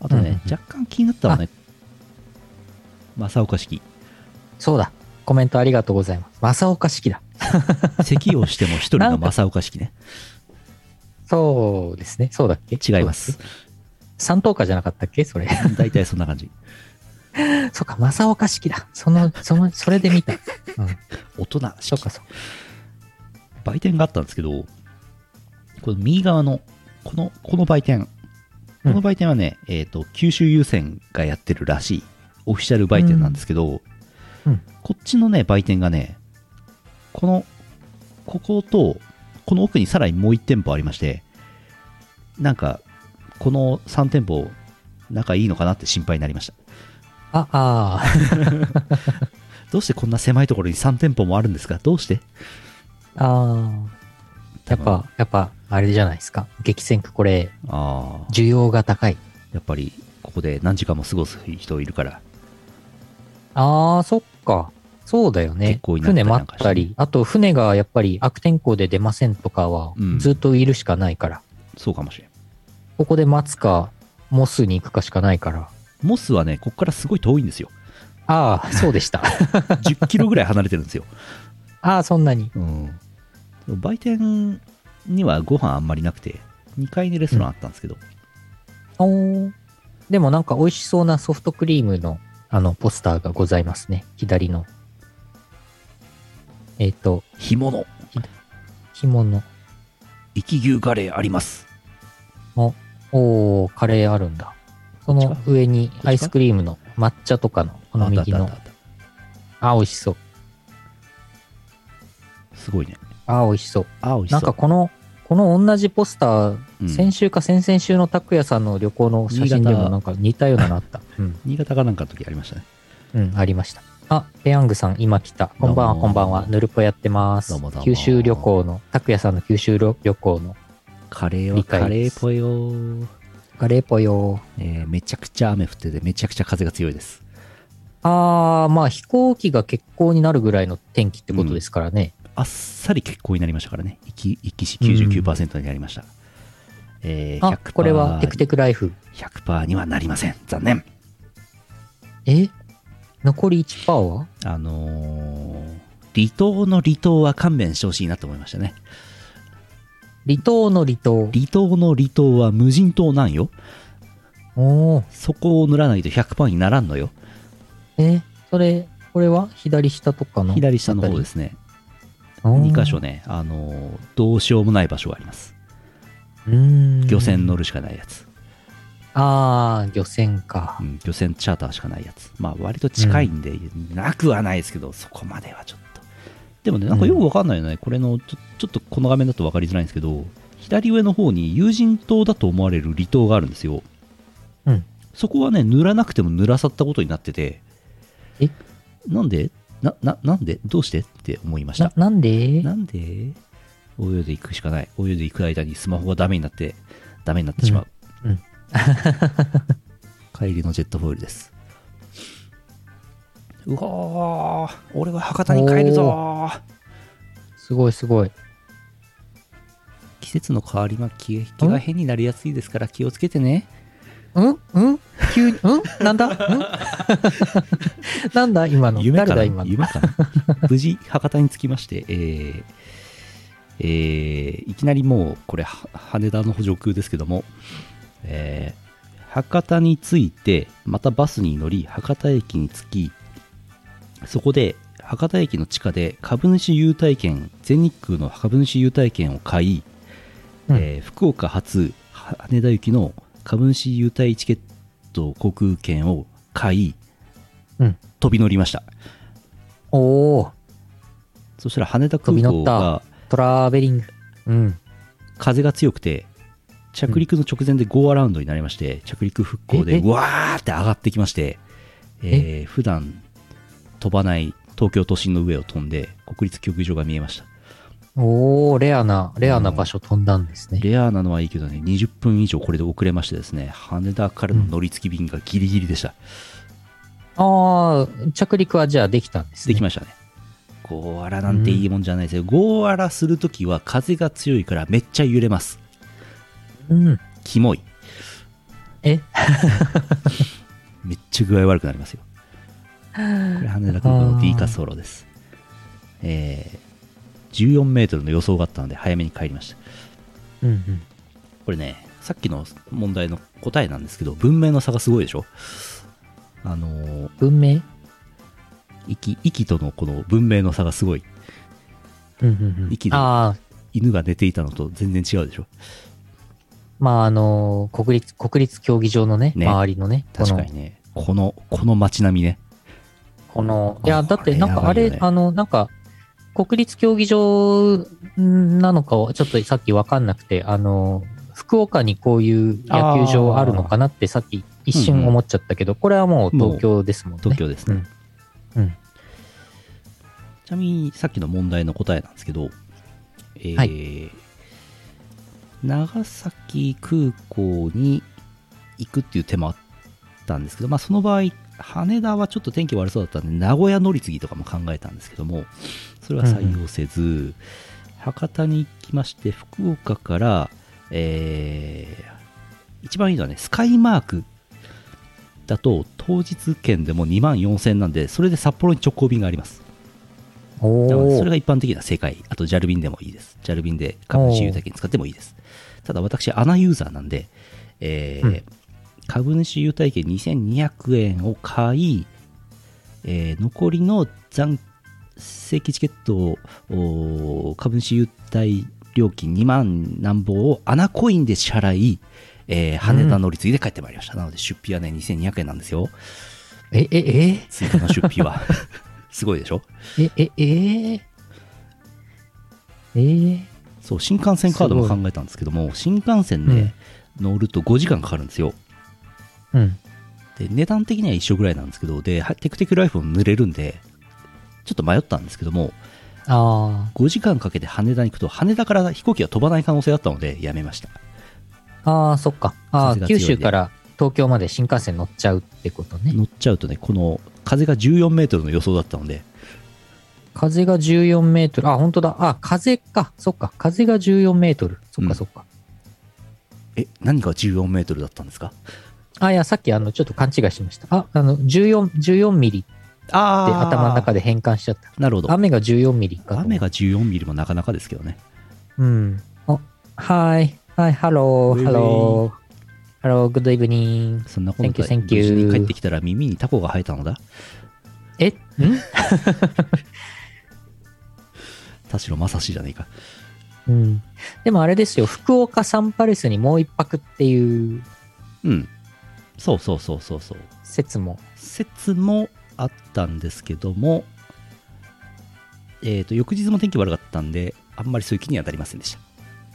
[SPEAKER 1] あとね、
[SPEAKER 2] うんうんうん
[SPEAKER 1] 若干気になったのはね正岡式
[SPEAKER 2] そうだ。コメントありがとうございます。正岡式だ。
[SPEAKER 1] 咳をしても一人
[SPEAKER 2] な
[SPEAKER 1] の
[SPEAKER 2] んか
[SPEAKER 1] 正岡 式ね
[SPEAKER 2] そうですね。そうだっけ
[SPEAKER 1] 違いま。す
[SPEAKER 2] 三等価じゃなかったっけそれ。
[SPEAKER 1] 大体そんな感じ
[SPEAKER 2] そっか、正岡式だ。その、その、それで見た。 うん。
[SPEAKER 1] 大人
[SPEAKER 2] そっ
[SPEAKER 1] 式
[SPEAKER 2] か、そっか。
[SPEAKER 1] 売店があったんですけどこの右側のこのこの売店この売店はね、えっと九州郵船がやってるらしいオフィシャル売店なんですけど、
[SPEAKER 2] うんうん
[SPEAKER 1] こっちのね売店がねこのこことこの奥にさらにもう1店舗ありましてなんかこの3店舗仲いいのかなって心配になりました
[SPEAKER 2] あ、あ
[SPEAKER 1] どうしてこんな狭いところに3店舗もあるんですかどうして
[SPEAKER 2] あ、ああ。やっぱ、やっぱ、あれじゃないですか。激戦区これ、
[SPEAKER 1] ああ
[SPEAKER 2] 需要が高い。
[SPEAKER 1] やっぱりここで何時間も過ごす人いるから
[SPEAKER 2] ああ、そっか。そうだよね
[SPEAKER 1] 結。構いなかったり
[SPEAKER 2] 船待ったり、あと船がやっぱり悪天候で出ませんとかは
[SPEAKER 1] うん、
[SPEAKER 2] ずっといるしかないから、
[SPEAKER 1] そうかもしれん
[SPEAKER 2] ここで待つか、モスに行くかしかないから。
[SPEAKER 1] モスはねここからすごい遠いんですよ
[SPEAKER 2] ああ、そう でした。
[SPEAKER 1] 10キロぐらい離れてるんですよ
[SPEAKER 2] ああ、そんなに。
[SPEAKER 1] うん、売店にはご飯あんまりなくて2階にレストランあったんですけど、
[SPEAKER 2] おーでもなんか美味しそうなソフトクリームの、あの、ポスターがございますね。左の。えっ、と、
[SPEAKER 1] 干物
[SPEAKER 2] 干物。
[SPEAKER 1] 生き牛カレーあります
[SPEAKER 2] おー、カレーあるんだ。そ
[SPEAKER 1] こっ
[SPEAKER 2] の
[SPEAKER 1] ち
[SPEAKER 2] 上に
[SPEAKER 1] ちか
[SPEAKER 2] アイスクリームの抹茶とかの、この右
[SPEAKER 1] あっ
[SPEAKER 2] の
[SPEAKER 1] たあ。ったあっ
[SPEAKER 2] あー、美味しそう。
[SPEAKER 1] たすごいね
[SPEAKER 2] あー、美味しそう。
[SPEAKER 1] あ美味しそ
[SPEAKER 2] な
[SPEAKER 1] うん
[SPEAKER 2] かこの、この同じポスター、
[SPEAKER 1] うん
[SPEAKER 2] 先週か先々週の拓也さんの旅行の写真でもなんか似たようなの あった。うん、
[SPEAKER 1] 新潟かなんかの時ありましたね
[SPEAKER 2] うん、ありました。あ、ペヤングさん今来た。こんばん
[SPEAKER 1] どう
[SPEAKER 2] は、
[SPEAKER 1] も
[SPEAKER 2] こんばんは。ぬるぽやってます
[SPEAKER 1] どうもどうも
[SPEAKER 2] 九州旅行の、拓也さんの九州旅旅行の、
[SPEAKER 1] カレーは
[SPEAKER 2] 理解
[SPEAKER 1] カレー
[SPEAKER 2] で
[SPEAKER 1] っ
[SPEAKER 2] す
[SPEAKER 1] ぽいよ、
[SPEAKER 2] カレーぽよ
[SPEAKER 1] えーめちゃくちゃ雨降っててめちゃくちゃ風が強いです
[SPEAKER 2] あー、まあ飛行機が欠航になるぐらいの天気ってことですからね。
[SPEAKER 1] あっさり欠航になりましたからね生き生きし99%になりました、えー
[SPEAKER 2] あ、これはテクテクライフ。
[SPEAKER 1] 100%にはなりません残念
[SPEAKER 2] え残り1%は
[SPEAKER 1] あのー離島の離島は勘弁してほしいなと思いましたね。
[SPEAKER 2] 離島の離島。
[SPEAKER 1] 離島の離島は無人島なんよ。
[SPEAKER 2] おー、
[SPEAKER 1] そこを塗らないと100%にならんのよ。
[SPEAKER 2] え、それ、これは左下とかの
[SPEAKER 1] 左下の方ですね。2箇所ね、あのーどうしようもない場所があります。漁
[SPEAKER 2] 漁
[SPEAKER 1] 船乗るしかないやつ。
[SPEAKER 2] ああ漁船か
[SPEAKER 1] うん、漁船チャーターしかないやつ。まあ、割と近いんで、なくはないですけど、そこまではちょっと。でもね、なんかよくわかんないよね。これのちょ、ちょっとこの画面だとわかりづらいんですけど、左上の方に有人島だと思われる離島があるんですよ。
[SPEAKER 2] うん
[SPEAKER 1] そこはね、塗らなくても塗らさったことになってて、
[SPEAKER 2] え
[SPEAKER 1] なんでな、な、なんでどうしてって思いまし
[SPEAKER 2] な
[SPEAKER 1] た。
[SPEAKER 2] なんで
[SPEAKER 1] なんでお湯で行くしかない。お湯で行く間にスマホがダメになって、ダメになってしまう。
[SPEAKER 2] うんうん
[SPEAKER 1] 帰りのジェットフォイルです。うわー、俺は博多に帰るぞー。
[SPEAKER 2] すごいすごい
[SPEAKER 1] 季節の変わり目、気気が変になりやすいですから気をつけてね。
[SPEAKER 2] うんうん急にうんなんだうん なんだ今の
[SPEAKER 1] 夢か
[SPEAKER 2] 誰
[SPEAKER 1] な
[SPEAKER 2] だ今の
[SPEAKER 1] 夢 かな無事博多に着きまして、えーえーいきなりもうこれは羽田の上空ですけども、えー博多に着いてまたバスに乗り博多駅に着きそこで博多駅の地下で株主優待券全日空の株主優待券を買い、
[SPEAKER 2] うん
[SPEAKER 1] えー福岡発羽田行きの株主優待チケット航空券を買い、
[SPEAKER 2] うん
[SPEAKER 1] 飛び乗りました
[SPEAKER 2] おお
[SPEAKER 1] そしたら羽田空
[SPEAKER 2] 飛び乗
[SPEAKER 1] 港
[SPEAKER 2] っ
[SPEAKER 1] が
[SPEAKER 2] たトラベリングうん
[SPEAKER 1] 風が強くて着陸の直前でゴーアラウンドになりまして、着陸復興
[SPEAKER 2] え
[SPEAKER 1] で
[SPEAKER 2] え
[SPEAKER 1] うわーって上がってきまして、えー普段飛ばない東京都心の上を飛んで国立競技場が見えました
[SPEAKER 2] おおレアなレアな場所飛んだんですね
[SPEAKER 1] レアなのはいいけどね20分以上これで遅れましてですね羽田からの乗り継ぎ便がギリギリでした、
[SPEAKER 2] ああ着陸はじゃあできたんですね
[SPEAKER 1] できましたねゴーアラなんていいもんじゃないですよ、ゴーアラするときは風が強いからめっちゃ揺れます
[SPEAKER 2] うん。
[SPEAKER 1] キモい
[SPEAKER 2] え
[SPEAKER 1] めっちゃ具合悪くなりますよこれ羽田空港の D 滑走路ですえー、14メートルの予想があったので早めに帰りました
[SPEAKER 2] うんうん。
[SPEAKER 1] これねさっきの問題の答えなんですけど文明の差がすごいでしょあのー
[SPEAKER 2] 文明
[SPEAKER 1] 息息とのこの文明の差がすごい
[SPEAKER 2] うんうんうん
[SPEAKER 1] 息。で
[SPEAKER 2] ああ、
[SPEAKER 1] 犬が寝ていたのと全然違うでしょ
[SPEAKER 2] まああのー、国立、国立競技場のね、
[SPEAKER 1] ね
[SPEAKER 2] 周りのね、こ
[SPEAKER 1] 確か
[SPEAKER 2] の
[SPEAKER 1] にねこのこの街並みね
[SPEAKER 2] この、
[SPEAKER 1] こ
[SPEAKER 2] い
[SPEAKER 1] れ
[SPEAKER 2] や、だってなん
[SPEAKER 1] やばい
[SPEAKER 2] か
[SPEAKER 1] よ
[SPEAKER 2] あれ、
[SPEAKER 1] ね
[SPEAKER 2] あの、なんか、国立競技場なのかをちょっとさっきわかんなくて、あの、福岡にこういう野球場あるのかなってさっき一
[SPEAKER 1] うんう
[SPEAKER 2] 瞬
[SPEAKER 1] ん
[SPEAKER 2] 思っちゃったけど、これはもう東京ですもんね。
[SPEAKER 1] 東京ですね
[SPEAKER 2] うんうん
[SPEAKER 1] ちなみにさっきの問題の答えなんですけど、えー
[SPEAKER 2] は
[SPEAKER 1] 長崎空港に行くっていう手もあったんですけど、まあ、その場合羽田はちょっと天気悪そうだったんで名古屋乗り継ぎとかも考えたんですけどもそれは採用せず、博多に行きまして福岡から、えー一番いいのはねスカイマークだと当日券でも2万4000なんでそれで札幌に直行便がありますなので
[SPEAKER 2] お
[SPEAKER 1] それ
[SPEAKER 2] ー
[SPEAKER 1] が一般的な正解あと JAL 便でもいいです。JAL 便で株主優待券使ってもいいです。ただ私、アナユーザーなんで、えー
[SPEAKER 2] うん
[SPEAKER 1] 株主優待券2200円を買い、えー残りの残席チケットをおー株主優待料金2万何本をアナコインで支払い、えー羽田乗り継いで帰ってまいりました。なので出費はね、2200円なんですよ。
[SPEAKER 2] え、え、え、
[SPEAKER 1] 追加の出費 は。すごいでしょ
[SPEAKER 2] え、え、えー、えー、
[SPEAKER 1] そう新幹線カードも考えたんですけども新幹線で乗ると5時間かかるんですよ、
[SPEAKER 2] うん。
[SPEAKER 1] で値段的には一緒ぐらいなんですけどではテクテクライフも濡れるんでちょっと迷ったんですけども
[SPEAKER 2] あ
[SPEAKER 1] 5時間かけて羽田に行くと羽田から飛行機が飛ばない可能性だったのでやめました
[SPEAKER 2] あ、ああ、そっか。ああ
[SPEAKER 1] 風が、強い
[SPEAKER 2] 九
[SPEAKER 1] ね
[SPEAKER 2] 州から東京まで新幹線乗っちゃうってことね。
[SPEAKER 1] 乗っちゃうとねこの風が14メートルの予想だったので
[SPEAKER 2] 風が14メートル。あ、本当だ。あ、風か。そっか。風が14メートル。そっ
[SPEAKER 1] うん
[SPEAKER 2] かそっか。
[SPEAKER 1] え何が14メートルだったんですか
[SPEAKER 2] あ、いや、さっき、あの、ちょっと勘違いしました。あ、あの、14、14ミリって
[SPEAKER 1] あ
[SPEAKER 2] 頭の中
[SPEAKER 1] で
[SPEAKER 2] で変換しちゃった。
[SPEAKER 1] なるほど
[SPEAKER 2] 雨が14ミリかと。
[SPEAKER 1] 雨。が14ミリもなかなかですけどね
[SPEAKER 2] うん。あ、はい。はい、ハロー、
[SPEAKER 1] Good
[SPEAKER 2] ハロー。ハロー、グッドイブニング。
[SPEAKER 1] そんなこと
[SPEAKER 2] Thank you, thank you.
[SPEAKER 1] に帰ってきたら耳にタコが生えたのだ
[SPEAKER 2] えん
[SPEAKER 1] 田代正史じゃねえか
[SPEAKER 2] うん。でもあれですよ、福岡サンパレスにもう一泊っていう
[SPEAKER 1] うん。そうそうそうそうそう。
[SPEAKER 2] 説も。
[SPEAKER 1] 説もあったんですけども、えっ、と、翌日も天気悪かったんで、あんまりそういう気にはなりませんでした。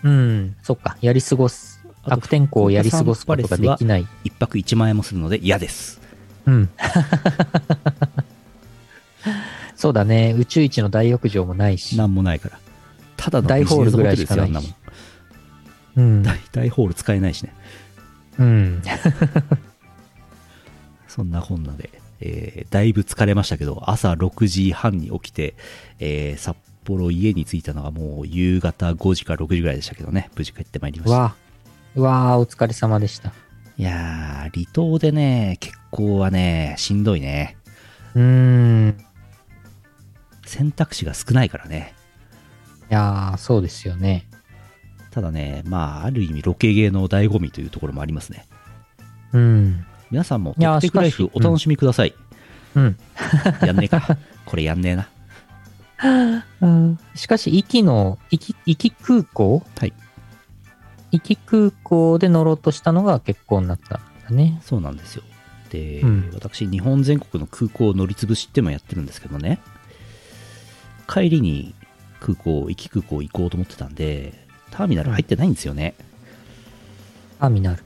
[SPEAKER 2] うん、そっか。やり過ごす。
[SPEAKER 1] あと
[SPEAKER 2] 悪天候をやり過ごすことができない。
[SPEAKER 1] 一泊1万円もするので嫌です。
[SPEAKER 2] うん。 そうだね。宇宙一の大浴場もないし。
[SPEAKER 1] なんもないから。ただの
[SPEAKER 2] 大ホールぐらいしかない
[SPEAKER 1] ビジネスホテルですよあんなもん
[SPEAKER 2] うん。
[SPEAKER 1] 大大ホール使えないしね。
[SPEAKER 2] うん。
[SPEAKER 1] そんなこんなで、えーだいぶ疲れましたけど、朝6時半に起きて、えー札幌家に着いたのがもう夕方5時か6時ぐらいでしたけどね、無事帰ってまいりました。
[SPEAKER 2] わあ。わあ、お疲れ様でした。
[SPEAKER 1] いやー、離島でね、結構はね、しんどいね。
[SPEAKER 2] うーん。い
[SPEAKER 1] 選択肢が少ないからね。
[SPEAKER 2] やー、そうですよね。
[SPEAKER 1] ただね、まあ、ある意味、ロケ芸の醍醐味というところもありますね。
[SPEAKER 2] うん。
[SPEAKER 1] 皆さんも、
[SPEAKER 2] い
[SPEAKER 1] テ
[SPEAKER 2] や
[SPEAKER 1] ク
[SPEAKER 2] ー
[SPEAKER 1] テクライフ
[SPEAKER 2] しか
[SPEAKER 1] お
[SPEAKER 2] し
[SPEAKER 1] 楽しみください。
[SPEAKER 2] うん。
[SPEAKER 1] やんねえ か。これやんねえな。
[SPEAKER 2] うん、しかし、壱岐の、壱岐壱岐空港
[SPEAKER 1] はい。
[SPEAKER 2] 壱岐空港で乗ろうとしたのが結構になったんだね。
[SPEAKER 1] そうなんですよ。で、
[SPEAKER 2] うん
[SPEAKER 1] 私、日本全国の空港を乗り潰しっていうのをやってるんですけどね。帰りに空港、行き空港行こうと思ってたんで、ターミナル入ってないんですよね。
[SPEAKER 2] ターミナル。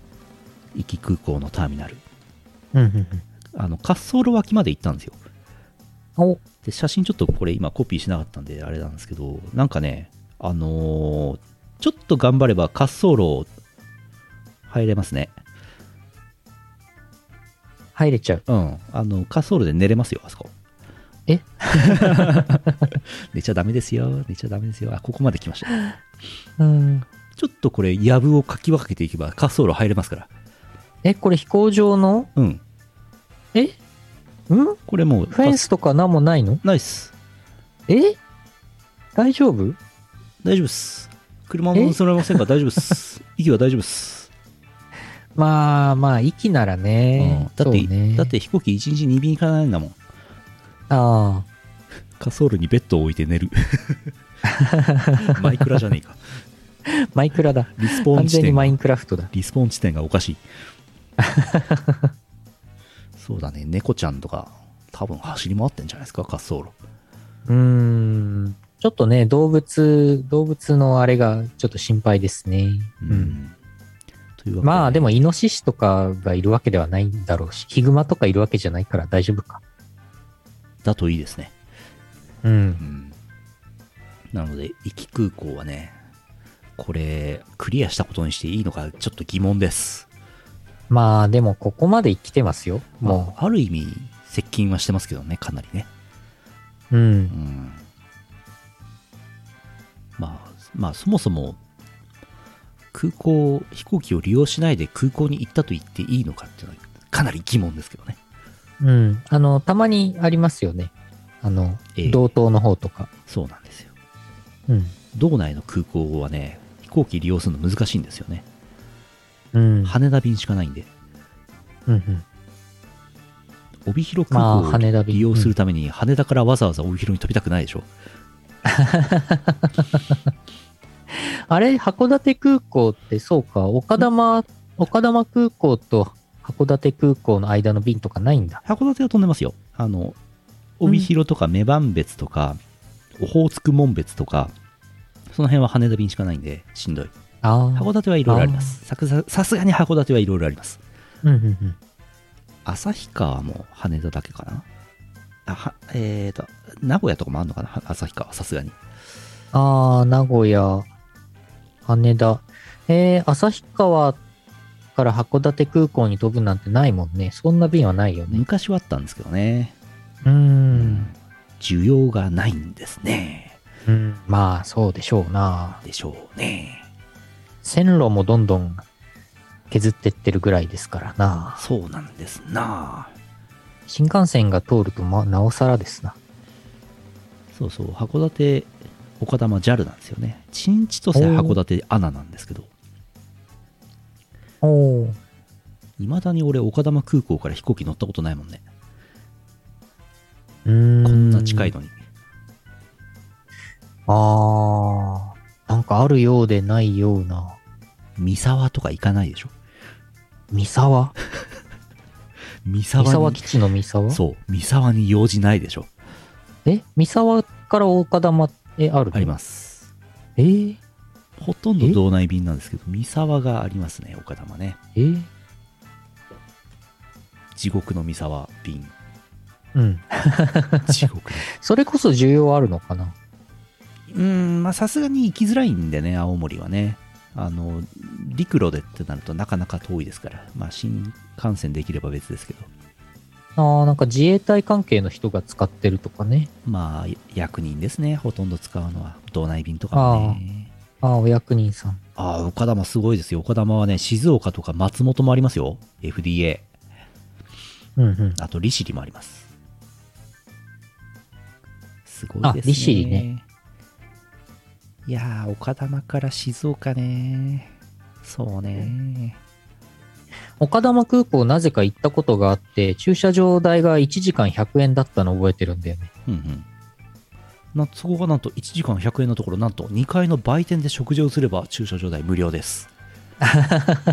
[SPEAKER 1] 行き空港のターミナル。
[SPEAKER 2] うん、うん、うん。
[SPEAKER 1] あの、滑走路脇まで行ったんですよ。
[SPEAKER 2] お、
[SPEAKER 1] で写真ちょっとこれ今コピーしなかったんであれなんですけどなんかねあのーちょっと頑張れば滑走路入れますね
[SPEAKER 2] 入れちゃう。
[SPEAKER 1] うんあの滑走路で寝れますよあそこ
[SPEAKER 2] え
[SPEAKER 1] 寝ちゃダメですよ。寝ちゃダメですよ。あ、ここまで来ました。
[SPEAKER 2] うん。
[SPEAKER 1] ちょっとこれ、やぶをかき分けていけば滑走路入れますから。
[SPEAKER 2] え、これ飛行場の、
[SPEAKER 1] うん。
[SPEAKER 2] えんフ
[SPEAKER 1] これもう、
[SPEAKER 2] ェンスとか何もないの
[SPEAKER 1] ナイス。
[SPEAKER 2] え大丈夫
[SPEAKER 1] 大丈夫っす。車も乗られませんから大丈夫っす。息は大丈夫っす。
[SPEAKER 2] まあまあ、息なら
[SPEAKER 1] うん。
[SPEAKER 2] ね
[SPEAKER 1] だって、
[SPEAKER 2] そうね、
[SPEAKER 1] だっ。て飛行機1日2便行かないんだもん。
[SPEAKER 2] ああ。
[SPEAKER 1] 滑走路にベッドを置いて寝る。 マイクラじゃねえか。
[SPEAKER 2] マイクラだ。
[SPEAKER 1] リスポー
[SPEAKER 2] 完
[SPEAKER 1] ン地
[SPEAKER 2] 全に
[SPEAKER 1] 点
[SPEAKER 2] マインクラフトだ。
[SPEAKER 1] リスポーン地点がおかしい。 そうだね、猫ちゃんとか、多分走り回ってんじゃないですか、滑走路。
[SPEAKER 2] うーん。ちょっとね、動物、動物のあれがちょっと心配ですね。
[SPEAKER 1] うん。
[SPEAKER 2] うん。
[SPEAKER 1] というわけ
[SPEAKER 2] まあで
[SPEAKER 1] も、
[SPEAKER 2] も、イノシシとかがいるわけではないんだろうし、ヒグマとかいるわけじゃないから大丈夫か。
[SPEAKER 1] だといいですね。
[SPEAKER 2] う。
[SPEAKER 1] うんん。なので、壱岐空港はね、これ、クリアしたことにしていいのか、ちょっと疑問です。
[SPEAKER 2] まあでも、ここまで来てますよ。
[SPEAKER 1] ま
[SPEAKER 2] も
[SPEAKER 1] あ、ある意味、接近はしてますけどね、かなりね。
[SPEAKER 2] う。う。
[SPEAKER 1] うんん。まあ、まあ、そもそも、空港、飛行機を利用しないで空港に行ったと言っていいのかっていうのは、かなり疑問ですけどね。
[SPEAKER 2] うん。あの、たまにありますよね。あの、
[SPEAKER 1] ええ
[SPEAKER 2] 道東の方とか。
[SPEAKER 1] そうなんですよ。
[SPEAKER 2] うん。
[SPEAKER 1] 道内の空港はね、飛行機利用するの難しいんですよね。
[SPEAKER 2] うん。
[SPEAKER 1] 羽田便しかないんで、
[SPEAKER 2] うんうん。
[SPEAKER 1] 帯広空
[SPEAKER 2] まあ、
[SPEAKER 1] 港を
[SPEAKER 2] 羽田便。
[SPEAKER 1] 利用する
[SPEAKER 2] うん
[SPEAKER 1] ために、羽田からわざわざ帯広に飛びたくないでしょ。
[SPEAKER 2] あれ、函館空港って、そうか、岡玉、岡玉空港と函館空港の間の便とかないんだ。
[SPEAKER 1] 函館は飛んでますよ。あの、帯広とか女満別とか、オホーツク紋別とか、その辺は羽田便しかないんで、しんどい。
[SPEAKER 2] ああ。
[SPEAKER 1] 函館はいろいろあります。さくささすがに函館はいろいろあります。
[SPEAKER 2] うんうんうん。
[SPEAKER 1] 旭川も羽田だけかなあはえーと、名古屋とかもあるのかなは旭川、さすがに。
[SPEAKER 2] ああ、名古屋、羽田。えー、旭川から函館空港に飛ぶなんてないもんね。そんな便はないよね。
[SPEAKER 1] 昔はあったんですけどね。
[SPEAKER 2] うー。。
[SPEAKER 1] うん需要がないんですね。
[SPEAKER 2] うん、まあ、そうでしょうな。
[SPEAKER 1] でしょうね。
[SPEAKER 2] 線路もどんどん削ってってるぐらいですからな。
[SPEAKER 1] そうなんですな。
[SPEAKER 2] 新幹線が通ると、まあ、なおさらですな。
[SPEAKER 1] そうそう、函館、岡玉 JAL なんですよね。新千歳函館アナなんですけど、
[SPEAKER 2] おお。
[SPEAKER 1] いまだに俺、岡玉空港から飛行機乗ったことないもんね。
[SPEAKER 2] うーん。
[SPEAKER 1] こんな近い。のに。
[SPEAKER 2] ああ。なんかあるようでないような。
[SPEAKER 1] 三沢とか行かないでしょ。
[SPEAKER 2] 三沢
[SPEAKER 1] 三沢
[SPEAKER 2] 三
[SPEAKER 1] に
[SPEAKER 2] 沢基地の三沢
[SPEAKER 1] そう、三沢に用事ないでしょ。
[SPEAKER 2] え三沢から岡玉えある
[SPEAKER 1] あります。
[SPEAKER 2] えー、
[SPEAKER 1] ほとんど道内便なんですけど、三沢がありますね、岡玉ね。
[SPEAKER 2] えー、
[SPEAKER 1] 地獄の三沢便。
[SPEAKER 2] うん
[SPEAKER 1] 地獄の。
[SPEAKER 2] それこそ需要あるのかな
[SPEAKER 1] うーん、まあさすがに行きづらいんでね、青森はね。あの、陸路でってなるとなかなか遠いですから、まあ新幹線できれば別ですけど、
[SPEAKER 2] あーなんか自衛隊関係の人が使ってるとかね
[SPEAKER 1] まあ役人ですね、ほとんど使うのは。道内便とかもね。
[SPEAKER 2] ああお役人さん
[SPEAKER 1] ああ、岡玉すごいですよ。岡玉はね、静岡とか松本もありますよ。FDA。
[SPEAKER 2] うんうん
[SPEAKER 1] あと利尻もあります。すごいですね。
[SPEAKER 2] あ利尻ね。
[SPEAKER 1] いやー、岡玉から静岡ね。そうね。
[SPEAKER 2] 岡玉空港なぜか行ったことがあって駐車場代が1時間100円だったの覚えてるんだよね
[SPEAKER 1] うんうん。なそこがなんと1時間100円のところ、なんと2階の売店で食事をすれば駐車場代無料 です。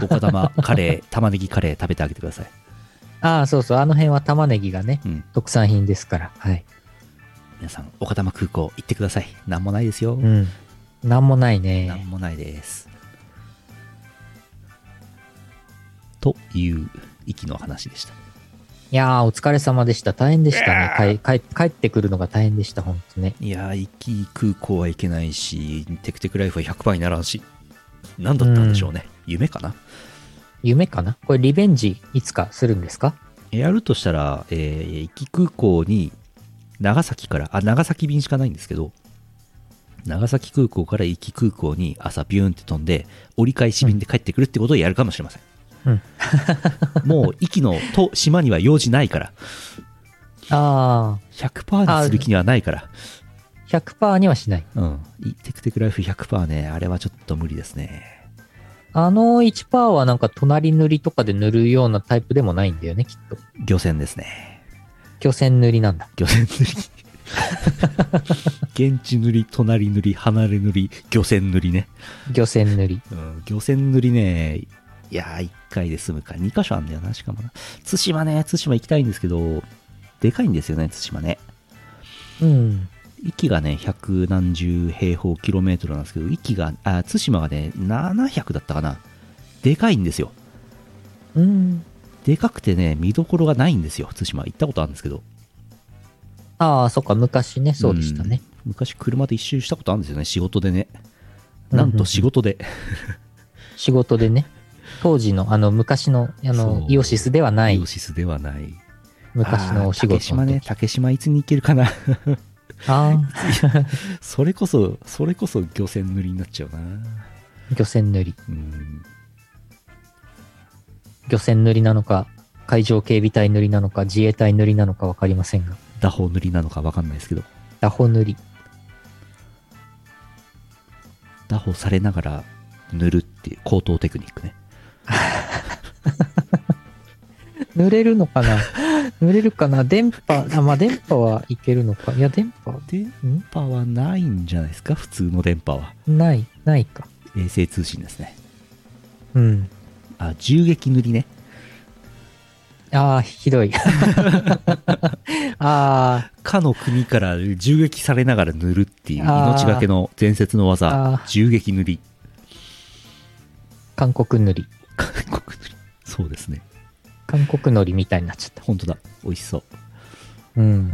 [SPEAKER 1] 岡玉カレー、玉ねぎカレー食べてあげてください。
[SPEAKER 2] ああそうそうあの辺は玉ねぎがね
[SPEAKER 1] うん。
[SPEAKER 2] 特産品ですからはい
[SPEAKER 1] 皆さん、岡玉空港行ってください。なんもないですよ。
[SPEAKER 2] うんなんもない
[SPEAKER 1] なん
[SPEAKER 2] ね
[SPEAKER 1] もないです。という息の話でした。
[SPEAKER 2] いやーお疲れ様でした大変でしたね帰帰帰ってくるのが大変でしたほんとね
[SPEAKER 1] いやー、息空港はいけないし、テクテクライフは100倍にならんし、何だったんでしょうね。夢かな
[SPEAKER 2] 夢かなこれリベンジいつかするんですか
[SPEAKER 1] やるとしたら、えー、壱岐空港に長崎から、あ、長崎便しかないんですけど、長崎空港から壱岐空港に朝ビューンって飛んで、折り返し便で帰ってくるってことをやるかもしれません。
[SPEAKER 2] うん。
[SPEAKER 1] もう、壱岐のと島には用事ないから、
[SPEAKER 2] あ
[SPEAKER 1] 100%にする気にはないから、
[SPEAKER 2] あ、100%にはしない。
[SPEAKER 1] うん。いテクテクライフ100%ね、あれはちょっと無理ですね。
[SPEAKER 2] あの1%はなんか隣塗りとかで塗るようなタイプでもないんだよね、きっと。
[SPEAKER 1] 漁船ですね。
[SPEAKER 2] 巨線塗りなんだ。
[SPEAKER 1] 漁船塗り。 現地塗り、隣塗り、離れ塗り、漁船塗りね。
[SPEAKER 2] 漁船塗り。
[SPEAKER 1] うん、漁船塗りね、いやー、1回で済むか。2箇所あんだよな、しかもな。対馬ね、対馬行きたいんですけど、でかいんですよね、対馬ね。
[SPEAKER 2] うん。
[SPEAKER 1] 域がね、百何十平方キロメートルなんですけど、域が、あ、対馬がね、700だったかな。でかいんですよ。
[SPEAKER 2] うん。
[SPEAKER 1] でかくてね、見どころがないんですよ、対馬。行ったことあるんですけど。
[SPEAKER 2] ああ、そっか、昔ね、そうでしたね。
[SPEAKER 1] うん昔車で一周したことあるんですよね仕事でねなんと仕事で、
[SPEAKER 2] 仕事でね。当時の、あの、昔の、あ
[SPEAKER 1] そ
[SPEAKER 2] の、
[SPEAKER 1] う
[SPEAKER 2] イオシスではな
[SPEAKER 1] イ
[SPEAKER 2] い
[SPEAKER 1] オ、シスではない
[SPEAKER 2] 昔のお仕事
[SPEAKER 1] あー竹島
[SPEAKER 2] の
[SPEAKER 1] ね
[SPEAKER 2] 時
[SPEAKER 1] 竹島いつに行けるかな
[SPEAKER 2] あ
[SPEAKER 1] それこそそれこそ漁船塗りになっちゃうな
[SPEAKER 2] あ、漁船塗り。
[SPEAKER 1] うん
[SPEAKER 2] 漁船塗りなのか、海上警備隊塗りなのか、自衛隊塗りなのかわかりませんが、
[SPEAKER 1] 打法塗りなのか分かんないですけど
[SPEAKER 2] ダホ塗り。
[SPEAKER 1] 打法されながら塗るっていう高等テクニックね
[SPEAKER 2] 塗れるのかな 塗れるかな電波、あ、まあ、電波はいけるのか。いや、電波、
[SPEAKER 1] 電波はないんじゃないですか普通の電波は
[SPEAKER 2] ない、ないか。
[SPEAKER 1] 衛星通信ですね
[SPEAKER 2] うん。
[SPEAKER 1] あ銃撃塗りね
[SPEAKER 2] ああ、ひどい。 あ
[SPEAKER 1] かの国から銃撃されながら塗るっていう
[SPEAKER 2] あー
[SPEAKER 1] 命がけの伝説の
[SPEAKER 2] あ
[SPEAKER 1] 技
[SPEAKER 2] ー
[SPEAKER 1] 銃撃塗り
[SPEAKER 2] あ、韓国塗り。
[SPEAKER 1] 韓国塗りそうですね
[SPEAKER 2] 韓国塗りみたいになっちゃった。
[SPEAKER 1] 本当だ美味しそう
[SPEAKER 2] うん。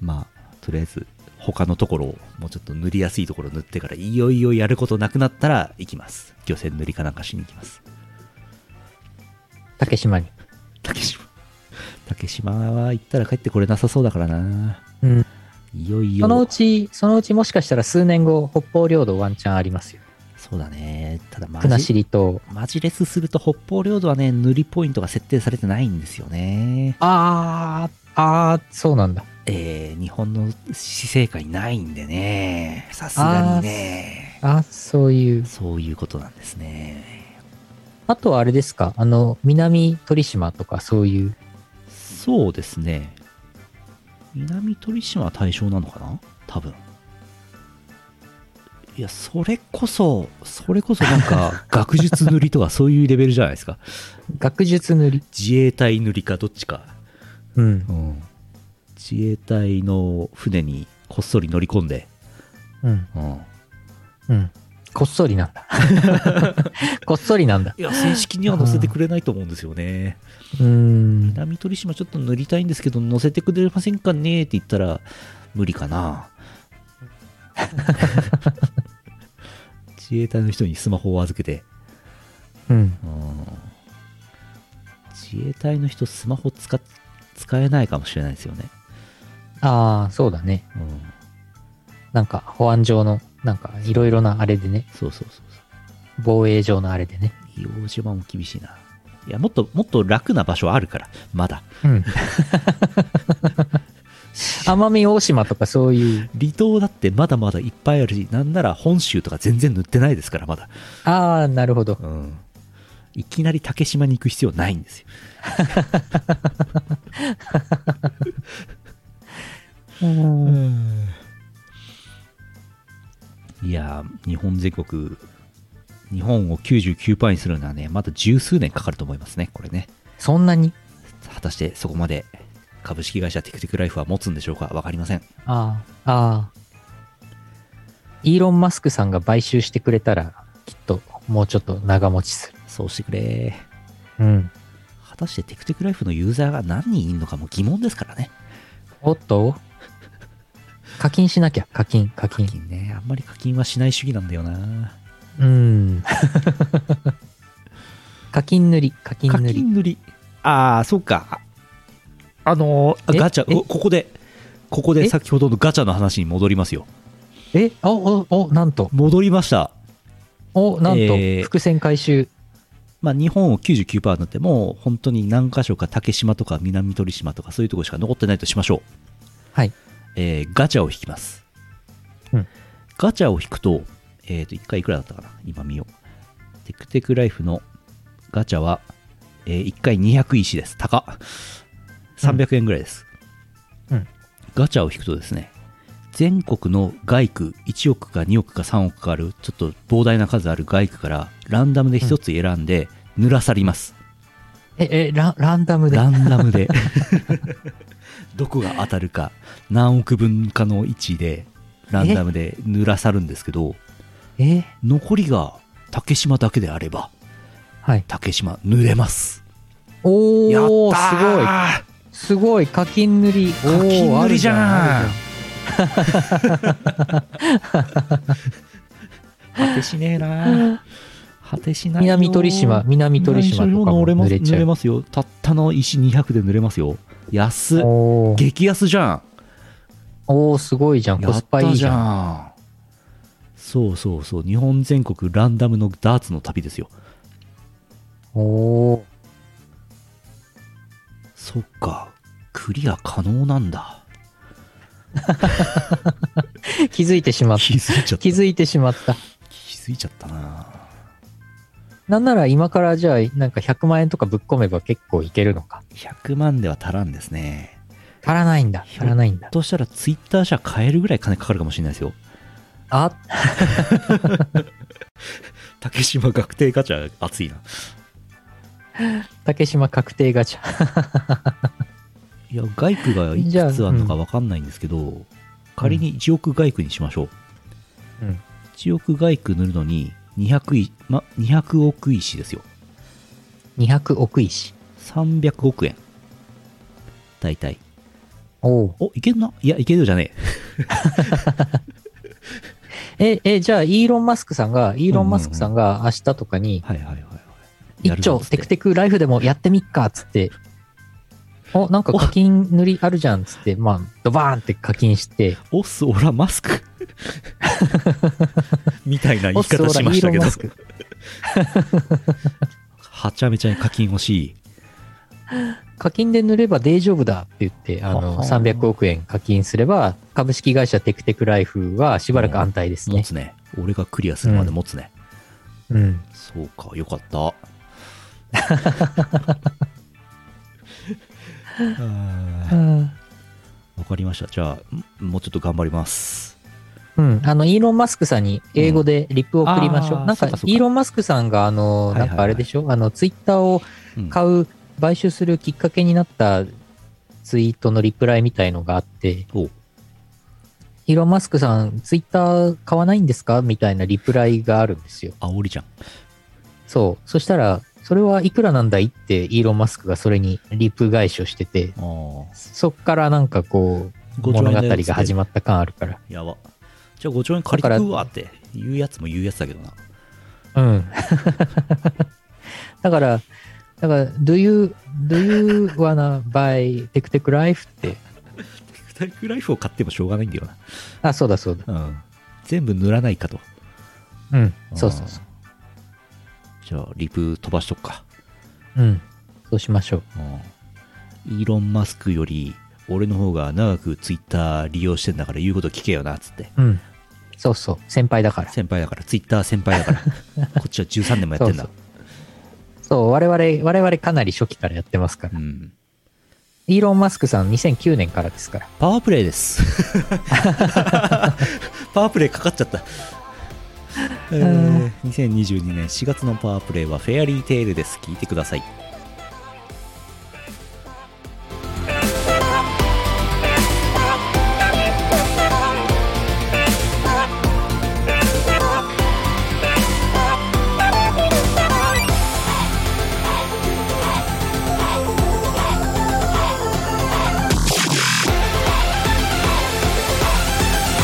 [SPEAKER 1] まあとりあえず他のところをもうちょっと塗りやすいところ塗ってからいよいよやることなくなったら行きます漁船塗りかなんかしに行きます
[SPEAKER 2] 竹島に。
[SPEAKER 1] 竹島 竹島は行ったら帰ってこれなさそうだからな
[SPEAKER 2] うん。
[SPEAKER 1] いよいよ
[SPEAKER 2] そのうち、そのうちもしかしたら数年後、北方領土ワンチャンありますよ。
[SPEAKER 1] そうだねただマ
[SPEAKER 2] 国
[SPEAKER 1] ジ
[SPEAKER 2] 後島。
[SPEAKER 1] マジレスすると北方領土はね塗りポイントが設定されてないんですよね
[SPEAKER 2] ああ、ああ、そうなんだ。
[SPEAKER 1] えー日本の死生界ないんでねさすがにね
[SPEAKER 2] ああ、そういう。
[SPEAKER 1] そういうことなんですね
[SPEAKER 2] あとはあれですかあの、南鳥島とかそういう。
[SPEAKER 1] そうですね南鳥島は対象なのかな多分いやそれこそそれこそなんか学術塗りとかそういうレベルじゃないですか
[SPEAKER 2] 学術塗り。
[SPEAKER 1] 自衛隊塗りかどっちか
[SPEAKER 2] うん。
[SPEAKER 1] うん自衛隊の船にこっそり乗り込んで、
[SPEAKER 2] うん。
[SPEAKER 1] うん、
[SPEAKER 2] うん。こっそりなんだ。 こっそりなんだ。
[SPEAKER 1] いや正式には載せてくれないと思うんですよね
[SPEAKER 2] うーん。
[SPEAKER 1] 南鳥島ちょっと塗りたいんですけど乗せてくれませんかねって言ったら無理かな自衛隊の人にスマホを預けて、
[SPEAKER 2] うん。
[SPEAKER 1] うん自衛隊の人スマホ使っ使えないかもしれないですよね、
[SPEAKER 2] ああ、そうだね。
[SPEAKER 1] うん、
[SPEAKER 2] なんか、保安上の、なんか、いろいろなあれでね。
[SPEAKER 1] そうそうそうそ
[SPEAKER 2] 防衛上のあれでね。
[SPEAKER 1] う洋島も厳しいないやもっともっと楽な場所あるからまだ
[SPEAKER 2] うん。 奄美大島とかそういう。
[SPEAKER 1] 離島だってまだまだいっぱいあるしなんなら本州とか全然塗ってないですからまだ
[SPEAKER 2] ああ、なるほど。
[SPEAKER 1] うん、いきなり竹島に行く必要ないんですよ。
[SPEAKER 2] うん。
[SPEAKER 1] いやー日本全国日本を99パーにするのはねまだ十数年かかると思いますねこれね
[SPEAKER 2] そんなに
[SPEAKER 1] 果たしてそこまで株式会社テクテクライフは持つんでしょうか分かりません
[SPEAKER 2] ああ、ああ。イーロン・マスクさんが買収してくれたら、きっともうちょっと長持ちする。
[SPEAKER 1] そうしてくれ
[SPEAKER 2] うん。
[SPEAKER 1] 果たしてテクテクライフのユーザーが何人いるのかも疑問ですからね
[SPEAKER 2] おっと課金しなきゃ、課金、課
[SPEAKER 1] 課
[SPEAKER 2] 金。
[SPEAKER 1] 金ねあんまり課金はしない主義なんだよな
[SPEAKER 2] うん。 課金塗り、課金
[SPEAKER 1] 課
[SPEAKER 2] 塗り。
[SPEAKER 1] 金塗りああそうかあのーあ
[SPEAKER 3] え
[SPEAKER 1] ガチャ
[SPEAKER 3] え
[SPEAKER 1] おここでここで
[SPEAKER 3] え
[SPEAKER 1] 先ほどのガチャの話に戻りますよ
[SPEAKER 2] えおおおなんと
[SPEAKER 1] 戻りました
[SPEAKER 2] おなんと、
[SPEAKER 1] えー
[SPEAKER 2] 伏線回収
[SPEAKER 1] まあ、日本を99%になってもう本当に何箇所か竹島とか南鳥島とかそういうところしか残ってないとしましょう、
[SPEAKER 2] はい
[SPEAKER 1] えーガチャを引きます、
[SPEAKER 2] うん
[SPEAKER 1] ガチャを引くと,、えー、と1回いくらだったかな今見ようテクテクライフのガチャは、え1回200石です高っ300円ぐらいです、
[SPEAKER 2] うん
[SPEAKER 1] ガチャを引くとですね全国の外区1億か2億か3億かあるちょっと膨大な数ある外区からランダムで1つ選んで濡らさります、
[SPEAKER 2] ええランランダムで
[SPEAKER 1] ランダム でどこが当たるか何億分かの位置でランダムで濡らさるんですけど
[SPEAKER 2] えー
[SPEAKER 1] 残りが竹島だけであれば
[SPEAKER 2] はい
[SPEAKER 1] 竹島濡れます
[SPEAKER 2] お
[SPEAKER 1] やった
[SPEAKER 2] お
[SPEAKER 1] ー
[SPEAKER 2] すごいすごい課金塗り
[SPEAKER 1] 課金
[SPEAKER 2] おー
[SPEAKER 1] 塗りじゃん
[SPEAKER 2] ある
[SPEAKER 1] 果てしねえ
[SPEAKER 2] じゃんあるじゃん
[SPEAKER 1] な果てしないよ
[SPEAKER 2] 南鳥島南鳥島とかも
[SPEAKER 1] 濡れま
[SPEAKER 2] 濡
[SPEAKER 1] す
[SPEAKER 2] れち
[SPEAKER 1] 濡
[SPEAKER 2] ゃ
[SPEAKER 1] れ
[SPEAKER 2] う
[SPEAKER 1] ますよたったの石200で濡れますよ安っ
[SPEAKER 2] おー
[SPEAKER 1] 激安じゃん
[SPEAKER 2] おーすごいじゃんコスパいいじゃん
[SPEAKER 1] んそうそうそう日本全国ランダムのダーツの旅ですよ
[SPEAKER 2] おー
[SPEAKER 1] そっかクリア可能なんだ
[SPEAKER 2] 気づいてしまっ た
[SPEAKER 1] 気づいちゃった
[SPEAKER 2] 気づいてしまった
[SPEAKER 1] 気づいちゃったな
[SPEAKER 2] なんなら今からじゃあなんか100万円とかぶっ込めば結構いけるのか
[SPEAKER 1] 100万では足らんですね
[SPEAKER 2] 足らないんだ
[SPEAKER 1] ひょ
[SPEAKER 2] 足らないんだ
[SPEAKER 1] としたらツイッター社買えるぐらい金かかるかもしれないですよ
[SPEAKER 2] あ
[SPEAKER 1] 竹島確定ガチャ熱いな
[SPEAKER 2] 竹島確定ガチャ
[SPEAKER 1] いや外区がいくつあるのか分かんないんですけど、仮に1億外区にしましょう、
[SPEAKER 2] うん
[SPEAKER 1] 1億外区塗るのに200い、ま、200億石ですよ
[SPEAKER 2] 200億石
[SPEAKER 1] 300億円大体
[SPEAKER 2] おお
[SPEAKER 1] おいけるないやいけるじゃねえ
[SPEAKER 2] ええじゃあイーロン・マスクさんがイーロン・マスクさんが明日とかに
[SPEAKER 1] はいはいはいはいや
[SPEAKER 2] 一
[SPEAKER 1] るぞっ
[SPEAKER 2] 丁
[SPEAKER 1] つって
[SPEAKER 2] テクテクライフでもやってみっかっつっておなんか課金塗りあるじゃんっつってまあドバーンって課金して
[SPEAKER 1] オスオラマス クみたいな言い方しましたけど
[SPEAKER 2] オスオライーロン
[SPEAKER 1] はちゃめちゃに課金欲しい
[SPEAKER 2] 課金で塗れば大丈夫だって言ってあの
[SPEAKER 1] はは
[SPEAKER 2] 300億円課金すれば株式会社テクテクライフはしばらく安泰です
[SPEAKER 1] 持
[SPEAKER 2] ね
[SPEAKER 1] つね俺がクリアするまで持つね、
[SPEAKER 2] うん
[SPEAKER 1] そうかよかった あーわかりましたじゃあんもうちょっと頑張ります
[SPEAKER 2] うん、あのイーロン・マスクさんに英語でリプを送りましょ
[SPEAKER 1] うん
[SPEAKER 2] う。
[SPEAKER 1] あー
[SPEAKER 2] なんか
[SPEAKER 1] そうかそうか
[SPEAKER 2] イーロン・マスクさんがあの、
[SPEAKER 1] はいはいはい
[SPEAKER 2] なんかあれでしょあのツイッターを
[SPEAKER 1] うん
[SPEAKER 2] 買う、買収するきっかけになったツイートのリプライみたいのがあって、
[SPEAKER 1] お
[SPEAKER 2] イーロン・マスクさん、ツイッター買わないんですかみたいなリプライがあるんですよ。
[SPEAKER 1] 煽りじゃん
[SPEAKER 2] そう。そしたら、それはいくらなんだいってイーロン・マスクがそれにリプ返しをしてて、
[SPEAKER 1] あー
[SPEAKER 2] そっからなんかこう、
[SPEAKER 1] 5兆
[SPEAKER 2] 物
[SPEAKER 1] 円
[SPEAKER 2] 語
[SPEAKER 1] だよっつって
[SPEAKER 2] が始まった感あるから。
[SPEAKER 1] やばじゃあ5兆円借りてくわって言うやつも言うやつだけどな
[SPEAKER 2] うん。 だから、だから、do you, do you wanna buy Tech Tech Life って、
[SPEAKER 1] テクライフを買ってもしょうがないんだよ
[SPEAKER 2] あ、そうだそうだ。
[SPEAKER 1] な、うん、全部塗らないかと
[SPEAKER 2] うん。そうそうそ
[SPEAKER 1] うんじゃあリプ飛ばしとくか、
[SPEAKER 2] う。うん。そうしましょう。
[SPEAKER 1] うん、イーロン・マスクより俺の方が長くツイッター利用してんだから言うこと聞けよなっつって
[SPEAKER 2] うん。そうそう。先輩だから。
[SPEAKER 1] 先輩だからツイッター先輩 だからこっちは13年もやってんだ
[SPEAKER 2] そうそう、我々、我々かなり初期からやってますから。
[SPEAKER 1] うん、
[SPEAKER 2] イーロン・マスクさん2009年からですから。
[SPEAKER 1] パワープレイです パワープレイかかっちゃった、えー2022年4月のパワープレイは「フェアリーテイル」です聞いてください
[SPEAKER 4] 「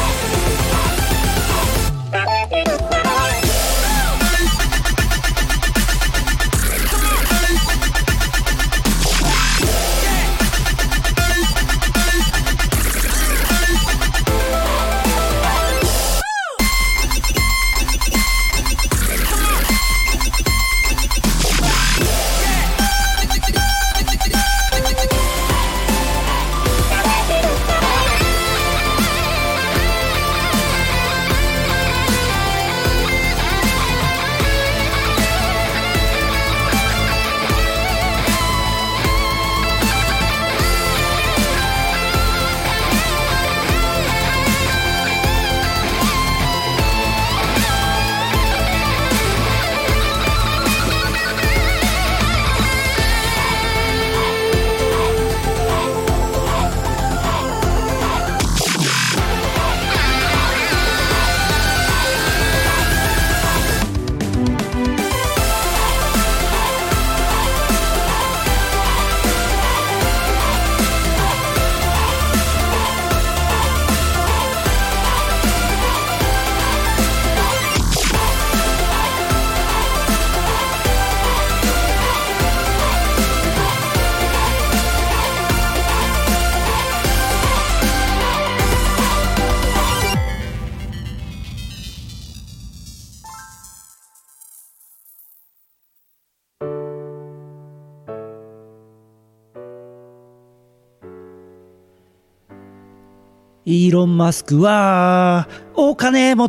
[SPEAKER 1] イーロン・マスクは、お金持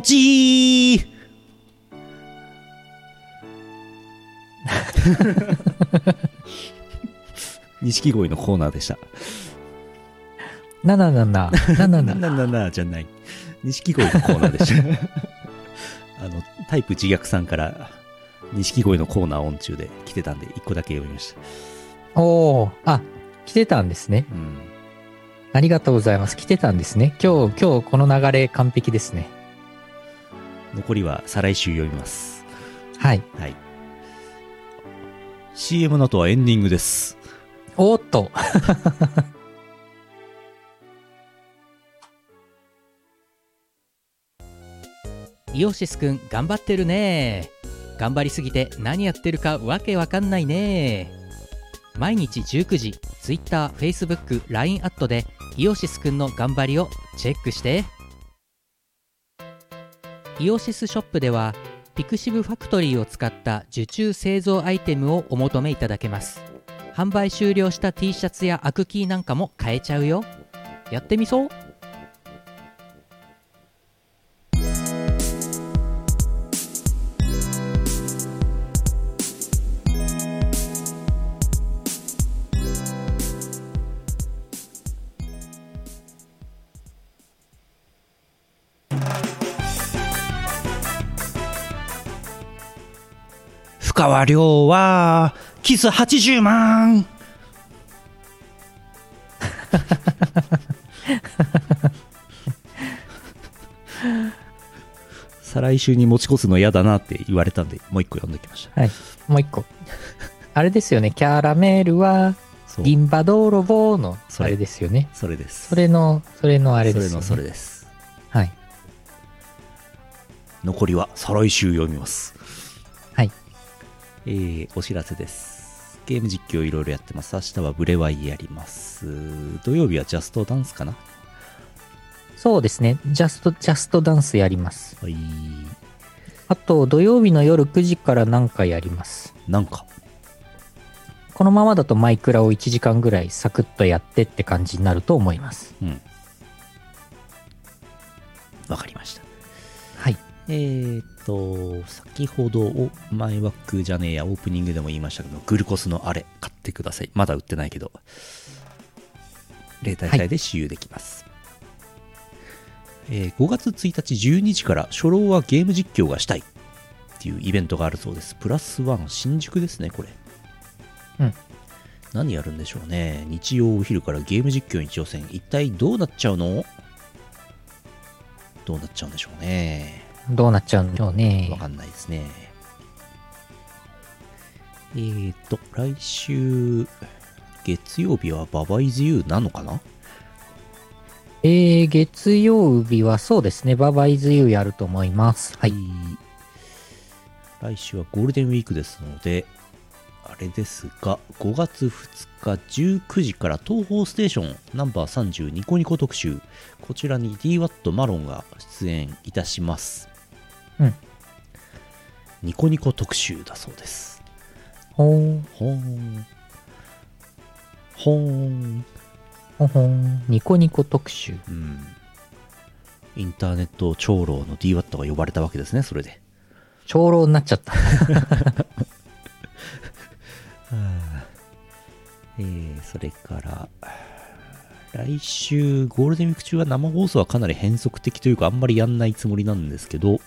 [SPEAKER 1] ち錦鯉のコーナーでした。
[SPEAKER 2] なななな、ななな
[SPEAKER 1] なななじゃない。錦鯉のコーナーでした。 あの、タイプ自虐さんから、錦鯉のコーナーオン中で来てたんで、一個だけ読みました。
[SPEAKER 2] おー、あ、来てたんですね。
[SPEAKER 1] うん。
[SPEAKER 2] ありがとうございます。来てたんですね。今日、今日この流れ完璧ですね。
[SPEAKER 1] 残りは再来週読みます。
[SPEAKER 2] はい。
[SPEAKER 1] はい。CM の後はエンディングです。
[SPEAKER 2] おーっと。
[SPEAKER 3] イオシスくん頑張ってるね頑張りすぎて何やってるかわけわかんないね毎日19時 TwitterFacebookLINE アットでイオシスくんの頑張りをチェックしてイオシスショップではピクシブファクトリーを使った受注製造アイテムをお求めいただけます販売終了した T シャツやアクキーなんかも買えちゃうよやってみそう
[SPEAKER 1] 深川亮は、キス80万 再来週に持ち越すの嫌だなって言われたんで、もう一個読んできました。
[SPEAKER 2] もう一個。 あれですよね。キャラメールは、
[SPEAKER 1] そう
[SPEAKER 2] 銀馬泥棒の、
[SPEAKER 1] そ
[SPEAKER 2] あ
[SPEAKER 1] れ
[SPEAKER 2] れですよね。
[SPEAKER 1] それです。
[SPEAKER 2] それの、それのあれ
[SPEAKER 1] そ
[SPEAKER 2] で
[SPEAKER 1] れ
[SPEAKER 2] すよ
[SPEAKER 1] の
[SPEAKER 2] ね。
[SPEAKER 1] それです。
[SPEAKER 2] はい。
[SPEAKER 1] 残りは再来週読みます
[SPEAKER 2] はい
[SPEAKER 1] えー、お知らせですゲーム実況いろいろやってます明日はブレワイやります土曜日はジャストダンスかな
[SPEAKER 2] そうですね。ジャスト、ジャストダンスやります。
[SPEAKER 1] はい
[SPEAKER 2] あと、土曜日の夜9時から何かやります。
[SPEAKER 1] なんか
[SPEAKER 2] このままだとマイクラを1時間ぐらいサクッとやってって感じになると思います。
[SPEAKER 1] うんわかりました
[SPEAKER 2] はい。
[SPEAKER 1] えー、っと先ほどお前枠じゃねえやオープニングでも言いましたけどグルコスのあれ買ってくださいまだ売ってないけど例大会で使用できます、えー5月1日12時から初老はゲーム実況がしたいっていうイベントがあるそうですプラスワン新宿ですねこれ
[SPEAKER 2] うん
[SPEAKER 1] 何やるんでしょうね日曜お昼からゲーム実況に挑戦一体どうなっちゃうのどうなっちゃうんでしょうね
[SPEAKER 2] どうなっちゃうんでしょうね
[SPEAKER 1] わ。かんないですね。えーと、来週、月曜日はババイズユーなのかな
[SPEAKER 2] えー、月曜日はそうですね。ババイズユーやると思います。はい。。
[SPEAKER 1] 来週はゴールデンウィークですので、あれですが、5月2日19時から東方ステーションナンバー30ニコニコ特集、こちらに DWAT マロンが出演いたします。
[SPEAKER 2] うん。
[SPEAKER 1] ニコニコ特集だそうです。
[SPEAKER 2] ほー、
[SPEAKER 1] ほーん。ほーん。
[SPEAKER 2] ほほん。ニコニコ特集。
[SPEAKER 1] うん。インターネット長老の DWAT が呼ばれたわけですね、それで。
[SPEAKER 2] 長老になっちゃった。
[SPEAKER 1] えー、それから、来週、ゴールデンウィーク中は生放送はかなり変則的というか、あんまりやんないつもりなんですけど、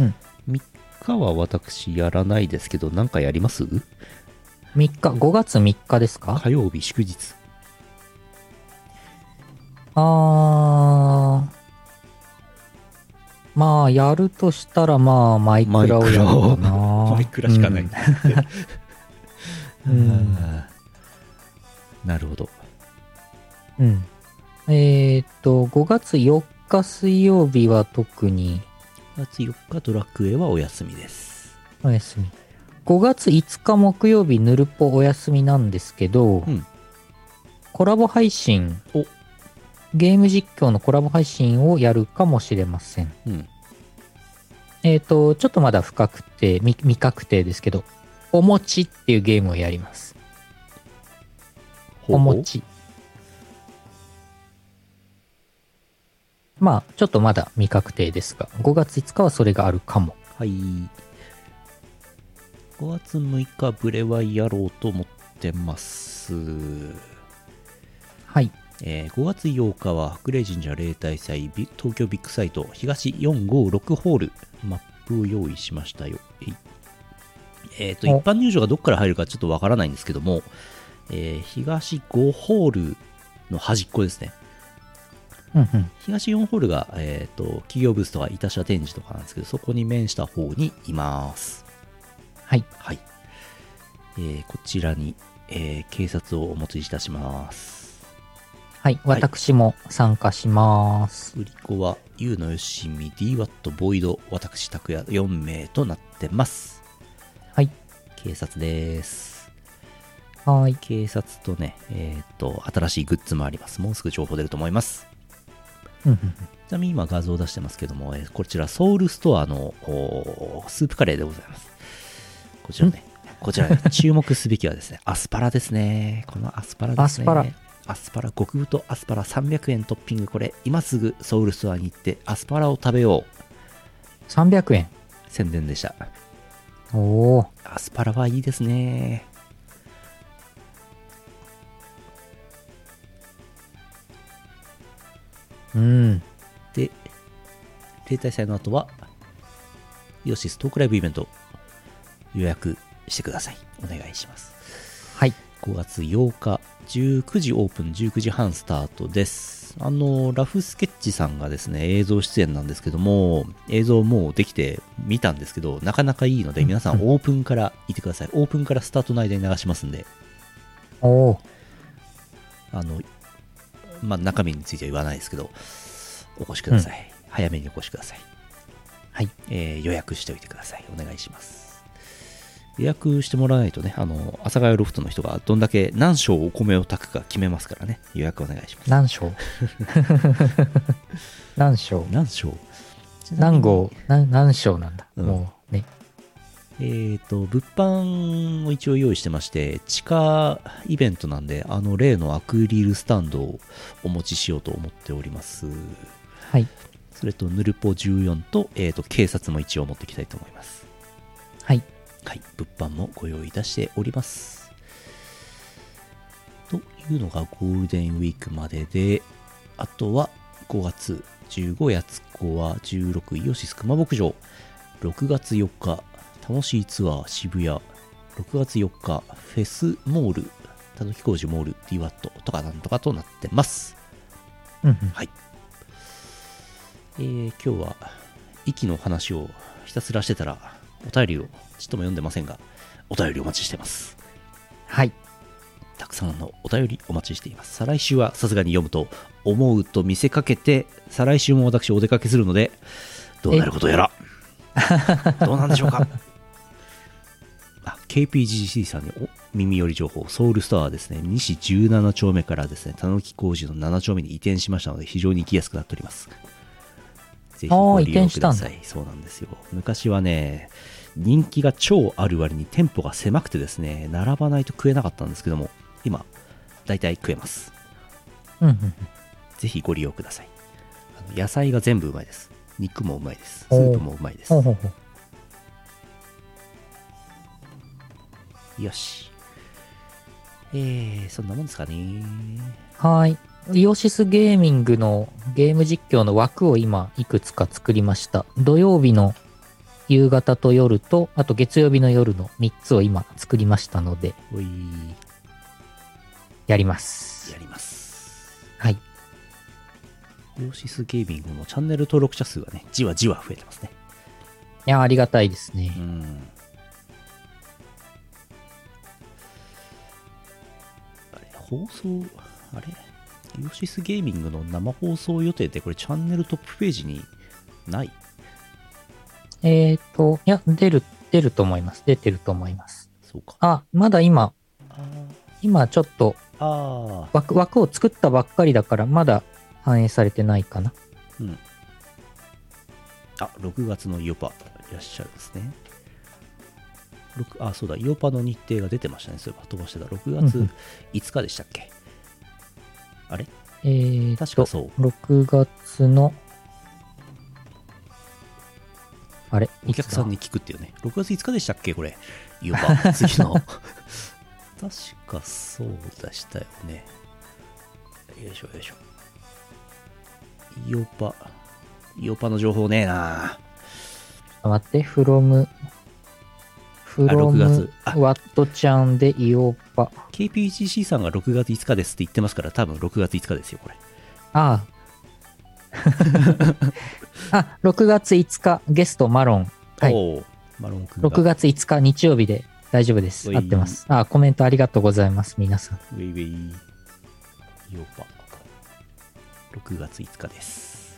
[SPEAKER 2] うん
[SPEAKER 1] 3日は私やらないですけど、なんかやります
[SPEAKER 2] 3日、5月3日ですか
[SPEAKER 1] 火曜日祝日。
[SPEAKER 2] あー。まあ、やるとしたら、まあ、マイクラをやるかな。
[SPEAKER 1] マイクラしかない。
[SPEAKER 2] うん
[SPEAKER 1] うんなるほど。
[SPEAKER 2] うん。えーっと、5月4日水曜日は特に
[SPEAKER 1] 5月4日ドラクエはお休みです。
[SPEAKER 2] お休み。5月5日木曜日、ぬるぽお休みなんですけど、
[SPEAKER 1] うん
[SPEAKER 2] コラボ配信
[SPEAKER 1] お
[SPEAKER 2] ゲーム実況のコラボ配信をやるかもしれません。
[SPEAKER 1] うん。
[SPEAKER 2] えーっと、ちょっとまだ不確定、未未確定ですけど、お餅っていうゲームをやります。お餅。まあ、ちょっとまだ未確定ですが、5月5日はそれがあるかも。
[SPEAKER 1] はい。5月6日、ブレワイやろうと思ってます。
[SPEAKER 2] はい。
[SPEAKER 1] えー5月8日は白麗神社例大祭ビ東京ビッグサイト東456ホールマップを用意しましたよ。えいえーと一
[SPEAKER 2] お
[SPEAKER 1] 般入場がどこから入るかちょっとわからないんですけども、えー東5ホールの端っこですね。
[SPEAKER 2] うんうん。
[SPEAKER 1] 東4ホールが、えー、と企業ブースとか板車展示とかなんですけどそこに面した方にいます。
[SPEAKER 2] はい。
[SPEAKER 1] はい。えーこちらに、えー警察をお持ちいたします。
[SPEAKER 2] はい。
[SPEAKER 1] はい
[SPEAKER 2] 私も参加します。
[SPEAKER 1] 売り子は U のよしみ DWAT ボイド私拓也4名となってます
[SPEAKER 2] はい
[SPEAKER 1] 警察です
[SPEAKER 2] はい。
[SPEAKER 1] 警察とねえっ、と新しいグッズもありますもうすぐ情報出ると思います
[SPEAKER 2] うんうん
[SPEAKER 1] ちなみに今画像を出してますけども、えーこちらソウルストアのおースープカレーでございますこちらねこちら ね注目すべきはですねアスパラですねこのアスパラですね
[SPEAKER 2] アスパラ
[SPEAKER 1] アスパラ極太アスパラ300円トッピングこれ今すぐソウルストアに行ってアスパラを食べよう
[SPEAKER 2] 300円。
[SPEAKER 1] 宣伝でした
[SPEAKER 2] おー。
[SPEAKER 1] アスパラはいいですね
[SPEAKER 2] うん。
[SPEAKER 1] で例大祭の後はイオシストークライブイベント予約してくださいお願いします
[SPEAKER 2] はい。
[SPEAKER 1] 5月8日19時オープン19時半スタートですあのラフスケッチさんがですね映像出演なんですけども映像もうできて見たんですけどなかなかいいので皆さんオープンからいてくださいオープンからスタートの間に流しますんで
[SPEAKER 2] おー。
[SPEAKER 1] あの、まあ、中身については言わないですけど、お越しください。早めにお越しください。
[SPEAKER 2] はい。
[SPEAKER 1] えー予約しておいてください。お願いします。予約してもらわないとね、あの、阿佐ヶ谷ロフトの人がどんだけ何升お米を炊くか決めますからね、予約お願いします。
[SPEAKER 2] 何章何章
[SPEAKER 1] 何升ちなみに
[SPEAKER 2] 何号な何章なんだ、
[SPEAKER 1] うん
[SPEAKER 2] もうね。
[SPEAKER 1] えっ、と、物販を一応用意してまして、地下イベントなんで、あの、例のアクリルスタンドをお持ちしようと思っております。
[SPEAKER 2] はい。
[SPEAKER 1] それとヌルポ14と,、えー、と警察も一応持っていきたいと思います。
[SPEAKER 2] はい。
[SPEAKER 1] はい、物販もご用意いたしております。というのがゴールデンウィークまでで、あとは5月15やつこは16イオシス熊牧場、6月4日楽しいツアー渋谷、6月4日フェスモール、たぬき工事モール DWAT とかなんとかとなってます。
[SPEAKER 2] うんうん。
[SPEAKER 1] はい。えー今日は、息の話をひたすらしてたら、お便りをちっとも読んでませんが、お便りお待ちしてます。
[SPEAKER 2] はい。
[SPEAKER 1] たくさんのお便りお待ちしています。再来週はさすがに読むと思うと見せかけて、再来週も私お出かけするので、どうなることやら。どうなんでしょうか。あ KPGC さんにお耳寄り情報、ソウルスタアはですね、西17丁目からですね、たぬき工事の7丁目に移転しましたので、非常に行きやすくなっております。ぜひご利
[SPEAKER 2] あー移
[SPEAKER 1] 用く
[SPEAKER 2] 転した
[SPEAKER 1] だ
[SPEAKER 2] んだ
[SPEAKER 1] さい。そうなんですよ。昔はね、人気が超ある割に店舗が狭くてですね、並ばないと食えなかったんですけども、今、大体食えます。
[SPEAKER 2] うんうん
[SPEAKER 1] ぜひご利用ください。あの野菜が全部うまいです。肉もうまいです。スープもうまいです
[SPEAKER 2] ほ。うほうほう。
[SPEAKER 1] よし。えー、そんなもんですかね。
[SPEAKER 2] はい。イオシスゲーミングのゲーム実況の枠を今いくつか作りました。土曜日の夕方と夜と、あと月曜日の夜の3つを今作りましたので、
[SPEAKER 1] おい、
[SPEAKER 2] やります
[SPEAKER 1] や。ります。
[SPEAKER 2] はい。
[SPEAKER 1] イオシスゲーミングのチャンネル登録者数がね、じわじわ増えてますね。
[SPEAKER 2] いや、ありがたいですね
[SPEAKER 1] う。ん。あれ、放送、あれイオシスゲーミングの生放送予定ってこれチャンネルトップページにない
[SPEAKER 2] えっ、ー、と、いや、出る、出ると思います。出てると思います。
[SPEAKER 1] そうか。
[SPEAKER 2] あ、まだ今、
[SPEAKER 1] あー
[SPEAKER 2] 今ちょっと
[SPEAKER 1] あ
[SPEAKER 2] 枠枠を作ったばっかりだから、まだ反映されてないかな。
[SPEAKER 1] ー、うん。あ、6月のイオパ、いらっしゃるんですね。六あ、そうだ、イオパの日程が出てましたね。そういえば飛ばしてた。6
[SPEAKER 2] うんう
[SPEAKER 1] 月
[SPEAKER 2] ん
[SPEAKER 1] 5日でしたっけ、あれ
[SPEAKER 2] えー、
[SPEAKER 1] 確か
[SPEAKER 2] と、
[SPEAKER 1] そう。
[SPEAKER 2] 6月のあれ
[SPEAKER 1] お客さん
[SPEAKER 2] い
[SPEAKER 1] に聞くっていうね。6月5日でしたっけこれ。いわ ば、次の。確かそうでしたよね。よいしょよいしょ。イオパ。イオパの情報ねえな
[SPEAKER 2] つだ待って、from、
[SPEAKER 1] 6月
[SPEAKER 2] from
[SPEAKER 1] あ
[SPEAKER 2] what ちゃんでイオパ。
[SPEAKER 1] KPGC さんが6月5日ですって言ってますから、多分6月5日ですよ、これ。
[SPEAKER 2] ああ。あ、6月5日、ゲストマロン。はい
[SPEAKER 1] おーマロン君が。
[SPEAKER 2] 6月5日、日曜日で大丈夫です。
[SPEAKER 1] はい
[SPEAKER 2] 合ってます。あ、コメントありがとうございます、皆さん。
[SPEAKER 1] ウェイウェイ。ヨパ。6月5日です。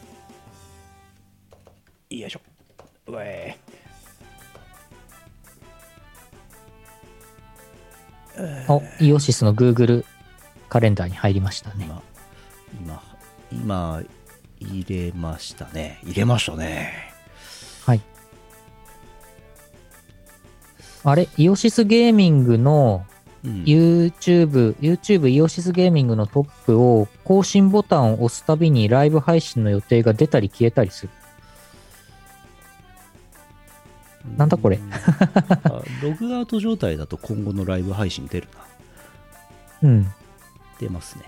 [SPEAKER 1] よいしょ。うえ
[SPEAKER 2] お、イオシスの Google カレンダーに入りましたね。
[SPEAKER 1] 今、今、今、入れましたね。入れましたね。
[SPEAKER 2] はい。あれ、イオシスゲーミングの
[SPEAKER 1] うん
[SPEAKER 2] YouTube、YouTube イオシスゲーミングのトップを更新ボタンを押すたびにライブ配信の予定が出たり消えたりする。なんだこれ
[SPEAKER 1] うあログアウト状態だと今後のライブ配信出るな。
[SPEAKER 2] うん。
[SPEAKER 1] 出ますね。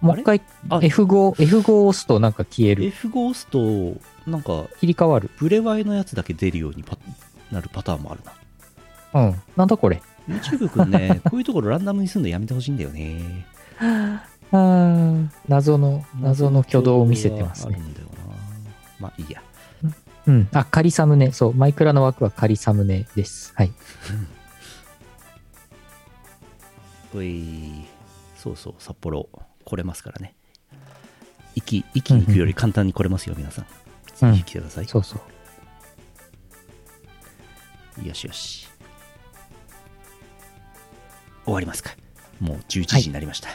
[SPEAKER 2] もう一回
[SPEAKER 1] あ
[SPEAKER 2] F5、F5 を押すとなんか消える。
[SPEAKER 1] F5 押すと、なんか、
[SPEAKER 2] 切り替わる。
[SPEAKER 1] ブレワイのやつだけ出るようにパなるパターンもあるな。
[SPEAKER 2] うん。なんだこれ。
[SPEAKER 1] YouTube くん ね、こういうところランダムにするのやめてほしいんだよね。
[SPEAKER 2] あー謎の、謎の挙動を見せてます
[SPEAKER 1] あ
[SPEAKER 2] ね。
[SPEAKER 1] るんだよな。まあいいや。
[SPEAKER 2] うん。あ、仮サムネ。そう。マイクラの枠は仮サムネです。はい。
[SPEAKER 1] おい、そうそう、札幌来れますからね。行き、行きに行くより簡単に来れますよ、皆さん。
[SPEAKER 2] うん
[SPEAKER 1] ぜひ来てください。
[SPEAKER 2] そうそう。
[SPEAKER 1] よしよし。終わりますか。もう11時になりました。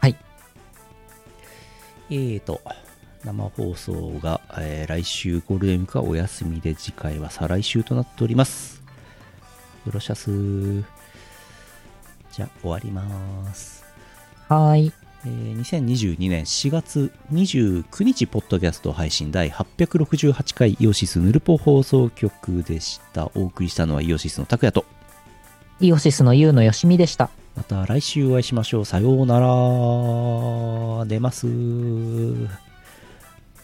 [SPEAKER 2] はい。
[SPEAKER 1] えーと、生放送が、えー来週ゴールデンウィークはお休みで、次回は再来週となっております。よろしゃすー。じゃあ、終わります。
[SPEAKER 2] はーい。
[SPEAKER 1] えー2022年4月29日、ポッドキャスト配信第868回イオシスヌルポ放送局でした。お送りしたのはイオシスの拓也と、
[SPEAKER 2] イオシスのユウのよしみでした。
[SPEAKER 1] また来週お会いしましょう。さようなら。出ます。